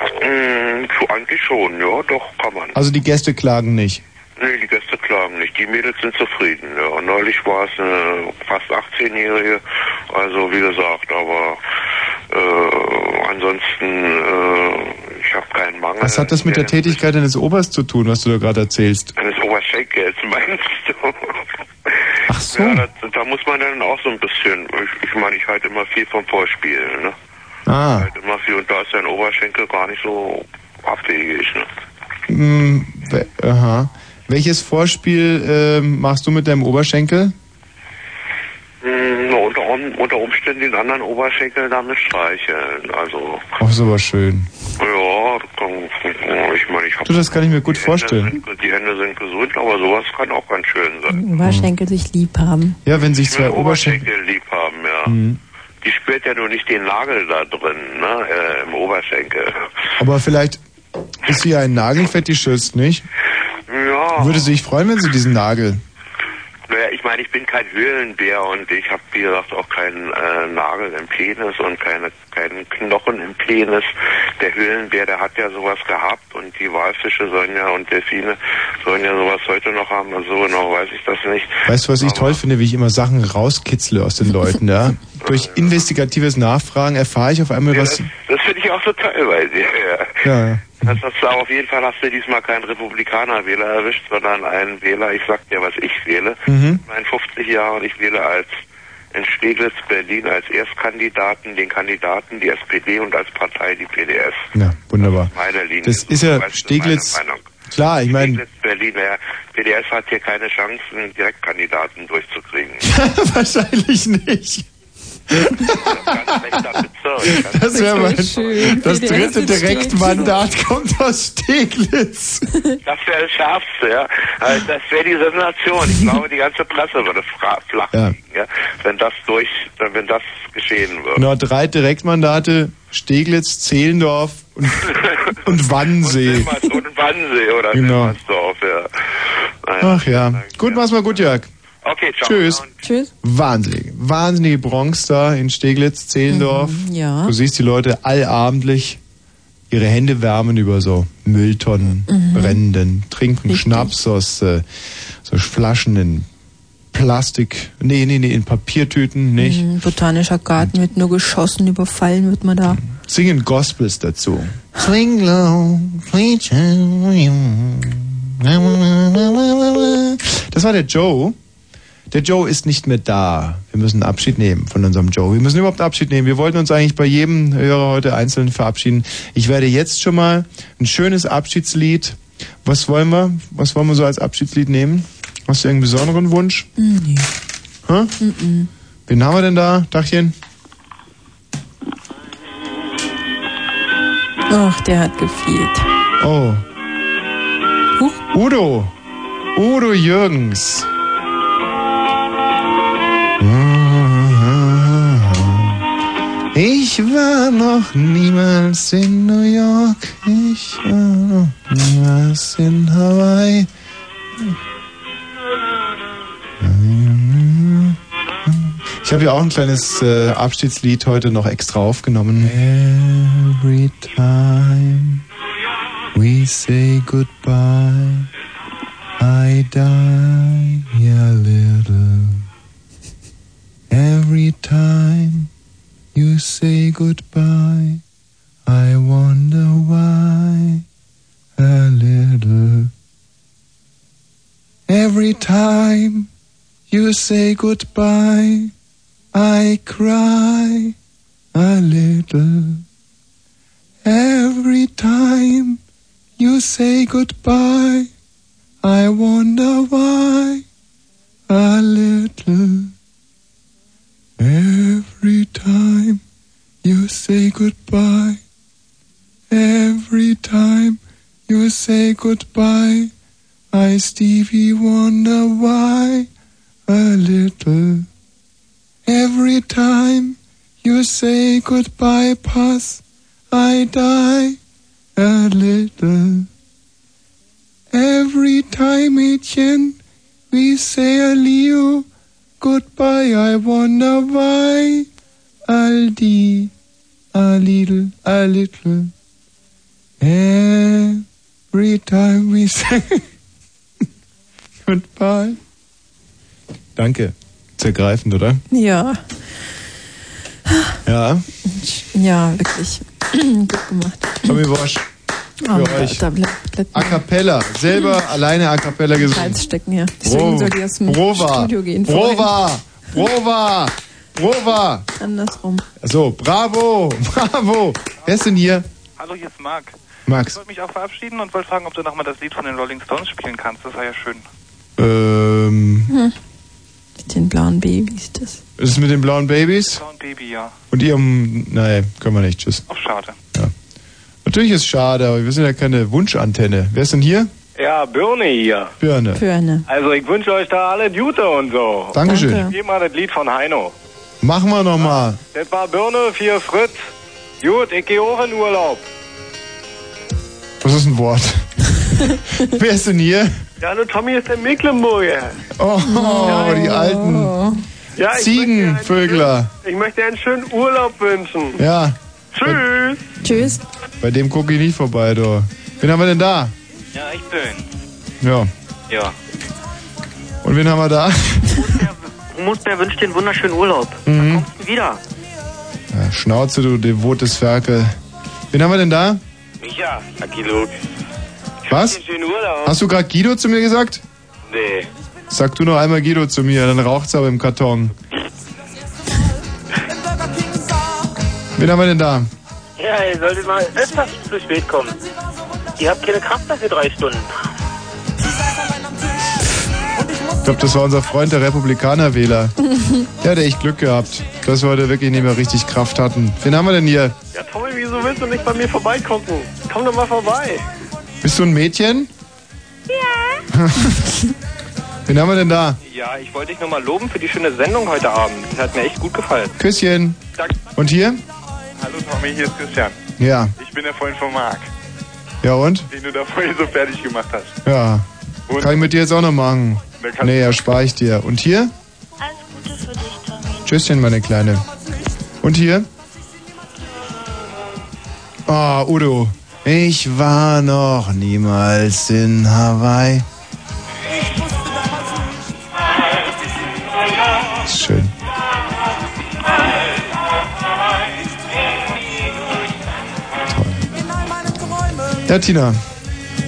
Speaker 16: Mm, so eigentlich schon, ja, doch, kann man.
Speaker 1: Also die Gäste klagen nicht.
Speaker 16: Nee, die Gäste klagen nicht. Die Mädels sind zufrieden. Ja. Und neulich war es eine fast 18-Jährige. Also wie gesagt, aber äh, ansonsten, äh, ich habe keinen Mangel.
Speaker 1: Was hat das mit der Tätigkeit deines Obers zu tun, was du da gerade erzählst?
Speaker 16: Eines Oberschenkels, meinst du?
Speaker 1: Ach so.
Speaker 16: Ja, da, da muss man dann auch so ein bisschen, ich, ich meine, ich halte immer viel vom Vorspiel, ne?
Speaker 1: Ah.
Speaker 16: Halt immer viel, und da ist dein Oberschenkel gar nicht so abwegig, ne?
Speaker 1: Hm, we aha. Welches Vorspiel ähm, machst du mit deinem Oberschenkel?
Speaker 16: Hm, unter, Um- unter Umständen den anderen Oberschenkel damit streicheln, also,
Speaker 1: Ach, so war Oh, schön.
Speaker 16: ja, kann- ich meine, ich hab
Speaker 1: Du, das kann ich mir gut vorstellen.
Speaker 16: Die Hände sind gesund, aber sowas kann auch ganz schön sein.
Speaker 2: Oberschenkel sich lieb haben.
Speaker 1: Ja, wenn sich
Speaker 16: will
Speaker 1: zwei Oberschenkel. Mhm.
Speaker 16: lieb haben, ja. Die spürt ja nur nicht den Nagel da drin, ne, äh, im Oberschenkel.
Speaker 1: Aber vielleicht ist sie ja ein Nagelfetischist, nicht?
Speaker 16: Ja,
Speaker 1: Würde sie sich freuen, wenn sie diesen Nagel.
Speaker 16: naja, ich meine, ich bin kein Höhlenbär und ich habe, wie gesagt, auch keinen äh, Nagel im Penis und keine, keinen Knochen im Penis. Der Höhlenbär, der hat ja sowas gehabt und die Walfische sollen ja und Delfine sollen ja sowas heute noch haben. Also genau weiß ich das nicht.
Speaker 1: Weißt du, was ich toll finde, wie ich immer Sachen rauskitzle aus den Leuten, ja? Durch investigatives Nachfragen erfahre ich auf einmal was.
Speaker 16: Das finde ich auch so toll bei dir, ja.
Speaker 1: Ja, ja.
Speaker 16: Das hast du auf jeden Fall hast du diesmal keinen Republikaner-Wähler erwischt, sondern einen Wähler, ich sag dir, was ich wähle.
Speaker 1: Mhm.
Speaker 16: In meinen 50 Jahren, ich wähle als in Steglitz, Berlin als Erstkandidaten, den Kandidaten, die SPD und als Partei die PDS.
Speaker 1: Ja, wunderbar.
Speaker 16: Meine Linie.
Speaker 1: Das ist
Speaker 16: So,
Speaker 1: ja
Speaker 16: weißt du,
Speaker 1: Steglitz.
Speaker 16: meine Meinung.
Speaker 1: Klar, ich meine,
Speaker 16: Steglitz, Berlin, ja. PDS hat hier keine Chancen, einen Direktkandidaten durchzukriegen.
Speaker 1: wahrscheinlich nicht. Ah. Das wäre mal das dritte Direktmandat kommt aus Steglitz.
Speaker 16: Das wäre das Schärfste, ja. Also Das wäre die Sensation. Ich glaube, die ganze Presse würde fra- flach
Speaker 1: Ja.
Speaker 16: liegen, ja. Wenn das durch, wenn das geschehen würde.
Speaker 1: Genau, drei Direktmandate, Steglitz, Zehlendorf und, und Wannsee.
Speaker 16: Und Wannsee oder
Speaker 1: Genau.
Speaker 16: Wilmersdorf, ja. Naja.
Speaker 1: Ach ja. Gut, mach's mal gut, Jörg.
Speaker 16: Okay, ciao.
Speaker 1: Tschüss.
Speaker 2: Tschüss.
Speaker 1: Wahnsinnig. Wahnsinnige Bronx da in Steglitz, Zehlendorf.
Speaker 2: Ja.
Speaker 1: Du siehst die Leute allabendlich ihre Hände wärmen über so Mülltonnen,
Speaker 2: Mhm.
Speaker 1: brennenden, trinken Schnaps aus äh, so Flaschen in Plastik, nee, nee, nee, in Papiertüten, nicht?
Speaker 2: Mhm, Botanischer Garten wird nur geschossen, überfallen wird man da.
Speaker 1: Singen Gospels dazu.
Speaker 7: Swing low, preach
Speaker 1: Das war der Joe. Der Joe ist nicht mehr da. Wir müssen Abschied nehmen von unserem Joe. Wir müssen überhaupt Abschied nehmen. Wir wollten uns eigentlich bei jedem Hörer heute einzeln verabschieden. Ich werde jetzt schon mal ein schönes Abschiedslied. Was wollen wir? Was wollen wir so als Abschiedslied nehmen? Hast du irgendeinen besonderen Wunsch?
Speaker 2: Nee.
Speaker 1: Hä? Wen haben wir denn da? Dachchen?
Speaker 2: Ach, der hat gefehlt.
Speaker 1: Oh. Udo. Udo Jürgens. Ich war noch niemals in New York. Ich war noch niemals in Hawaii. Ich habe ja auch ein kleines äh, Abschiedslied heute noch extra aufgenommen. Every time we say goodbye, I die a little. Every time you say goodbye, I wonder why a little. Every time you say goodbye, I cry a little. Every time you say goodbye, I wonder why a little. Every time you say goodbye, every time you say goodbye, I, Stevie, wonder why a little. Every time you say goodbye, pass, I die a little. Every time, Etienne, we say adieu, goodbye, I wonder why. Aldi, a little, a little. Every time we say goodbye. Danke. Ist ergreifend, oder?
Speaker 2: Ja,
Speaker 1: Ja.
Speaker 2: ja, wirklich. Gut gemacht. Oh,
Speaker 1: Tommy Walsh. für euch. A cappella, selber alleine a cappella gesungen.
Speaker 2: Halsstecken hier.
Speaker 1: Bro-
Speaker 2: Deswegen soll die aus dem
Speaker 1: Brova.
Speaker 2: Studio gehen.
Speaker 1: Brova. Brova. Brova.
Speaker 2: Andersrum.
Speaker 1: So, bravo, bravo. Wer ist denn hier?
Speaker 27: Hallo, Also hier ist Marc.
Speaker 1: Max.
Speaker 27: Ich wollte mich auch verabschieden und wollte fragen, ob du nochmal das Lied von den Rolling Stones spielen kannst. Das war ja schön.
Speaker 1: Ähm,
Speaker 2: Hm. Mit den blauen Babys, das.
Speaker 1: ist es mit den blauen Babys?
Speaker 27: Und Baby, ja.
Speaker 1: Und ihrem, nein, können wir nicht, tschüss.
Speaker 27: Auch schade.
Speaker 1: Natürlich ist schade, aber wir sind ja keine Wunschantenne. Wer ist denn hier?
Speaker 18: Ja, Birne hier.
Speaker 1: Birne.
Speaker 2: Birne.
Speaker 18: Also ich wünsche euch da alle Gute und so.
Speaker 1: Dankeschön. Danke.
Speaker 18: Hier mal das Lied von Heino.
Speaker 1: Machen wir nochmal.
Speaker 18: Das war Birne für Fritz. Gut, ich gehe auch in Urlaub.
Speaker 1: Was ist ein Wort? Wer ist denn hier?
Speaker 4: Ja, hallo Tommy ist der Mecklenburger.
Speaker 1: Oh, die alten
Speaker 4: Ja, ich,
Speaker 1: Ziegenvögler.
Speaker 4: ich möchte dir einen schönen Urlaub wünschen.
Speaker 1: Ja,
Speaker 4: Tschüss.
Speaker 2: Tschüss.
Speaker 1: bei dem gucke ich nicht vorbei, du. Wen haben wir denn da?
Speaker 27: Ja, ich bin.
Speaker 1: Ja.
Speaker 27: Ja.
Speaker 1: Und wen haben wir da?
Speaker 25: Humusbär wünscht dir einen wunderschönen Urlaub.
Speaker 1: Mhm.
Speaker 25: Wieder.
Speaker 1: Ja, Schnauze, du devotes Ferkel. Wen haben wir denn da?
Speaker 20: Micha, Akilog.
Speaker 1: Was?
Speaker 20: Schönen Urlaub.
Speaker 1: Hast du gerade Guido zu mir gesagt?
Speaker 20: Nee.
Speaker 1: Sag du noch einmal Guido zu mir, dann raucht's aber im Karton. Wen haben wir denn da?
Speaker 20: Ja, ihr solltet mal etwas zu spät kommen. Ihr habt keine Kraft mehr für drei Stunden.
Speaker 1: Ich glaube, das war unser Freund, der Republikanerwähler. Ja, der echt Glück gehabt, dass wir heute wirklich nicht mehr richtig Kraft hatten. Wen haben wir denn hier?
Speaker 4: Ja, Tommy, wieso willst du nicht bei mir vorbeigucken? Komm doch mal vorbei.
Speaker 1: Bist du ein Mädchen? Ja. Wen haben wir denn da?
Speaker 27: Ja, ich wollte dich nochmal loben für die schöne Sendung heute Abend. Das hat mir echt gut gefallen.
Speaker 1: Küsschen.
Speaker 27: Danke.
Speaker 1: Und hier?
Speaker 27: Hallo Tommy, hier ist Christian.
Speaker 1: Ja.
Speaker 27: Ich bin der Freund von Marc,
Speaker 1: Ja und?
Speaker 27: den du da vorhin so fertig gemacht hast.
Speaker 1: Ja. Kann ich mit dir jetzt auch noch machen?
Speaker 27: Wer kann-
Speaker 1: Nee, erspare ich dir. Und hier? Tschüsschen, meine Kleine. Und hier? Ah, Udo. Ich war noch niemals in Hawaii. Ist schön. Toll. Ja, Tina,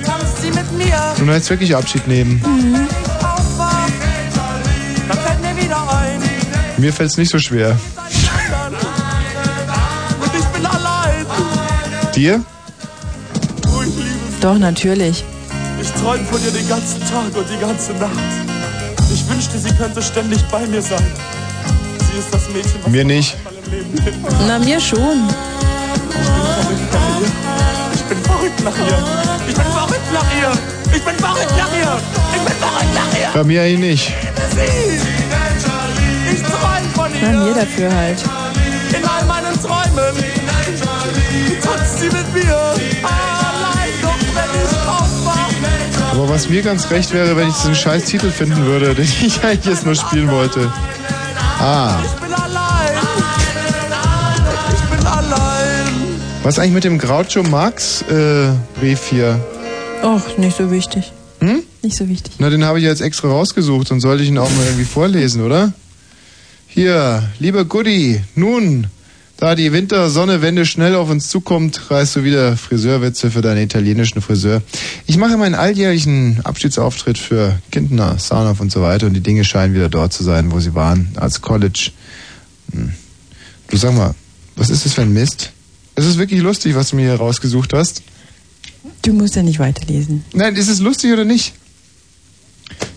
Speaker 14: Tanzt sie mit mir.
Speaker 1: du musst jetzt wirklich Abschied nehmen.
Speaker 14: Mhm. Aufwacht, dann fällt mir wieder ein.
Speaker 1: Mir fällt's nicht so schwer.
Speaker 14: Und ich bin allein.
Speaker 1: Dir?
Speaker 2: Doch, natürlich.
Speaker 7: Ich träume von ihr den ganzen Tag und die ganze Nacht. Ich wünschte, sie könnte ständig bei mir sein. Sie ist das Mädchen, was
Speaker 1: Mir nicht.
Speaker 7: ich im Leben bin.
Speaker 2: Na, mir schon.
Speaker 7: Ich bin verrückt nach ihr. Ich bin verrückt nach ihr. Ich bin verrückt nach ihr. Ich bin verrückt nach ihr.
Speaker 1: Bei mir eigentlich nicht.
Speaker 7: Sie. Ich träume von ihr.
Speaker 2: Na, mir dafür halt.
Speaker 7: In all meinen Träumen tanzt sie mit mir. Allein, doch wenn ich aufwache.
Speaker 1: Aber was mir ganz recht wäre, wenn ich diesen scheiß Titel finden würde, den ich eigentlich jetzt nur spielen wollte. Ah,
Speaker 7: Ich bin allein.
Speaker 1: was eigentlich mit dem Groucho Marx äh, B4?
Speaker 2: Och, nicht so wichtig.
Speaker 1: Hm?
Speaker 2: Nicht so wichtig.
Speaker 1: Na, den habe ich jetzt extra rausgesucht, dann sollte ich ihn auch mal irgendwie vorlesen, oder? Hier, lieber Goody, nun, da die Wintersonnewende schnell auf uns zukommt, reißt du wieder Friseurwitze für deinen italienischen Friseur. Ich mache meinen alljährlichen Abschiedsauftritt für Kindner, Sarnoff und so weiter und die Dinge scheinen wieder dort zu sein, wo sie waren, als College. Hm. Du sag mal, was ist das für ein Mist? Es ist wirklich lustig, was du mir hier rausgesucht hast.
Speaker 2: Du musst ja nicht weiterlesen.
Speaker 1: Nein, ist es lustig oder nicht?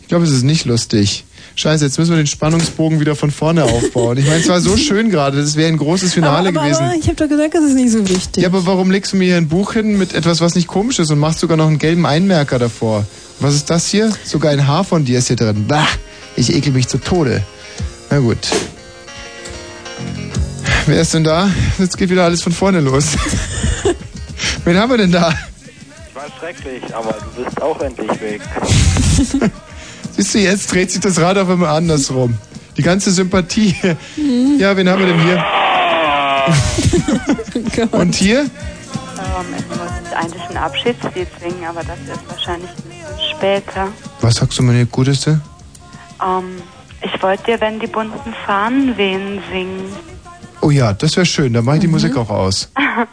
Speaker 1: Ich glaube, es ist nicht lustig. Scheiße, jetzt müssen wir den Spannungsbogen wieder von vorne aufbauen. Ich meine, es war so schön gerade, das wäre ein großes Finale
Speaker 2: aber, aber,
Speaker 1: gewesen.
Speaker 2: Aber ich habe doch gesagt, es ist nicht so wichtig.
Speaker 1: ja, aber warum legst du mir hier ein Buch hin mit etwas, was nicht komisch ist und machst sogar noch einen gelben Einmerker davor? Was ist das hier? Sogar ein Haar von dir ist hier drin. Bah, ich ekel mich zu Tode. Na gut. Wer ist denn da? Jetzt geht wieder alles von vorne los. Wen haben wir denn da?
Speaker 4: Ich war schrecklich, aber du bist auch endlich weg.
Speaker 1: Siehst du, jetzt dreht sich das Rad auf einmal andersrum. Die ganze Sympathie. Ja, wen haben wir denn hier? Und hier?
Speaker 28: Ähm, es muss eigentlich ein Abschiedslied singen, aber das ist wahrscheinlich ein bisschen später.
Speaker 1: Was sagst du, meine Guteste?
Speaker 28: Ähm, ich wollte dir, wenn die bunten Fahnen wehen, singen.
Speaker 1: Oh ja, das wäre schön. Dann mache ich die Musik auch aus.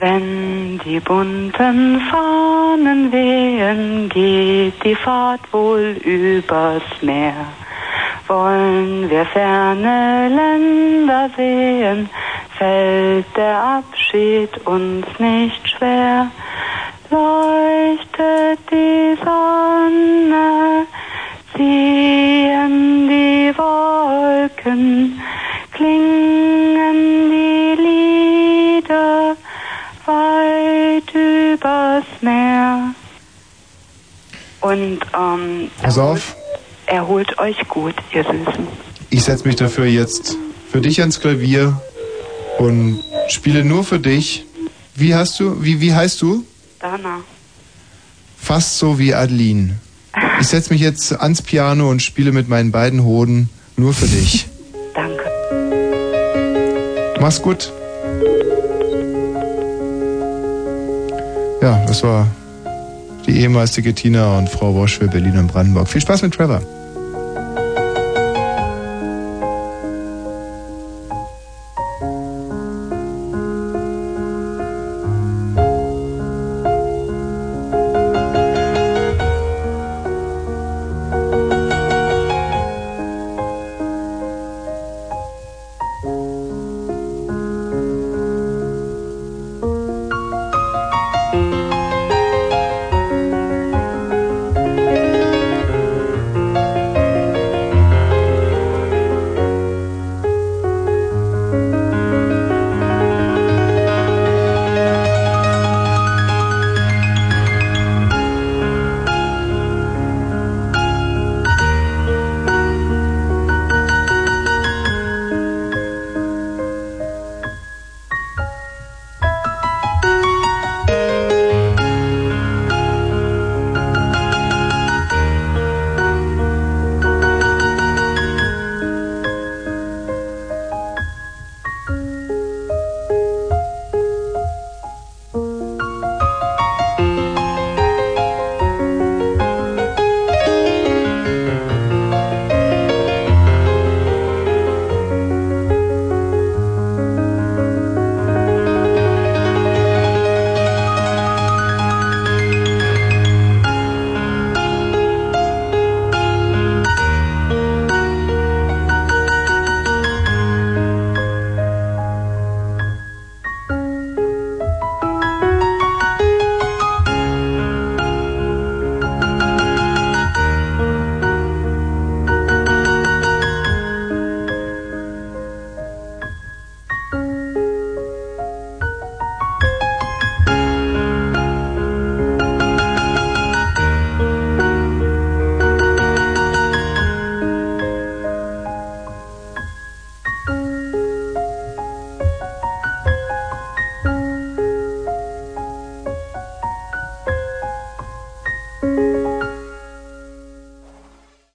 Speaker 28: Wenn die bunten Fahnen wehen, geht die Fahrt wohl übers Meer. Wollen wir ferne Länder sehen, fällt der Abschied uns nicht schwer. Leuchtet die Sonne, ziehen die Wolken, klingen die Lieder weit übers Meer. Und ähm,
Speaker 1: Pass auf,
Speaker 28: erholt euch gut, ihr Süßen.
Speaker 1: ich setze mich dafür jetzt für dich ans Klavier und spiele nur für dich. Wie hast du, wie, wie heißt du?
Speaker 28: Dana.
Speaker 1: Fast so wie Adeline. Ich setze mich jetzt ans Piano und spiele mit meinen beiden Hoden nur für dich. Danke. Mach's gut. Ja, das war die ehemalige Tina und Frau Wosch für Berlin und Brandenburg. Viel Spaß mit Trevor.